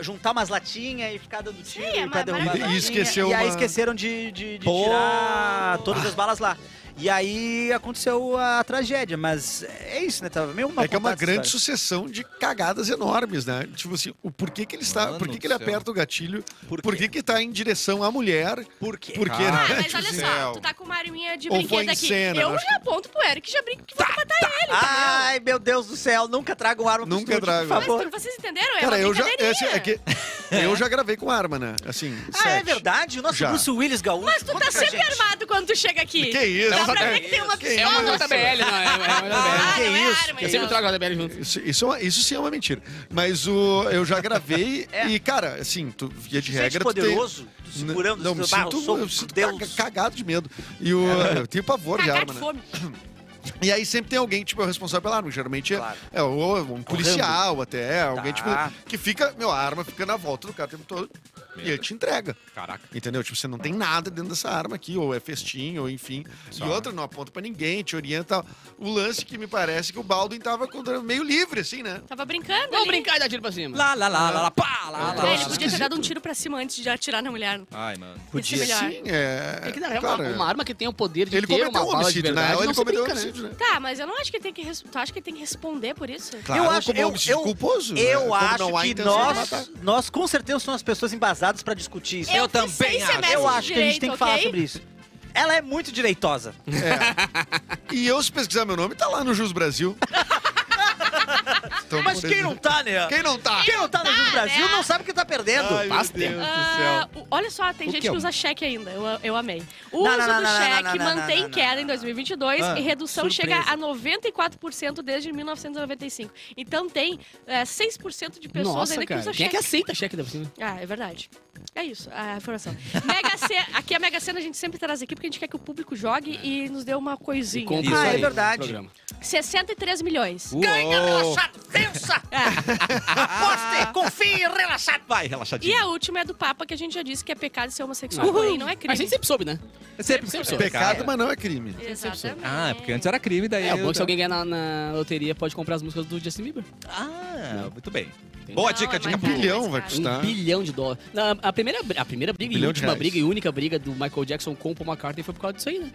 [SPEAKER 3] Juntar umas latinhas e ficar dando tiro
[SPEAKER 5] é
[SPEAKER 3] e ficar
[SPEAKER 5] ma-
[SPEAKER 3] derrubando.
[SPEAKER 5] maravilhoso.
[SPEAKER 4] E esqueceu
[SPEAKER 3] E aí
[SPEAKER 4] uma...
[SPEAKER 3] esqueceram de, de- de
[SPEAKER 1] Pô!
[SPEAKER 3] tirar todas as balas lá. E aí aconteceu a tragédia, mas é isso, né? Tava meio mal
[SPEAKER 4] É que é uma
[SPEAKER 3] contada essa
[SPEAKER 4] grande
[SPEAKER 3] história.
[SPEAKER 4] sucessão de cagadas enormes, né? Tipo assim, o porquê que ele está,
[SPEAKER 1] Mano
[SPEAKER 4] por que,
[SPEAKER 1] do
[SPEAKER 4] que ele
[SPEAKER 1] céu.
[SPEAKER 4] aperta o gatilho?
[SPEAKER 1] Por
[SPEAKER 4] Por,
[SPEAKER 1] quê?
[SPEAKER 4] que que tá em direção à mulher?
[SPEAKER 1] Por quê?
[SPEAKER 4] Por quê,
[SPEAKER 1] Ah,
[SPEAKER 5] Ah,
[SPEAKER 4] né?
[SPEAKER 5] mas
[SPEAKER 4] Tipo
[SPEAKER 5] olha
[SPEAKER 4] assim,
[SPEAKER 5] só, tu tá com uma arminha de
[SPEAKER 4] Ou foi
[SPEAKER 5] brinquedo
[SPEAKER 4] em
[SPEAKER 5] aqui.
[SPEAKER 4] cena,
[SPEAKER 5] eu
[SPEAKER 4] né?
[SPEAKER 5] já aponto pro Eric, já brinco que vou matar ele.
[SPEAKER 3] Ai, meu Deus do céu, nunca tragam arma pro
[SPEAKER 4] Nunca
[SPEAKER 3] estúdio,
[SPEAKER 4] trago.
[SPEAKER 3] por
[SPEAKER 5] Mas
[SPEAKER 3] favor.
[SPEAKER 5] tu- vocês entenderam? É
[SPEAKER 4] Cara,
[SPEAKER 5] uma
[SPEAKER 4] eu já,
[SPEAKER 5] brincadeirinha.
[SPEAKER 4] esse- é que- eu já gravei com arma, né? Assim,
[SPEAKER 3] Ah, é
[SPEAKER 4] sete.
[SPEAKER 3] verdade? O nosso
[SPEAKER 4] Já.
[SPEAKER 3] Bruce Willis gaúcho.
[SPEAKER 5] Mas tu
[SPEAKER 3] Conta
[SPEAKER 5] tá
[SPEAKER 3] pra
[SPEAKER 5] sempre
[SPEAKER 3] gente.
[SPEAKER 5] armado quando tu chega aqui.
[SPEAKER 4] Que isso?
[SPEAKER 5] Dá pra
[SPEAKER 4] É
[SPEAKER 5] ver que tem uma
[SPEAKER 4] isso?
[SPEAKER 5] pistola.
[SPEAKER 2] É uma JBL, não. É é uma JBL.
[SPEAKER 5] Ah,
[SPEAKER 3] Que
[SPEAKER 5] não é arma,
[SPEAKER 3] isso, que
[SPEAKER 2] Eu
[SPEAKER 5] então.
[SPEAKER 2] sempre trago a JBL junto.
[SPEAKER 4] Isso, isso, é uma- isso sim é uma mentira. Mas o, eu já gravei e, cara, assim, tu, via de
[SPEAKER 3] Tu sente
[SPEAKER 4] regra. tu tem-
[SPEAKER 3] poderoso, tu segurando
[SPEAKER 4] não, não,
[SPEAKER 3] os
[SPEAKER 4] me
[SPEAKER 3] teus barros,
[SPEAKER 4] sinto,
[SPEAKER 3] sou
[SPEAKER 4] eu sinto
[SPEAKER 3] Deus.
[SPEAKER 4] caga- cagado de medo. E o, eu tenho pavor de
[SPEAKER 5] Cagar
[SPEAKER 4] arma,
[SPEAKER 5] de
[SPEAKER 4] né?
[SPEAKER 5] fome.
[SPEAKER 4] E aí sempre tem alguém, tipo, é o responsável pela arma. Geralmente é-
[SPEAKER 6] Claro.
[SPEAKER 4] é ou um policial até, alguém, tipo,
[SPEAKER 6] Tá.
[SPEAKER 4] que fica, meu, a arma fica na volta do cara o tempo todo
[SPEAKER 1] Meu
[SPEAKER 4] e ele te entrega.
[SPEAKER 1] Caraca.
[SPEAKER 4] Entendeu? Tipo, você não tem nada dentro dessa arma aqui, ou é festim, ou enfim.
[SPEAKER 1] Só.
[SPEAKER 4] E outra, não aponta pra ninguém, te orienta. O lance que me parece que o Baldwin tava contra- meio livre, assim, né?
[SPEAKER 5] Tava brincando
[SPEAKER 2] Vamos
[SPEAKER 5] ali.
[SPEAKER 2] brincar e dar tiro pra cima.
[SPEAKER 3] Lá, lá, lá, lá, lá, pá, lá, lá,
[SPEAKER 5] É, ele
[SPEAKER 3] lá.
[SPEAKER 5] podia ter dado um tiro pra cima antes de atirar na mulher.
[SPEAKER 1] Ai, mano.
[SPEAKER 5] Podia. Ia ser melhor.
[SPEAKER 4] Sim, é.
[SPEAKER 2] É que na real,
[SPEAKER 4] Cara,
[SPEAKER 2] uma, uma arma que tem o poder de
[SPEAKER 4] ele
[SPEAKER 2] ter uma
[SPEAKER 4] cometeu um
[SPEAKER 2] bala de
[SPEAKER 4] homicídio, na
[SPEAKER 2] verdade,
[SPEAKER 4] real,
[SPEAKER 2] não
[SPEAKER 4] ele
[SPEAKER 2] se
[SPEAKER 4] cometeu um
[SPEAKER 2] brinca, né?
[SPEAKER 4] homicídio, né?
[SPEAKER 5] Tá, mas eu não acho que ele tem que... res- Tu acha que ele tem que responder por isso?
[SPEAKER 4] Claro,
[SPEAKER 3] é eu acho,
[SPEAKER 4] como
[SPEAKER 3] eu,
[SPEAKER 4] homicídio
[SPEAKER 3] eu-
[SPEAKER 4] culposo, né?
[SPEAKER 3] eu
[SPEAKER 4] Como não há
[SPEAKER 3] acho que
[SPEAKER 4] intenção de
[SPEAKER 3] nós,
[SPEAKER 4] matar.
[SPEAKER 3] nós com certeza somos as pessoas embasadas pra discutir isso.
[SPEAKER 5] Eu fiz também seis acho. semestres
[SPEAKER 3] Eu
[SPEAKER 5] de
[SPEAKER 3] acho que a gente
[SPEAKER 5] direito,
[SPEAKER 3] tem que falar
[SPEAKER 5] ok?
[SPEAKER 3] sobre isso. Ela é muito direitosa.
[SPEAKER 4] E eu, se pesquisar meu nome, tá lá no Jus Brasil. Então,
[SPEAKER 3] Mas quem não tá, né?
[SPEAKER 4] Quem não tá?
[SPEAKER 3] Quem não tá no Jus Brasil
[SPEAKER 5] né?
[SPEAKER 3] não sabe o que tá perdendo.
[SPEAKER 4] Ai, meu
[SPEAKER 2] Faz
[SPEAKER 4] Deus
[SPEAKER 2] tempo.
[SPEAKER 4] do
[SPEAKER 5] Ah,
[SPEAKER 4] céu.
[SPEAKER 5] o- olha só, tem
[SPEAKER 1] O
[SPEAKER 5] gente
[SPEAKER 1] que
[SPEAKER 5] que,
[SPEAKER 1] é um-
[SPEAKER 5] usa cheque ainda. Eu, eu amei. O
[SPEAKER 3] Não,
[SPEAKER 5] uso
[SPEAKER 3] não, não,
[SPEAKER 5] do
[SPEAKER 3] não, não,
[SPEAKER 5] cheque
[SPEAKER 3] não, não,
[SPEAKER 5] mantém
[SPEAKER 3] não, não,
[SPEAKER 5] queda
[SPEAKER 3] não,
[SPEAKER 5] em 2022
[SPEAKER 3] Ah,
[SPEAKER 5] e redução chega
[SPEAKER 3] surpresa.
[SPEAKER 5] a 94% desde 1995. Então tem é, 6% de pessoas
[SPEAKER 2] Nossa,
[SPEAKER 5] ainda que
[SPEAKER 2] cara.
[SPEAKER 5] usam
[SPEAKER 2] Quem é
[SPEAKER 5] cheque.
[SPEAKER 2] que aceita cheque da piscina?
[SPEAKER 5] Ah, é verdade. É isso, a informação. Mega Sena, aqui a Mega Sena a gente sempre traz aqui porque a gente quer que o público jogue e nos dê uma coisinha.
[SPEAKER 2] Compra
[SPEAKER 3] Ah,
[SPEAKER 2] isso
[SPEAKER 3] é
[SPEAKER 2] aí no
[SPEAKER 3] verdade.
[SPEAKER 2] programa.
[SPEAKER 5] 63 milhões.
[SPEAKER 2] Uh,
[SPEAKER 3] Ganha, relaxado, pensa,
[SPEAKER 5] É.
[SPEAKER 3] aposta, confia, relaxado, vai.
[SPEAKER 5] E
[SPEAKER 1] Relaxadinho.
[SPEAKER 5] a última é do Papa, que a gente já disse que é pecado ser homossexual.
[SPEAKER 2] Uhul.
[SPEAKER 5] Porém, não é crime.
[SPEAKER 2] A gente sempre soube, né? Sempre, sempre soube.
[SPEAKER 4] Pecado, mas não é crime.
[SPEAKER 5] Exatamente.
[SPEAKER 8] Ah, é porque antes era crime, daí.
[SPEAKER 2] É, o bom
[SPEAKER 8] eu-
[SPEAKER 2] que se alguém ganhar na, na loteria pode comprar as músicas do Justin Bieber.
[SPEAKER 1] Ah, muito bem. Boa
[SPEAKER 5] Não,
[SPEAKER 1] dica,
[SPEAKER 5] é
[SPEAKER 1] dica
[SPEAKER 5] mais
[SPEAKER 1] pro...
[SPEAKER 5] caro.
[SPEAKER 4] Bilhão vai
[SPEAKER 2] Um
[SPEAKER 4] custar.
[SPEAKER 2] bilhão de dólares. Na, a primeira, br- a primeira briga e
[SPEAKER 4] Tá. Bilhão de
[SPEAKER 2] última
[SPEAKER 4] reais.
[SPEAKER 2] briga e única briga do Michael Jackson com o Paul McCartney foi por causa disso aí, né?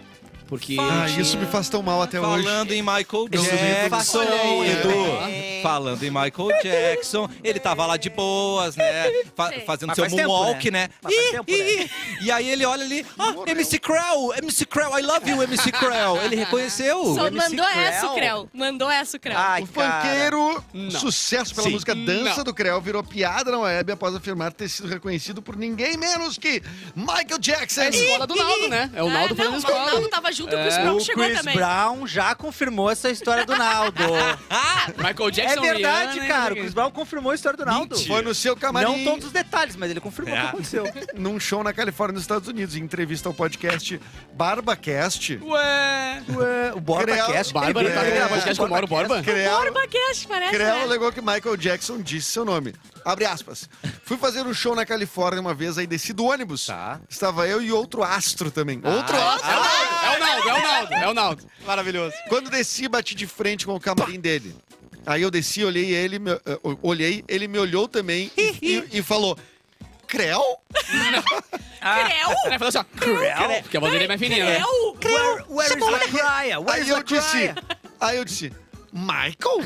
[SPEAKER 2] Porque...
[SPEAKER 4] Ah, isso me faz tão mal até
[SPEAKER 1] Falando
[SPEAKER 4] hoje.
[SPEAKER 1] em Michael
[SPEAKER 4] Esse
[SPEAKER 1] Jackson,
[SPEAKER 4] Olha aí, É.
[SPEAKER 1] Edu. Falando em Michael Jackson, ele tava lá de boas, né? Fa-
[SPEAKER 5] Sim.
[SPEAKER 1] fazendo
[SPEAKER 3] Mas
[SPEAKER 1] seu
[SPEAKER 3] faz tempo,
[SPEAKER 1] moonwalk, né?
[SPEAKER 3] Mas faz tempo, né?
[SPEAKER 1] Ih, ih, E aí ele olha ali, ó, MC Krell, MC Krell, I love you, MC Krell. Ele reconheceu.
[SPEAKER 5] Só
[SPEAKER 3] MC
[SPEAKER 5] mandou
[SPEAKER 3] Creu.
[SPEAKER 5] essa, o Creu. Mandou essa, o Creu.
[SPEAKER 3] Ai,
[SPEAKER 4] O funkeiro,
[SPEAKER 2] Não.
[SPEAKER 4] sucesso pela
[SPEAKER 1] Sim.
[SPEAKER 4] música Dança
[SPEAKER 2] Não.
[SPEAKER 4] do Creu, virou piada na web após afirmar ter sido reconhecido por ninguém menos que Michael Jackson.
[SPEAKER 2] É a escola do Naldo, né? É o Naldo
[SPEAKER 5] ah, não,
[SPEAKER 2] fazendo
[SPEAKER 5] mas
[SPEAKER 2] escola.
[SPEAKER 5] O Naldo tava junto e o Chris
[SPEAKER 2] É.
[SPEAKER 5] Brown
[SPEAKER 3] O
[SPEAKER 5] chegou
[SPEAKER 3] Chris
[SPEAKER 5] também.
[SPEAKER 3] Brown já confirmou essa história do Naldo.
[SPEAKER 2] Michael
[SPEAKER 3] é
[SPEAKER 2] Jackson,
[SPEAKER 3] verdade,
[SPEAKER 2] Rihanna,
[SPEAKER 3] cara. O
[SPEAKER 2] né?
[SPEAKER 3] Chris Brown confirmou a história do Naldo.
[SPEAKER 4] Foi no seu
[SPEAKER 3] Não
[SPEAKER 4] camarim,
[SPEAKER 3] todos os detalhes, mas ele confirmou o que
[SPEAKER 1] É.
[SPEAKER 3] aconteceu.
[SPEAKER 4] num show na Califórnia, nos Estados Unidos, em entrevista ao podcast BarbaCast.
[SPEAKER 2] Ué...
[SPEAKER 3] Ué, o Borba
[SPEAKER 4] Creu-
[SPEAKER 3] Cast.
[SPEAKER 2] Barba,
[SPEAKER 3] ele
[SPEAKER 2] tá
[SPEAKER 4] É,
[SPEAKER 2] gravando
[SPEAKER 4] mas
[SPEAKER 2] podcast com o Mauro Borba?
[SPEAKER 4] Creu,
[SPEAKER 5] Borbaquete, parece.
[SPEAKER 4] Creu
[SPEAKER 5] né?
[SPEAKER 4] alegou que Michael Jackson disse seu nome. Abre aspas. Fui fazer um show na Califórnia uma vez, aí desci do ônibus.
[SPEAKER 1] Tá.
[SPEAKER 4] Estava eu e outro astro também. Outro astro?
[SPEAKER 2] É o Naldo, é o Naldo, é o Naldo.
[SPEAKER 4] Maravilhoso. Quando desci, bati de frente com o camarim dele. Aí eu desci, olhei ele, me- eh, olhei, ele me olhou também e, e- e falou: Creu?
[SPEAKER 5] Creu?
[SPEAKER 2] Ele falou assim, ó, Creu, porque a voz dele é mais fininha, né?
[SPEAKER 5] Creu?
[SPEAKER 3] Where, where is Lacraia? Where
[SPEAKER 4] Aí
[SPEAKER 3] is
[SPEAKER 4] eu disse.
[SPEAKER 3] Lacraia?
[SPEAKER 4] Aí eu disse. Michael?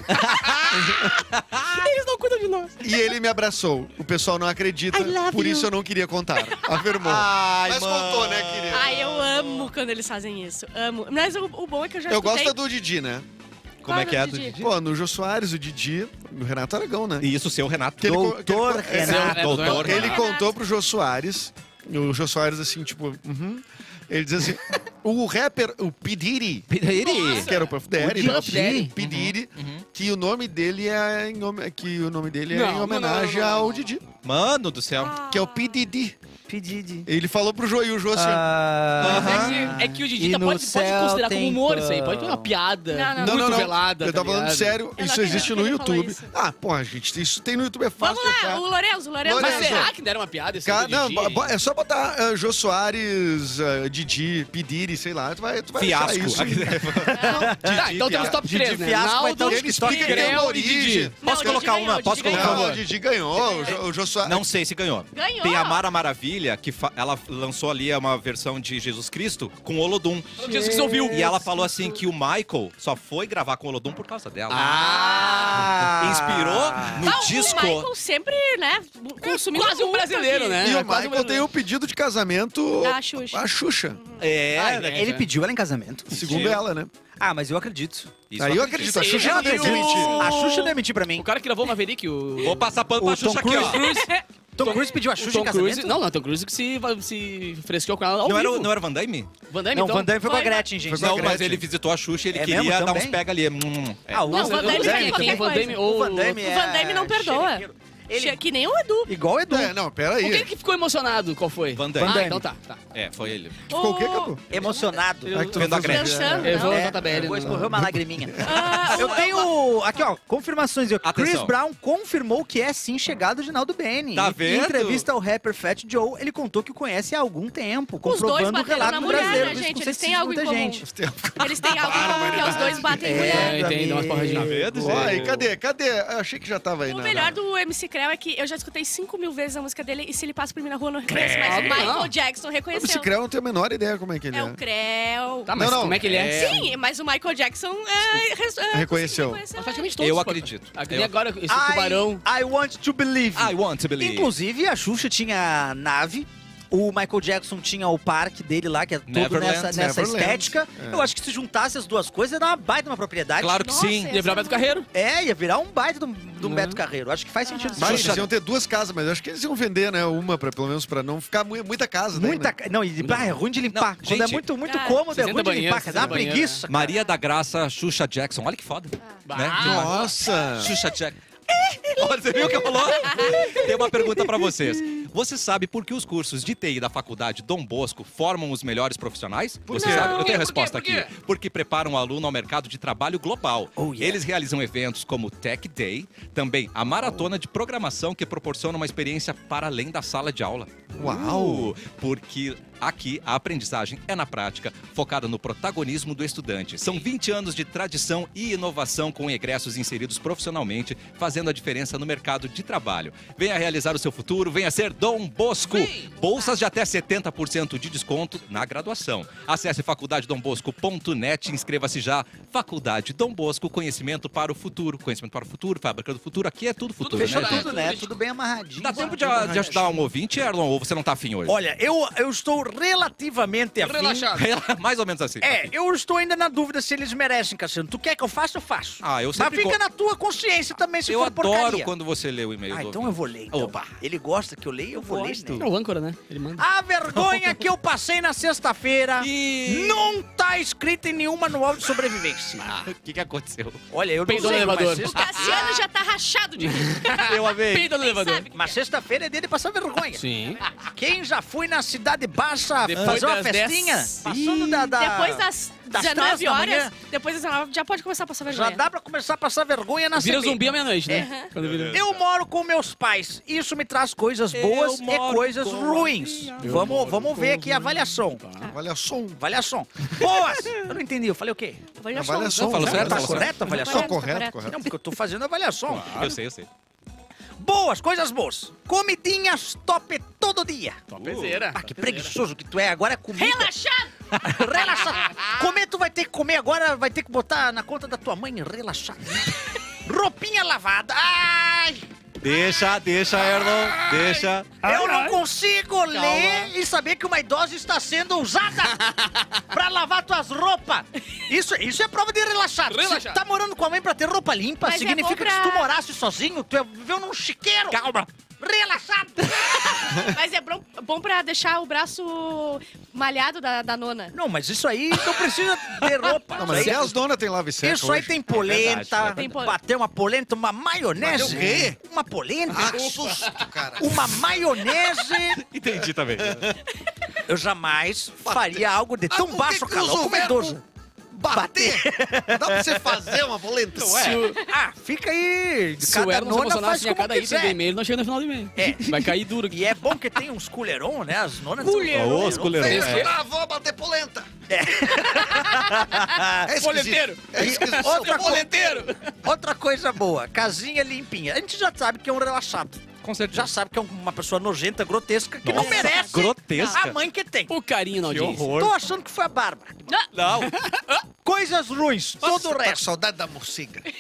[SPEAKER 2] Eles não cuidam de nós.
[SPEAKER 4] E ele me abraçou. O pessoal não acredita, por isso eu não queria contar. Afirmou.
[SPEAKER 1] Ai,
[SPEAKER 4] Mas
[SPEAKER 1] mano.
[SPEAKER 4] contou, né, querido?
[SPEAKER 5] Ai, eu amo quando eles fazem isso. Amo. Mas o, o bom é que eu já
[SPEAKER 4] Eu
[SPEAKER 5] escutei...
[SPEAKER 4] gosto da do Didi, né?
[SPEAKER 1] Como é que é,
[SPEAKER 5] do Didi?
[SPEAKER 1] Didi?
[SPEAKER 4] Pô, no Jô Soares, o Didi, o Renato Aragão, né?
[SPEAKER 1] E isso, seu Renato.
[SPEAKER 4] Que ele co- que ele
[SPEAKER 3] Doutor
[SPEAKER 4] co- é,
[SPEAKER 3] Renato.
[SPEAKER 1] Doutor
[SPEAKER 4] Ele
[SPEAKER 1] Renato.
[SPEAKER 4] contou pro Jô Soares, e o Jô Soares assim, tipo, uhum. ele diz assim, o rapper, o Pidiri,
[SPEAKER 1] Piriri.
[SPEAKER 4] que era Ah, o Puff Daddy,
[SPEAKER 2] O
[SPEAKER 4] né?
[SPEAKER 2] Puff Daddy. Uhum.
[SPEAKER 4] Pidiri, que o nome dele é em, home- que o nome dele é
[SPEAKER 2] Não,
[SPEAKER 4] em
[SPEAKER 2] não,
[SPEAKER 4] homenagem
[SPEAKER 2] não, não, não,
[SPEAKER 4] ao
[SPEAKER 2] não.
[SPEAKER 4] Didi,
[SPEAKER 1] Mano do céu.
[SPEAKER 4] que é o Pididi.
[SPEAKER 3] Pedide. Ah,
[SPEAKER 4] Ele falou pro Jô e o Jô assim,
[SPEAKER 2] Ah, É que- É que o Didi
[SPEAKER 3] E
[SPEAKER 2] tá-
[SPEAKER 3] no
[SPEAKER 2] pode, pode
[SPEAKER 3] céu
[SPEAKER 2] considerar
[SPEAKER 3] tem
[SPEAKER 2] como humor isso aí.
[SPEAKER 3] pão.
[SPEAKER 2] Pode ter uma piada
[SPEAKER 5] Não, não,
[SPEAKER 4] não, não, não,
[SPEAKER 2] velada. tá
[SPEAKER 4] eu tava falando sério,
[SPEAKER 5] não
[SPEAKER 4] isso
[SPEAKER 5] acredito
[SPEAKER 4] existe
[SPEAKER 5] que
[SPEAKER 4] no
[SPEAKER 5] ele falou
[SPEAKER 4] YouTube.
[SPEAKER 5] isso.
[SPEAKER 4] Ah, pô, a gente, isso tem no YouTube, é fácil.
[SPEAKER 5] Vamos lá,
[SPEAKER 4] achar.
[SPEAKER 5] o Lourenço, o Lourenço.
[SPEAKER 2] Mas assim,
[SPEAKER 4] Lorenzo.
[SPEAKER 2] será que deram uma piada esse
[SPEAKER 4] Cara,
[SPEAKER 2] aí do
[SPEAKER 4] não,
[SPEAKER 2] Didi?
[SPEAKER 4] bo- bo- é só botar eh, Jô Soares, eh, Didi, Pediri, sei lá, tu vai, tu vai achar
[SPEAKER 1] Fiasco.
[SPEAKER 4] é isso.
[SPEAKER 2] Tá, então temos top 3, né?
[SPEAKER 3] Fiasco, mas então
[SPEAKER 2] Naldo,
[SPEAKER 3] ele
[SPEAKER 4] explica que tem uma
[SPEAKER 2] Creu e Didi.
[SPEAKER 4] origem.
[SPEAKER 5] Não,
[SPEAKER 1] Posso
[SPEAKER 5] o Didi
[SPEAKER 1] colocar
[SPEAKER 5] ganhou,
[SPEAKER 1] uma?
[SPEAKER 5] o Didi
[SPEAKER 1] Posso colocar
[SPEAKER 5] ganhou.
[SPEAKER 1] uma?
[SPEAKER 4] Não, o Didi ganhou, o Jô, o Jô Soares...
[SPEAKER 1] Não sei se ganhou.
[SPEAKER 5] Ganhou.
[SPEAKER 1] Tem a Mara Maravilha, que fa- ela lançou ali uma versão de Jesus Cristo com o Olodum.
[SPEAKER 2] Jesus Cristo ouviu.
[SPEAKER 1] E ela falou assim que o Michael só foi gravar com o Olodum por causa dela.
[SPEAKER 3] Ah!
[SPEAKER 1] Inspirou no
[SPEAKER 5] Não,
[SPEAKER 1] disco.
[SPEAKER 5] O Michael sempre, né, consumindo
[SPEAKER 2] Quase um
[SPEAKER 5] muito
[SPEAKER 2] brasileiro,
[SPEAKER 5] aqui.
[SPEAKER 2] né?
[SPEAKER 4] E
[SPEAKER 2] É quase um
[SPEAKER 4] o Michael tem
[SPEAKER 2] brasileiro.
[SPEAKER 4] um pedido de casamento
[SPEAKER 5] Da Xuxa.
[SPEAKER 4] a Xuxa,
[SPEAKER 1] É,
[SPEAKER 2] Ah, é.
[SPEAKER 1] né?
[SPEAKER 3] Ele pediu ela em casamento?
[SPEAKER 4] segundo
[SPEAKER 1] Sim.
[SPEAKER 4] ela, né?
[SPEAKER 3] Ah, mas eu acredito.
[SPEAKER 1] Isso
[SPEAKER 4] Aí eu acredito, a
[SPEAKER 2] Isso aí,
[SPEAKER 4] Xuxa
[SPEAKER 3] Eu
[SPEAKER 4] não tem
[SPEAKER 3] acredito.
[SPEAKER 4] que mentir.
[SPEAKER 3] A Xuxa deve mentir pra mim.
[SPEAKER 2] O cara que gravou o Maverick, o...
[SPEAKER 1] Vou passar pano pra
[SPEAKER 3] O Tom
[SPEAKER 1] Xuxa aqui, ó.
[SPEAKER 3] Cruise. Tom Cruise pediu a
[SPEAKER 2] o
[SPEAKER 3] Xuxa em
[SPEAKER 2] Tom Cruise...
[SPEAKER 3] casamento?
[SPEAKER 2] Não, não, o Tom Cruise que se, se fresqueou com ela ao
[SPEAKER 1] Não era,
[SPEAKER 2] vivo.
[SPEAKER 1] o- não era o Van Damme?
[SPEAKER 2] Van Damme,
[SPEAKER 3] Não,
[SPEAKER 2] então?
[SPEAKER 3] Van Damme foi com a
[SPEAKER 5] Foi, mas-
[SPEAKER 3] Gretchen, gente.
[SPEAKER 1] não,
[SPEAKER 4] a
[SPEAKER 1] mas
[SPEAKER 4] Gretchen.
[SPEAKER 1] ele visitou a Xuxa e ele
[SPEAKER 3] É
[SPEAKER 1] queria
[SPEAKER 3] mesmo?
[SPEAKER 1] dar uns
[SPEAKER 3] Também?
[SPEAKER 1] pega ali. Hum, é.
[SPEAKER 3] Ah, o
[SPEAKER 5] Não,
[SPEAKER 2] Não,
[SPEAKER 5] o
[SPEAKER 2] Van
[SPEAKER 5] Van Damme
[SPEAKER 2] Damme,
[SPEAKER 5] faz
[SPEAKER 2] quem é
[SPEAKER 5] qualquer
[SPEAKER 2] Van Damme
[SPEAKER 5] coisa.
[SPEAKER 2] ou...
[SPEAKER 5] O Van Damme não perdoa.
[SPEAKER 3] xerequeiro.
[SPEAKER 5] Ele... Que nem o Edu.
[SPEAKER 3] Igual o Edu.
[SPEAKER 4] É, não, peraí.
[SPEAKER 2] O que que ficou emocionado? Qual foi?
[SPEAKER 1] Van Damme.
[SPEAKER 2] Ah,
[SPEAKER 1] Van Damme.
[SPEAKER 2] então tá. tá.
[SPEAKER 1] É, foi ele.
[SPEAKER 4] Ficou o quê, Cadu?
[SPEAKER 3] Emocionado.
[SPEAKER 4] É que tu
[SPEAKER 1] Vendo
[SPEAKER 4] não
[SPEAKER 1] a
[SPEAKER 4] fez
[SPEAKER 1] Gretchen.
[SPEAKER 4] nada.
[SPEAKER 5] Dançando,
[SPEAKER 2] Eu vou
[SPEAKER 5] não.
[SPEAKER 2] botar BL.
[SPEAKER 3] é, Depois
[SPEAKER 2] no-
[SPEAKER 3] escorreu uma lagriminha.
[SPEAKER 5] Ah,
[SPEAKER 3] Eu tenho. Aqui, ó, confirmações. O Chris
[SPEAKER 1] Atenção.
[SPEAKER 3] Brown confirmou que é sim chegado de Naldo Benny.
[SPEAKER 1] Tá
[SPEAKER 3] Em- Em
[SPEAKER 1] vendo?
[SPEAKER 3] entrevista ao rapper Fat Joe, ele contou que o conhece há algum tempo,
[SPEAKER 5] Os dois
[SPEAKER 3] comprovando o
[SPEAKER 5] bateram na
[SPEAKER 3] relato
[SPEAKER 5] mulher,
[SPEAKER 3] brasileiro
[SPEAKER 5] né,
[SPEAKER 3] dos
[SPEAKER 5] gente? Eles
[SPEAKER 3] conceitos
[SPEAKER 5] têm
[SPEAKER 3] de
[SPEAKER 5] algo em
[SPEAKER 3] muita
[SPEAKER 5] comum.
[SPEAKER 3] gente.
[SPEAKER 5] Eles têm algo em comum, que é os dois batem
[SPEAKER 3] É,
[SPEAKER 5] mulher.
[SPEAKER 2] É, eu entendi, dá umas
[SPEAKER 3] amigo.
[SPEAKER 2] porradinhas.
[SPEAKER 1] Tá vendo?
[SPEAKER 4] Uai,
[SPEAKER 1] gente?
[SPEAKER 4] cadê? Cadê? Eu achei que já tava aí.
[SPEAKER 5] O
[SPEAKER 4] na-
[SPEAKER 5] melhor
[SPEAKER 4] na-
[SPEAKER 5] do MC Creu é que eu já escutei 5 mil vezes a música dele e se ele passa por mim na rua eu não reconheço, mas o
[SPEAKER 2] Credo.
[SPEAKER 5] Michael Jackson
[SPEAKER 4] O
[SPEAKER 5] reconheceu.
[SPEAKER 4] Cicrel não tem a menor ideia como é que ele
[SPEAKER 3] né?
[SPEAKER 5] É
[SPEAKER 4] é.
[SPEAKER 5] o Creu.
[SPEAKER 2] Tá, mas
[SPEAKER 4] Não, não,
[SPEAKER 2] como é que ele é?
[SPEAKER 5] Sim, mas o Michael Jackson é, res- é,
[SPEAKER 4] Reconheceu.
[SPEAKER 5] conseguiu
[SPEAKER 2] Mas
[SPEAKER 5] reconhecer.
[SPEAKER 2] praticamente todos.
[SPEAKER 1] Eu
[SPEAKER 2] pô.
[SPEAKER 1] acredito.
[SPEAKER 2] Ah, que
[SPEAKER 1] Eu-
[SPEAKER 2] nem agora esse
[SPEAKER 3] I-
[SPEAKER 2] tubarão.
[SPEAKER 3] I want to believe.
[SPEAKER 1] I want to believe.
[SPEAKER 3] Inclusive, a Xuxa tinha nave. O Michael Jackson tinha o parque dele lá, que é todo
[SPEAKER 1] Neverland,
[SPEAKER 3] nessa, nessa
[SPEAKER 4] Neverland.
[SPEAKER 3] estética. Eu acho que se juntasse as duas coisas, ia dar uma baita uma propriedade.
[SPEAKER 1] Claro que
[SPEAKER 5] Nossa,
[SPEAKER 1] sim.
[SPEAKER 5] essa
[SPEAKER 2] Ia virar
[SPEAKER 5] é
[SPEAKER 2] Beto Carreiro.
[SPEAKER 3] É, ia virar um baita de um, de um Beto Carreiro. Acho que faz sentido. sim.
[SPEAKER 4] Mas eles iam ter duas casas, mas eu acho que eles iam vender, né? Uma, pra, pelo menos, pra não ficar mu- muita casa. daí,
[SPEAKER 3] Muita.
[SPEAKER 4] né?
[SPEAKER 3] ca- Não, e pá, é ruim de limpar. Quando é
[SPEAKER 1] gente,
[SPEAKER 3] muito, muito
[SPEAKER 5] cara,
[SPEAKER 3] cômodo, é
[SPEAKER 2] 60
[SPEAKER 3] ruim de limpar.
[SPEAKER 2] banheiros,
[SPEAKER 3] cara, Dá uma
[SPEAKER 2] 60 banheiros,
[SPEAKER 3] preguiça.
[SPEAKER 1] Maria da Graça, Xuxa Jackson. Olha que foda. Né?
[SPEAKER 2] Ah,
[SPEAKER 4] Nossa!
[SPEAKER 1] Xuxa Jackson. Olha, você viu o que rolou? Tem uma pergunta pra vocês. Você sabe por que os cursos de TI da faculdade Dom Bosco formam os melhores profissionais? Você
[SPEAKER 2] quê?
[SPEAKER 1] sabe?
[SPEAKER 2] Por
[SPEAKER 1] Eu
[SPEAKER 2] quê?
[SPEAKER 1] tenho a
[SPEAKER 2] Por
[SPEAKER 1] resposta
[SPEAKER 2] quê? Por
[SPEAKER 1] aqui. Porque preparam o aluno ao mercado de trabalho global.
[SPEAKER 3] Oh, yeah.
[SPEAKER 1] Eles realizam eventos como Tech Day, também a maratona de programação que proporciona uma experiência para além da sala de aula.
[SPEAKER 4] Uau!
[SPEAKER 1] Uh, Porque aqui a aprendizagem é na prática, focada no protagonismo do estudante. São 20 anos de tradição e inovação com egressos inseridos profissionalmente, fazendo a diferença no mercado de trabalho. Venha realizar o seu futuro, venha ser Dom Bosco. Bolsas de até 70% de desconto na graduação. Acesse faculdadedombosco.net, e inscreva-se já. Faculdade Dom Bosco, conhecimento para o futuro. Conhecimento para o futuro, fábrica do futuro. Aqui é tudo Tá futuro,
[SPEAKER 3] Fechou
[SPEAKER 1] né? gente?
[SPEAKER 3] tudo, né? Tudo bem amarradinho.
[SPEAKER 1] Dá tempo de, de ajudar um ouvinte, Erlon, ou você não tá afim hoje?
[SPEAKER 3] Olha, eu, eu estou relativamente afim.
[SPEAKER 2] Relaxado.
[SPEAKER 1] Mais ou menos assim.
[SPEAKER 3] É, eu estou ainda na dúvida se eles merecem, Cassiano. Tu quer que eu faça, eu faço.
[SPEAKER 1] Ah, eu
[SPEAKER 3] Mas
[SPEAKER 1] sempre
[SPEAKER 3] fica
[SPEAKER 1] go-
[SPEAKER 3] na tua consciência também, se
[SPEAKER 1] Eu
[SPEAKER 3] for
[SPEAKER 1] adoro
[SPEAKER 3] porcaria.
[SPEAKER 1] quando você lê o e-mail
[SPEAKER 3] Ah,
[SPEAKER 1] do
[SPEAKER 3] então eu
[SPEAKER 1] ouvinte.
[SPEAKER 3] vou ler, então.
[SPEAKER 1] Opa.
[SPEAKER 3] Ele gosta que eu leia, eu vou ler,
[SPEAKER 2] É
[SPEAKER 3] né?
[SPEAKER 2] o âncora, né? Ele manda.
[SPEAKER 3] A vergonha que eu passei na sexta-feira
[SPEAKER 1] E- Ah,
[SPEAKER 3] não tá escrita em nenhum manual de sobrevivência.
[SPEAKER 1] O que, que aconteceu?
[SPEAKER 3] Olha, eu
[SPEAKER 2] Peidou
[SPEAKER 3] não
[SPEAKER 2] no
[SPEAKER 3] sei, mas
[SPEAKER 2] elevador.
[SPEAKER 5] O
[SPEAKER 3] sexta-
[SPEAKER 5] Cassiano já tá rachado de rir.
[SPEAKER 1] Eu amei.
[SPEAKER 2] Peida no
[SPEAKER 5] Nem
[SPEAKER 2] elevador.
[SPEAKER 5] sabe.
[SPEAKER 3] mas sexta-feira é dele passar vergonha.
[SPEAKER 2] Sim.
[SPEAKER 3] Quem já foi na Cidade Baixa
[SPEAKER 2] Depois
[SPEAKER 3] fazer uma
[SPEAKER 2] das
[SPEAKER 3] festinha?
[SPEAKER 2] 10?
[SPEAKER 3] Passando da, da-
[SPEAKER 5] Depois das
[SPEAKER 3] das três
[SPEAKER 5] 19
[SPEAKER 3] da
[SPEAKER 5] horas,
[SPEAKER 3] manhã.
[SPEAKER 5] depois das 19 já pode começar a passar
[SPEAKER 3] Já
[SPEAKER 5] vergonha.
[SPEAKER 3] dá pra começar a passar vergonha na
[SPEAKER 2] Vira
[SPEAKER 3] CPI.
[SPEAKER 2] zumbi à meia-noite, né? Quando vira.
[SPEAKER 3] Eu moro com meus pais. Isso me traz coisas
[SPEAKER 1] Eu
[SPEAKER 3] boas e
[SPEAKER 1] moro
[SPEAKER 3] coisas
[SPEAKER 1] com
[SPEAKER 3] ruins. Vamos, vamos ver aqui a avaliação.
[SPEAKER 4] Olha só um.
[SPEAKER 3] Avaliação. Boas! Eu não entendi. Eu falei o quê?
[SPEAKER 5] Olha só. um.
[SPEAKER 4] Avaliação.
[SPEAKER 1] Não, falou
[SPEAKER 4] né?
[SPEAKER 1] certo,
[SPEAKER 3] Tá
[SPEAKER 1] falou
[SPEAKER 3] correto a avaliação?
[SPEAKER 4] Tá correto, correto.
[SPEAKER 3] Não, porque eu tô fazendo avaliação.
[SPEAKER 1] Eu sei, eu sei.
[SPEAKER 3] Boas, coisas boas. Comidinhas top todo dia.
[SPEAKER 2] Topzera.
[SPEAKER 3] Ah, que preguiçoso que tu é. Agora é comida.
[SPEAKER 5] Relaxado!
[SPEAKER 3] Relaxa. Comer, tu vai ter que comer agora, vai ter que botar na conta da tua mãe relaxar. Roupinha lavada. Ai!
[SPEAKER 1] Deixa, deixa, Erlon. Deixa.
[SPEAKER 3] Eu não consigo ler e saber que uma idosa está sendo usada pra lavar tuas roupas. Isso, isso é prova de relaxado. Se
[SPEAKER 2] Relaxado.
[SPEAKER 3] tá morando com a mãe pra ter roupa limpa,
[SPEAKER 5] Mas é
[SPEAKER 3] significa
[SPEAKER 5] bom
[SPEAKER 3] que se
[SPEAKER 5] pra-
[SPEAKER 3] tu morasse sozinho, tu ia viver num chiqueiro. Calma. Relaxado.
[SPEAKER 5] Mas é bom, bom pra deixar o braço malhado da, da nona.
[SPEAKER 3] Não, mas isso aí não é precisa ter roupa.
[SPEAKER 4] Não, mas
[SPEAKER 3] isso
[SPEAKER 4] até
[SPEAKER 3] aí,
[SPEAKER 4] as donas têm lava e seca
[SPEAKER 3] isso aí
[SPEAKER 4] hoje.
[SPEAKER 3] tem polenta,
[SPEAKER 1] verdade, é
[SPEAKER 5] verdade.
[SPEAKER 3] bater uma polenta, uma maionese.
[SPEAKER 4] Bateu o quê?
[SPEAKER 3] Uma polenta.
[SPEAKER 6] Ah, que susto, cara.
[SPEAKER 3] Uma maionese.
[SPEAKER 1] Entendi também.
[SPEAKER 3] Eu jamais faria algo de tão
[SPEAKER 6] Ah, por que
[SPEAKER 3] baixo
[SPEAKER 6] que usa
[SPEAKER 3] calor
[SPEAKER 6] o
[SPEAKER 3] como é
[SPEAKER 6] verbo
[SPEAKER 3] idoso.
[SPEAKER 6] Bater. Dá pra você fazer uma
[SPEAKER 4] Então,
[SPEAKER 6] polenta?
[SPEAKER 4] é.
[SPEAKER 2] Se o,
[SPEAKER 3] Ah, fica aí.
[SPEAKER 2] se o
[SPEAKER 3] cada
[SPEAKER 2] Erlon se
[SPEAKER 3] nona faz
[SPEAKER 2] emocionasse a
[SPEAKER 3] como
[SPEAKER 2] cada item do
[SPEAKER 3] quiser.
[SPEAKER 2] e-mail, não chega no final do e-mail.
[SPEAKER 3] É.
[SPEAKER 2] Vai cair duro aqui.
[SPEAKER 3] E é bom que tem uns culeirão, né? As nonas...
[SPEAKER 1] Culeirão. Ô, os culeirão.
[SPEAKER 6] Vem
[SPEAKER 1] É.
[SPEAKER 4] ah,
[SPEAKER 6] estudar, vou bater polenta.
[SPEAKER 4] É
[SPEAKER 6] É. esquisito.
[SPEAKER 2] Boleteiro.
[SPEAKER 6] É esquisito.
[SPEAKER 3] Outra, co-
[SPEAKER 2] Boleteiro!
[SPEAKER 3] outra coisa boa, casinha limpinha. A gente já sabe que é um relaxado.
[SPEAKER 1] Com certeza.
[SPEAKER 3] Já sabe que é uma pessoa nojenta, grotesca, que não
[SPEAKER 1] Nossa,
[SPEAKER 3] merece
[SPEAKER 1] grotesca.
[SPEAKER 3] a mãe que tem.
[SPEAKER 2] O carinho na audiência.
[SPEAKER 3] Tô achando que foi a Bárbara.
[SPEAKER 1] Não.
[SPEAKER 3] Coisas ruins, todo o
[SPEAKER 6] Tá com
[SPEAKER 3] resto.
[SPEAKER 6] saudade da morcega.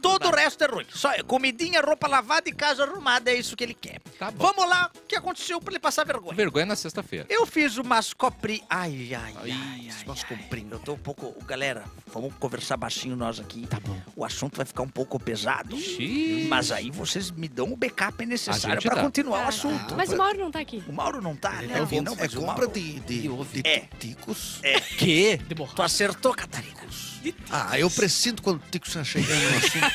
[SPEAKER 3] Todo o resto é ruim. Só é comidinha, roupa lavada e casa arrumada, é isso que ele quer. Vamos lá, o que aconteceu pra ele passar vergonha?
[SPEAKER 1] Vergonha na sexta-feira.
[SPEAKER 3] Eu fiz o mascopri. Ai, ai, ai. ai,
[SPEAKER 6] Isso, nós comprimos.
[SPEAKER 3] Eu tô um pouco. Galera, vamos conversar baixinho nós aqui. Tá bom. O assunto vai ficar um pouco pesado.
[SPEAKER 1] Xiii.
[SPEAKER 3] Mas aí vocês me dão o backup
[SPEAKER 1] A
[SPEAKER 3] necessário
[SPEAKER 1] gente
[SPEAKER 3] pra
[SPEAKER 1] dá.
[SPEAKER 3] continuar o assunto.
[SPEAKER 5] Mas o Mauro não tá aqui.
[SPEAKER 3] O Mauro não tá, né? Não, não,
[SPEAKER 6] Ah, É
[SPEAKER 3] mas o
[SPEAKER 6] compra
[SPEAKER 3] Mauro.
[SPEAKER 6] de, de, de
[SPEAKER 3] É.
[SPEAKER 6] ticos.
[SPEAKER 1] Que?
[SPEAKER 2] De borracha.
[SPEAKER 3] Tu acertou, Catarina.
[SPEAKER 6] Ah, eu preciso quando o tico está chegando no assunto.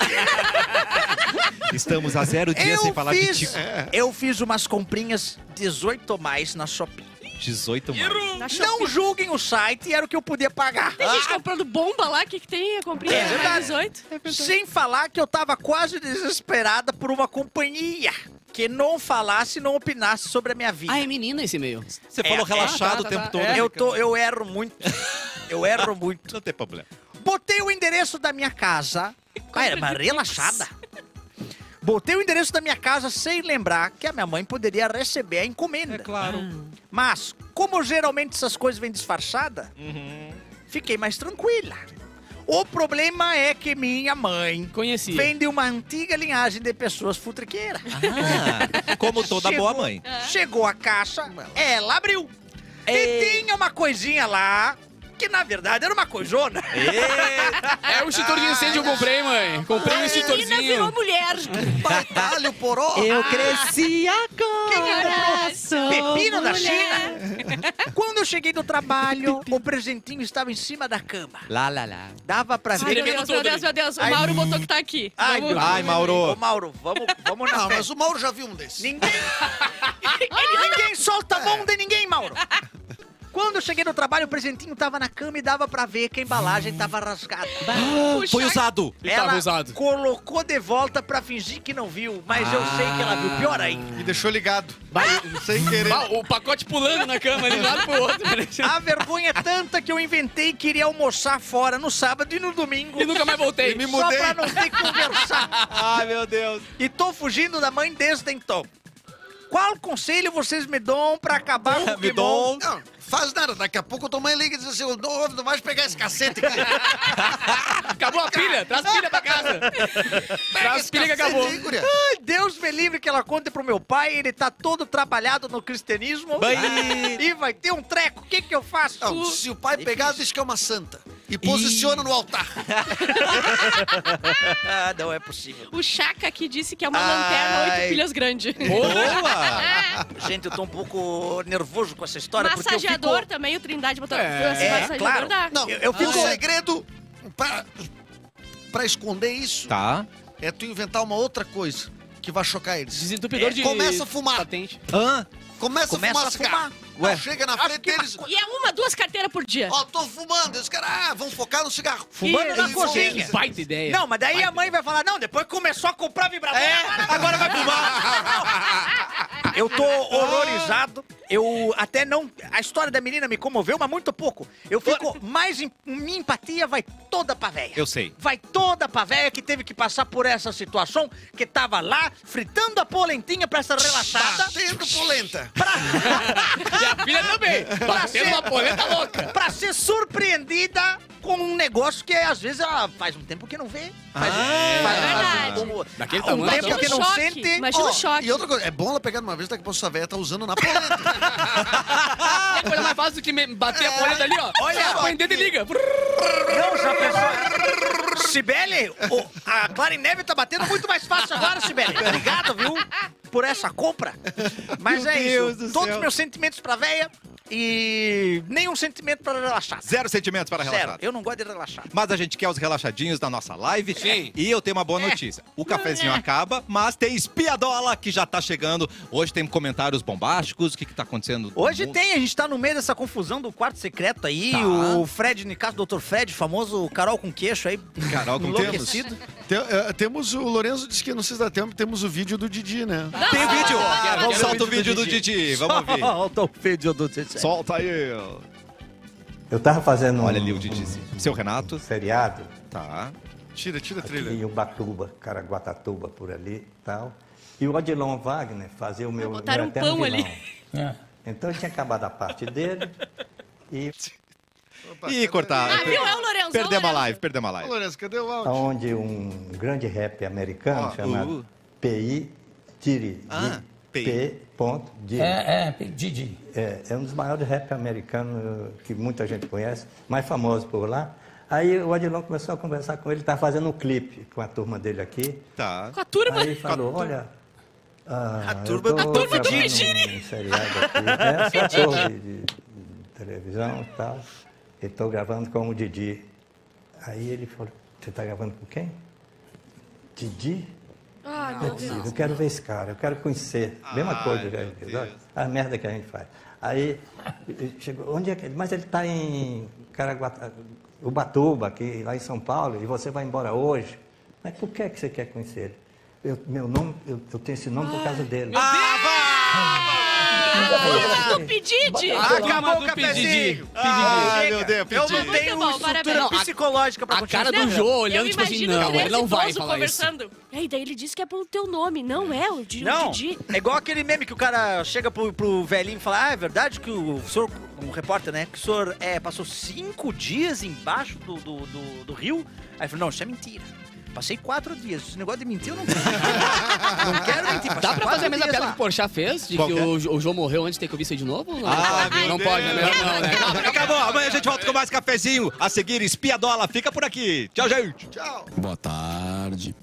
[SPEAKER 1] Estamos a zero dias sem falar de
[SPEAKER 3] fiz,
[SPEAKER 1] tico.
[SPEAKER 5] É.
[SPEAKER 3] eu fiz umas comprinhas 18 ou mais na Shopee.
[SPEAKER 1] 18 mais.
[SPEAKER 5] Na
[SPEAKER 3] Não
[SPEAKER 5] Shopee.
[SPEAKER 3] julguem o site, era o que eu podia pagar.
[SPEAKER 5] Tem gente comprando bomba lá, o que, que tem? Eu comprei
[SPEAKER 3] É
[SPEAKER 5] de
[SPEAKER 3] verdade.
[SPEAKER 5] mais 18.
[SPEAKER 3] Ah, Sem falar que eu tava quase desesperada por uma companhia que não falasse e não opinasse sobre a minha vida.
[SPEAKER 2] Ah, é menina esse e-mail.
[SPEAKER 1] Você
[SPEAKER 3] É,
[SPEAKER 1] falou
[SPEAKER 2] é,
[SPEAKER 1] relaxado
[SPEAKER 2] tá,
[SPEAKER 1] o
[SPEAKER 2] tá,
[SPEAKER 1] tempo
[SPEAKER 2] tá.
[SPEAKER 1] todo.
[SPEAKER 2] É,
[SPEAKER 3] eu, tô, eu erro muito. Eu erro muito.
[SPEAKER 1] Não tem problema.
[SPEAKER 3] Botei o endereço da minha casa. Ah, era uma relaxada. Botei o endereço da minha casa sem lembrar que a minha mãe poderia receber a encomenda. Ah.
[SPEAKER 1] claro.
[SPEAKER 3] Mas, como geralmente essas coisas vêm disfarçadas, fiquei mais tranquila. O problema é que minha mãe
[SPEAKER 2] Conheci.
[SPEAKER 3] vem de uma antiga linhagem de pessoas futriqueiras.
[SPEAKER 1] Ah, como toda
[SPEAKER 3] Chegou-
[SPEAKER 1] boa mãe.
[SPEAKER 3] Chegou a caixa, ela abriu. E tinha uma coisinha lá, que na verdade era uma coisona.
[SPEAKER 2] É o extintor de incêndio que eu comprei, mãe. Comprei um
[SPEAKER 5] Menina virou
[SPEAKER 2] extintorzinho.
[SPEAKER 5] mulher.
[SPEAKER 6] Batalho poró.
[SPEAKER 8] Eu cresci agora. sou
[SPEAKER 3] Pepino da
[SPEAKER 8] mulher.
[SPEAKER 3] China. Quando eu cheguei do trabalho, o presentinho estava em cima da cama.
[SPEAKER 8] Lá, lá, lá.
[SPEAKER 3] Dava pra
[SPEAKER 5] Ai,
[SPEAKER 3] ver.
[SPEAKER 5] meu Deus, meu Deus, meu Deus. O Mauro botou que tá aqui.
[SPEAKER 3] Ai,
[SPEAKER 5] Vamos-
[SPEAKER 3] meu-
[SPEAKER 1] Ai, Mauro.
[SPEAKER 3] Ô, Mauro, vamos, vamos na
[SPEAKER 6] Não,
[SPEAKER 3] fé.
[SPEAKER 6] mas o Mauro já viu um desses.
[SPEAKER 3] Ninguém... ninguém solta a mão de ninguém, Mauro. Quando eu cheguei do trabalho, o presentinho tava na cama e dava pra ver que a embalagem tava rasgada.
[SPEAKER 1] Foi usado.
[SPEAKER 2] E tava usado.
[SPEAKER 3] colocou de volta pra fingir que não viu, mas eu
[SPEAKER 6] Ah.
[SPEAKER 3] sei que ela viu. Pior ainda.
[SPEAKER 4] E deixou ligado. Sem querer.
[SPEAKER 2] Ah, o pacote pulando na cama, de um lado pro outro.
[SPEAKER 3] A vergonha é tanta que eu inventei que iria almoçar fora no sábado e no domingo.
[SPEAKER 2] E nunca mais voltei.
[SPEAKER 4] me
[SPEAKER 3] Só
[SPEAKER 4] mudei.
[SPEAKER 3] pra não ter que conversar.
[SPEAKER 1] Ai, meu Deus.
[SPEAKER 3] E tô fugindo da mãe desde então. Qual conselho vocês me dão pra acabar com o
[SPEAKER 1] Me
[SPEAKER 3] Pokémon?
[SPEAKER 1] dou.
[SPEAKER 6] Não, faz nada. Daqui a pouco tua mãe liga e diz assim, "Ô, não, não vais pegar esse cacete aqui.
[SPEAKER 2] Acabou a pilha. Traz pilha pra casa. Traz pilha que acabou.
[SPEAKER 6] Sim, guria.
[SPEAKER 3] Ai, Deus me livre que ela conte pro meu pai, ele tá todo trabalhado no cristianismo. Ah, E vai ter um treco, o que que eu faço?
[SPEAKER 6] Não, se o pai pegar, diz que é uma santa. E posiciona no altar.
[SPEAKER 3] Ah, não é possível.
[SPEAKER 5] O Chaka aqui disse que é uma
[SPEAKER 3] Ai.
[SPEAKER 5] lanterna 8 pilhas grande.
[SPEAKER 1] Boa!
[SPEAKER 3] Gente, eu tô um pouco nervoso com essa história, porque eu fico...
[SPEAKER 5] Massageador também, o Trindade botou.
[SPEAKER 2] É.
[SPEAKER 5] Esse
[SPEAKER 3] É,
[SPEAKER 5] massageador
[SPEAKER 3] claro.
[SPEAKER 5] dá.
[SPEAKER 6] Não,
[SPEAKER 3] Eu- eu
[SPEAKER 6] o
[SPEAKER 3] fico-
[SPEAKER 6] segredo pra, pra esconder isso
[SPEAKER 1] Tá.
[SPEAKER 6] é tu inventar uma outra coisa que vai chocar eles.
[SPEAKER 2] Desentupidor de...
[SPEAKER 6] Começa a fumar.
[SPEAKER 2] Patente.
[SPEAKER 1] Hã?
[SPEAKER 6] Começa,
[SPEAKER 3] Começa
[SPEAKER 6] a fumar.
[SPEAKER 3] a fumar.
[SPEAKER 6] cigarro. Não, chega na frente deles.
[SPEAKER 5] E é uma, duas carteiras por dia.
[SPEAKER 6] Ó, tô fumando. Os caras, ah, vão focar no cigarro.
[SPEAKER 3] Fumando na
[SPEAKER 6] Isso.
[SPEAKER 3] cozinha.
[SPEAKER 2] Baita ideia.
[SPEAKER 3] Não, mas daí a mãe vai falar, não, depois começou a comprar vibrador. agora vai fumar. Eu tô horrorizado. Eu até não... A história da menina me comoveu, mas muito pouco. Eu fico mais... Em, minha empatia vai toda pra véia.
[SPEAKER 1] Eu sei.
[SPEAKER 3] Vai toda pra véia que teve que passar por essa situação, que tava lá fritando a polentinha pra essa relaxada.
[SPEAKER 6] Batendo polenta.
[SPEAKER 2] E a filha também. Batendo uma polenta louca.
[SPEAKER 3] Pra ser surpreendida com um negócio que às vezes ela faz um tempo que não vê. Faz,
[SPEAKER 1] Ah,
[SPEAKER 3] faz-
[SPEAKER 5] é
[SPEAKER 3] faz um,
[SPEAKER 5] verdade.
[SPEAKER 3] um-
[SPEAKER 2] Daquele
[SPEAKER 3] um
[SPEAKER 2] tamanho,
[SPEAKER 3] tempo
[SPEAKER 2] então.
[SPEAKER 3] que não
[SPEAKER 5] Imagina o choque.
[SPEAKER 3] sente.
[SPEAKER 5] Imagina
[SPEAKER 6] Ó,
[SPEAKER 5] o choque.
[SPEAKER 6] E outra coisa, é bom ela pegar de uma vez, daqui a pouco sua véia tá usando na polenta.
[SPEAKER 2] É coisa mais fácil do que me- bater a polenta ali, ó.
[SPEAKER 3] Olha,
[SPEAKER 2] a mãe dele e liga.
[SPEAKER 3] Não, já pensou. Sibeli, o- a Clarin Neve tá batendo muito mais fácil agora, Sibeli. Obrigado, viu, por essa compra. Mas é
[SPEAKER 1] Deus
[SPEAKER 3] isso.
[SPEAKER 1] do
[SPEAKER 3] Todos
[SPEAKER 1] céu.
[SPEAKER 3] meus sentimentos pra véia e nenhum sentimento pra relaxar.
[SPEAKER 1] Zero sentimentos para
[SPEAKER 3] Zero,
[SPEAKER 1] relaxar.
[SPEAKER 3] eu não gosto de relaxar.
[SPEAKER 1] Mas a gente quer os relaxadinhos da nossa live.
[SPEAKER 2] Sim.
[SPEAKER 1] E eu tenho uma
[SPEAKER 5] É.
[SPEAKER 1] boa notícia. O cafezinho acaba, mas tem espiadola que já tá chegando. Hoje tem comentários bombásticos, o que, que tá acontecendo. no
[SPEAKER 3] Hoje
[SPEAKER 1] mundo.
[SPEAKER 3] tem, a gente tá no meio dessa confusão do quarto secreto aí,
[SPEAKER 1] Tá.
[SPEAKER 3] o Fred Nicasso, Dr. Fred, famoso Carol com queixo aí,
[SPEAKER 1] Carol com temos.
[SPEAKER 3] enlouquecido.
[SPEAKER 4] Tem- eh, temos o Lorenzo disse que não se dá tempo, temos o vídeo do Didi, né?
[SPEAKER 1] Tem vídeo.
[SPEAKER 2] vamos ver
[SPEAKER 1] Solta o vídeo do Didi. Vamos ver.
[SPEAKER 3] Solta o vídeo do Didi.
[SPEAKER 4] Solta aí.
[SPEAKER 9] Eu tava fazendo
[SPEAKER 1] Olha
[SPEAKER 9] um,
[SPEAKER 1] ali o Didi. Seu Renato.
[SPEAKER 9] um seriado
[SPEAKER 1] Tá.
[SPEAKER 4] Tira, tira a
[SPEAKER 9] aqui
[SPEAKER 4] trilha.
[SPEAKER 9] em Ubatuba, Caraguatatuba, por ali e tal. E o Odilon Wagner fazia o meu, meu
[SPEAKER 5] botaram um
[SPEAKER 9] eterno
[SPEAKER 5] pão ali.
[SPEAKER 9] vilão. Então eu tinha acabado a parte dele e
[SPEAKER 1] Ih,
[SPEAKER 5] Ah,
[SPEAKER 1] cortaram.
[SPEAKER 5] viu? É o Lourenço. é o
[SPEAKER 1] Perdemos a
[SPEAKER 5] Lourenço.
[SPEAKER 1] live, perdemos a
[SPEAKER 4] Ô,
[SPEAKER 1] live.
[SPEAKER 4] Lorenzo, cadê o áudio?
[SPEAKER 9] aonde um grande rap americano
[SPEAKER 1] Ó,
[SPEAKER 9] chamado
[SPEAKER 1] uh.
[SPEAKER 9] P.I. Diri.
[SPEAKER 1] Ah,
[SPEAKER 9] P. ponto Diri.
[SPEAKER 10] É, é, Didi.
[SPEAKER 9] É, é um dos maiores rap americanos que muita gente conhece, mais famoso por lá. Aí o Odilon começou a conversar com ele, tá fazendo um clipe com a turma dele aqui.
[SPEAKER 1] Tá.
[SPEAKER 5] Com a turma.
[SPEAKER 9] Aí falou, olha. ah,
[SPEAKER 3] A
[SPEAKER 9] eu
[SPEAKER 3] turma- tá
[SPEAKER 9] tô
[SPEAKER 3] a turma do
[SPEAKER 9] trabalhando
[SPEAKER 5] Pedire.
[SPEAKER 9] num seriado aqui, né? Sou ator de, de- de televisão e tal. E tô gravando com o Didi. Aí ele falou, você tá gravando com quem? Didi?
[SPEAKER 5] Ai, meu Deus.
[SPEAKER 9] Eu quero ver esse cara, eu quero conhecer. Mesma coisa, já, a merda que a gente faz. Aí ele chegou, onde é que ele? Mas ele está em Caraguata, Ubatuba, aqui, lá em São Paulo, e você vai embora hoje. Mas por que, é que você quer conhecer ele? Eu- meu nome, eu, eu tenho esse nome por causa dele.
[SPEAKER 5] Ah, do pedide!
[SPEAKER 2] Acabou
[SPEAKER 3] o
[SPEAKER 2] o cafezinho.
[SPEAKER 4] Ai, meu Deus,
[SPEAKER 3] Eu não tenho
[SPEAKER 4] pedi.
[SPEAKER 5] Muito bom,
[SPEAKER 3] estrutura
[SPEAKER 5] parabéns. Não,
[SPEAKER 2] a-
[SPEAKER 3] psicológica pra
[SPEAKER 2] A
[SPEAKER 3] continuar
[SPEAKER 2] cara do
[SPEAKER 3] jogando.
[SPEAKER 2] Jô
[SPEAKER 5] Eu
[SPEAKER 2] olhando, tipo assim,
[SPEAKER 5] imagino
[SPEAKER 2] não,
[SPEAKER 5] três
[SPEAKER 2] ele não vai
[SPEAKER 5] idosos
[SPEAKER 2] falar isso.
[SPEAKER 5] conversando. E aí, daí ele disse que é pelo teu nome. Não é o Didi.
[SPEAKER 3] Não,
[SPEAKER 5] O Didi.
[SPEAKER 3] é igual aquele meme que o cara chega pro, pro velhinho e fala: Ah, é verdade que o senhor, um repórter, né? Que o senhor é, passou cinco dias embaixo do, do, do- do rio. Aí ele falou: Não, isso é mentira. Passei quatro dias. Esse negócio de mentir eu não quero. não quero mentir.
[SPEAKER 2] Dá
[SPEAKER 3] passei
[SPEAKER 2] pra fazer
[SPEAKER 3] quatro
[SPEAKER 2] a mesma
[SPEAKER 3] dias
[SPEAKER 2] piada
[SPEAKER 3] lá.
[SPEAKER 2] que o Porchat fez? De
[SPEAKER 4] Qual
[SPEAKER 2] que
[SPEAKER 4] que é?
[SPEAKER 2] o, Jo- o João morreu antes de ter que ouvir isso aí de novo? Não,
[SPEAKER 1] Ah, meu
[SPEAKER 2] não pode, né?
[SPEAKER 1] Deus.
[SPEAKER 2] Melhor não, né?
[SPEAKER 1] Acabou, amanhã a gente volta com mais cafezinho. A seguir, espiadola, fica por aqui. Tchau, gente.
[SPEAKER 6] Tchau.
[SPEAKER 1] Boa tarde.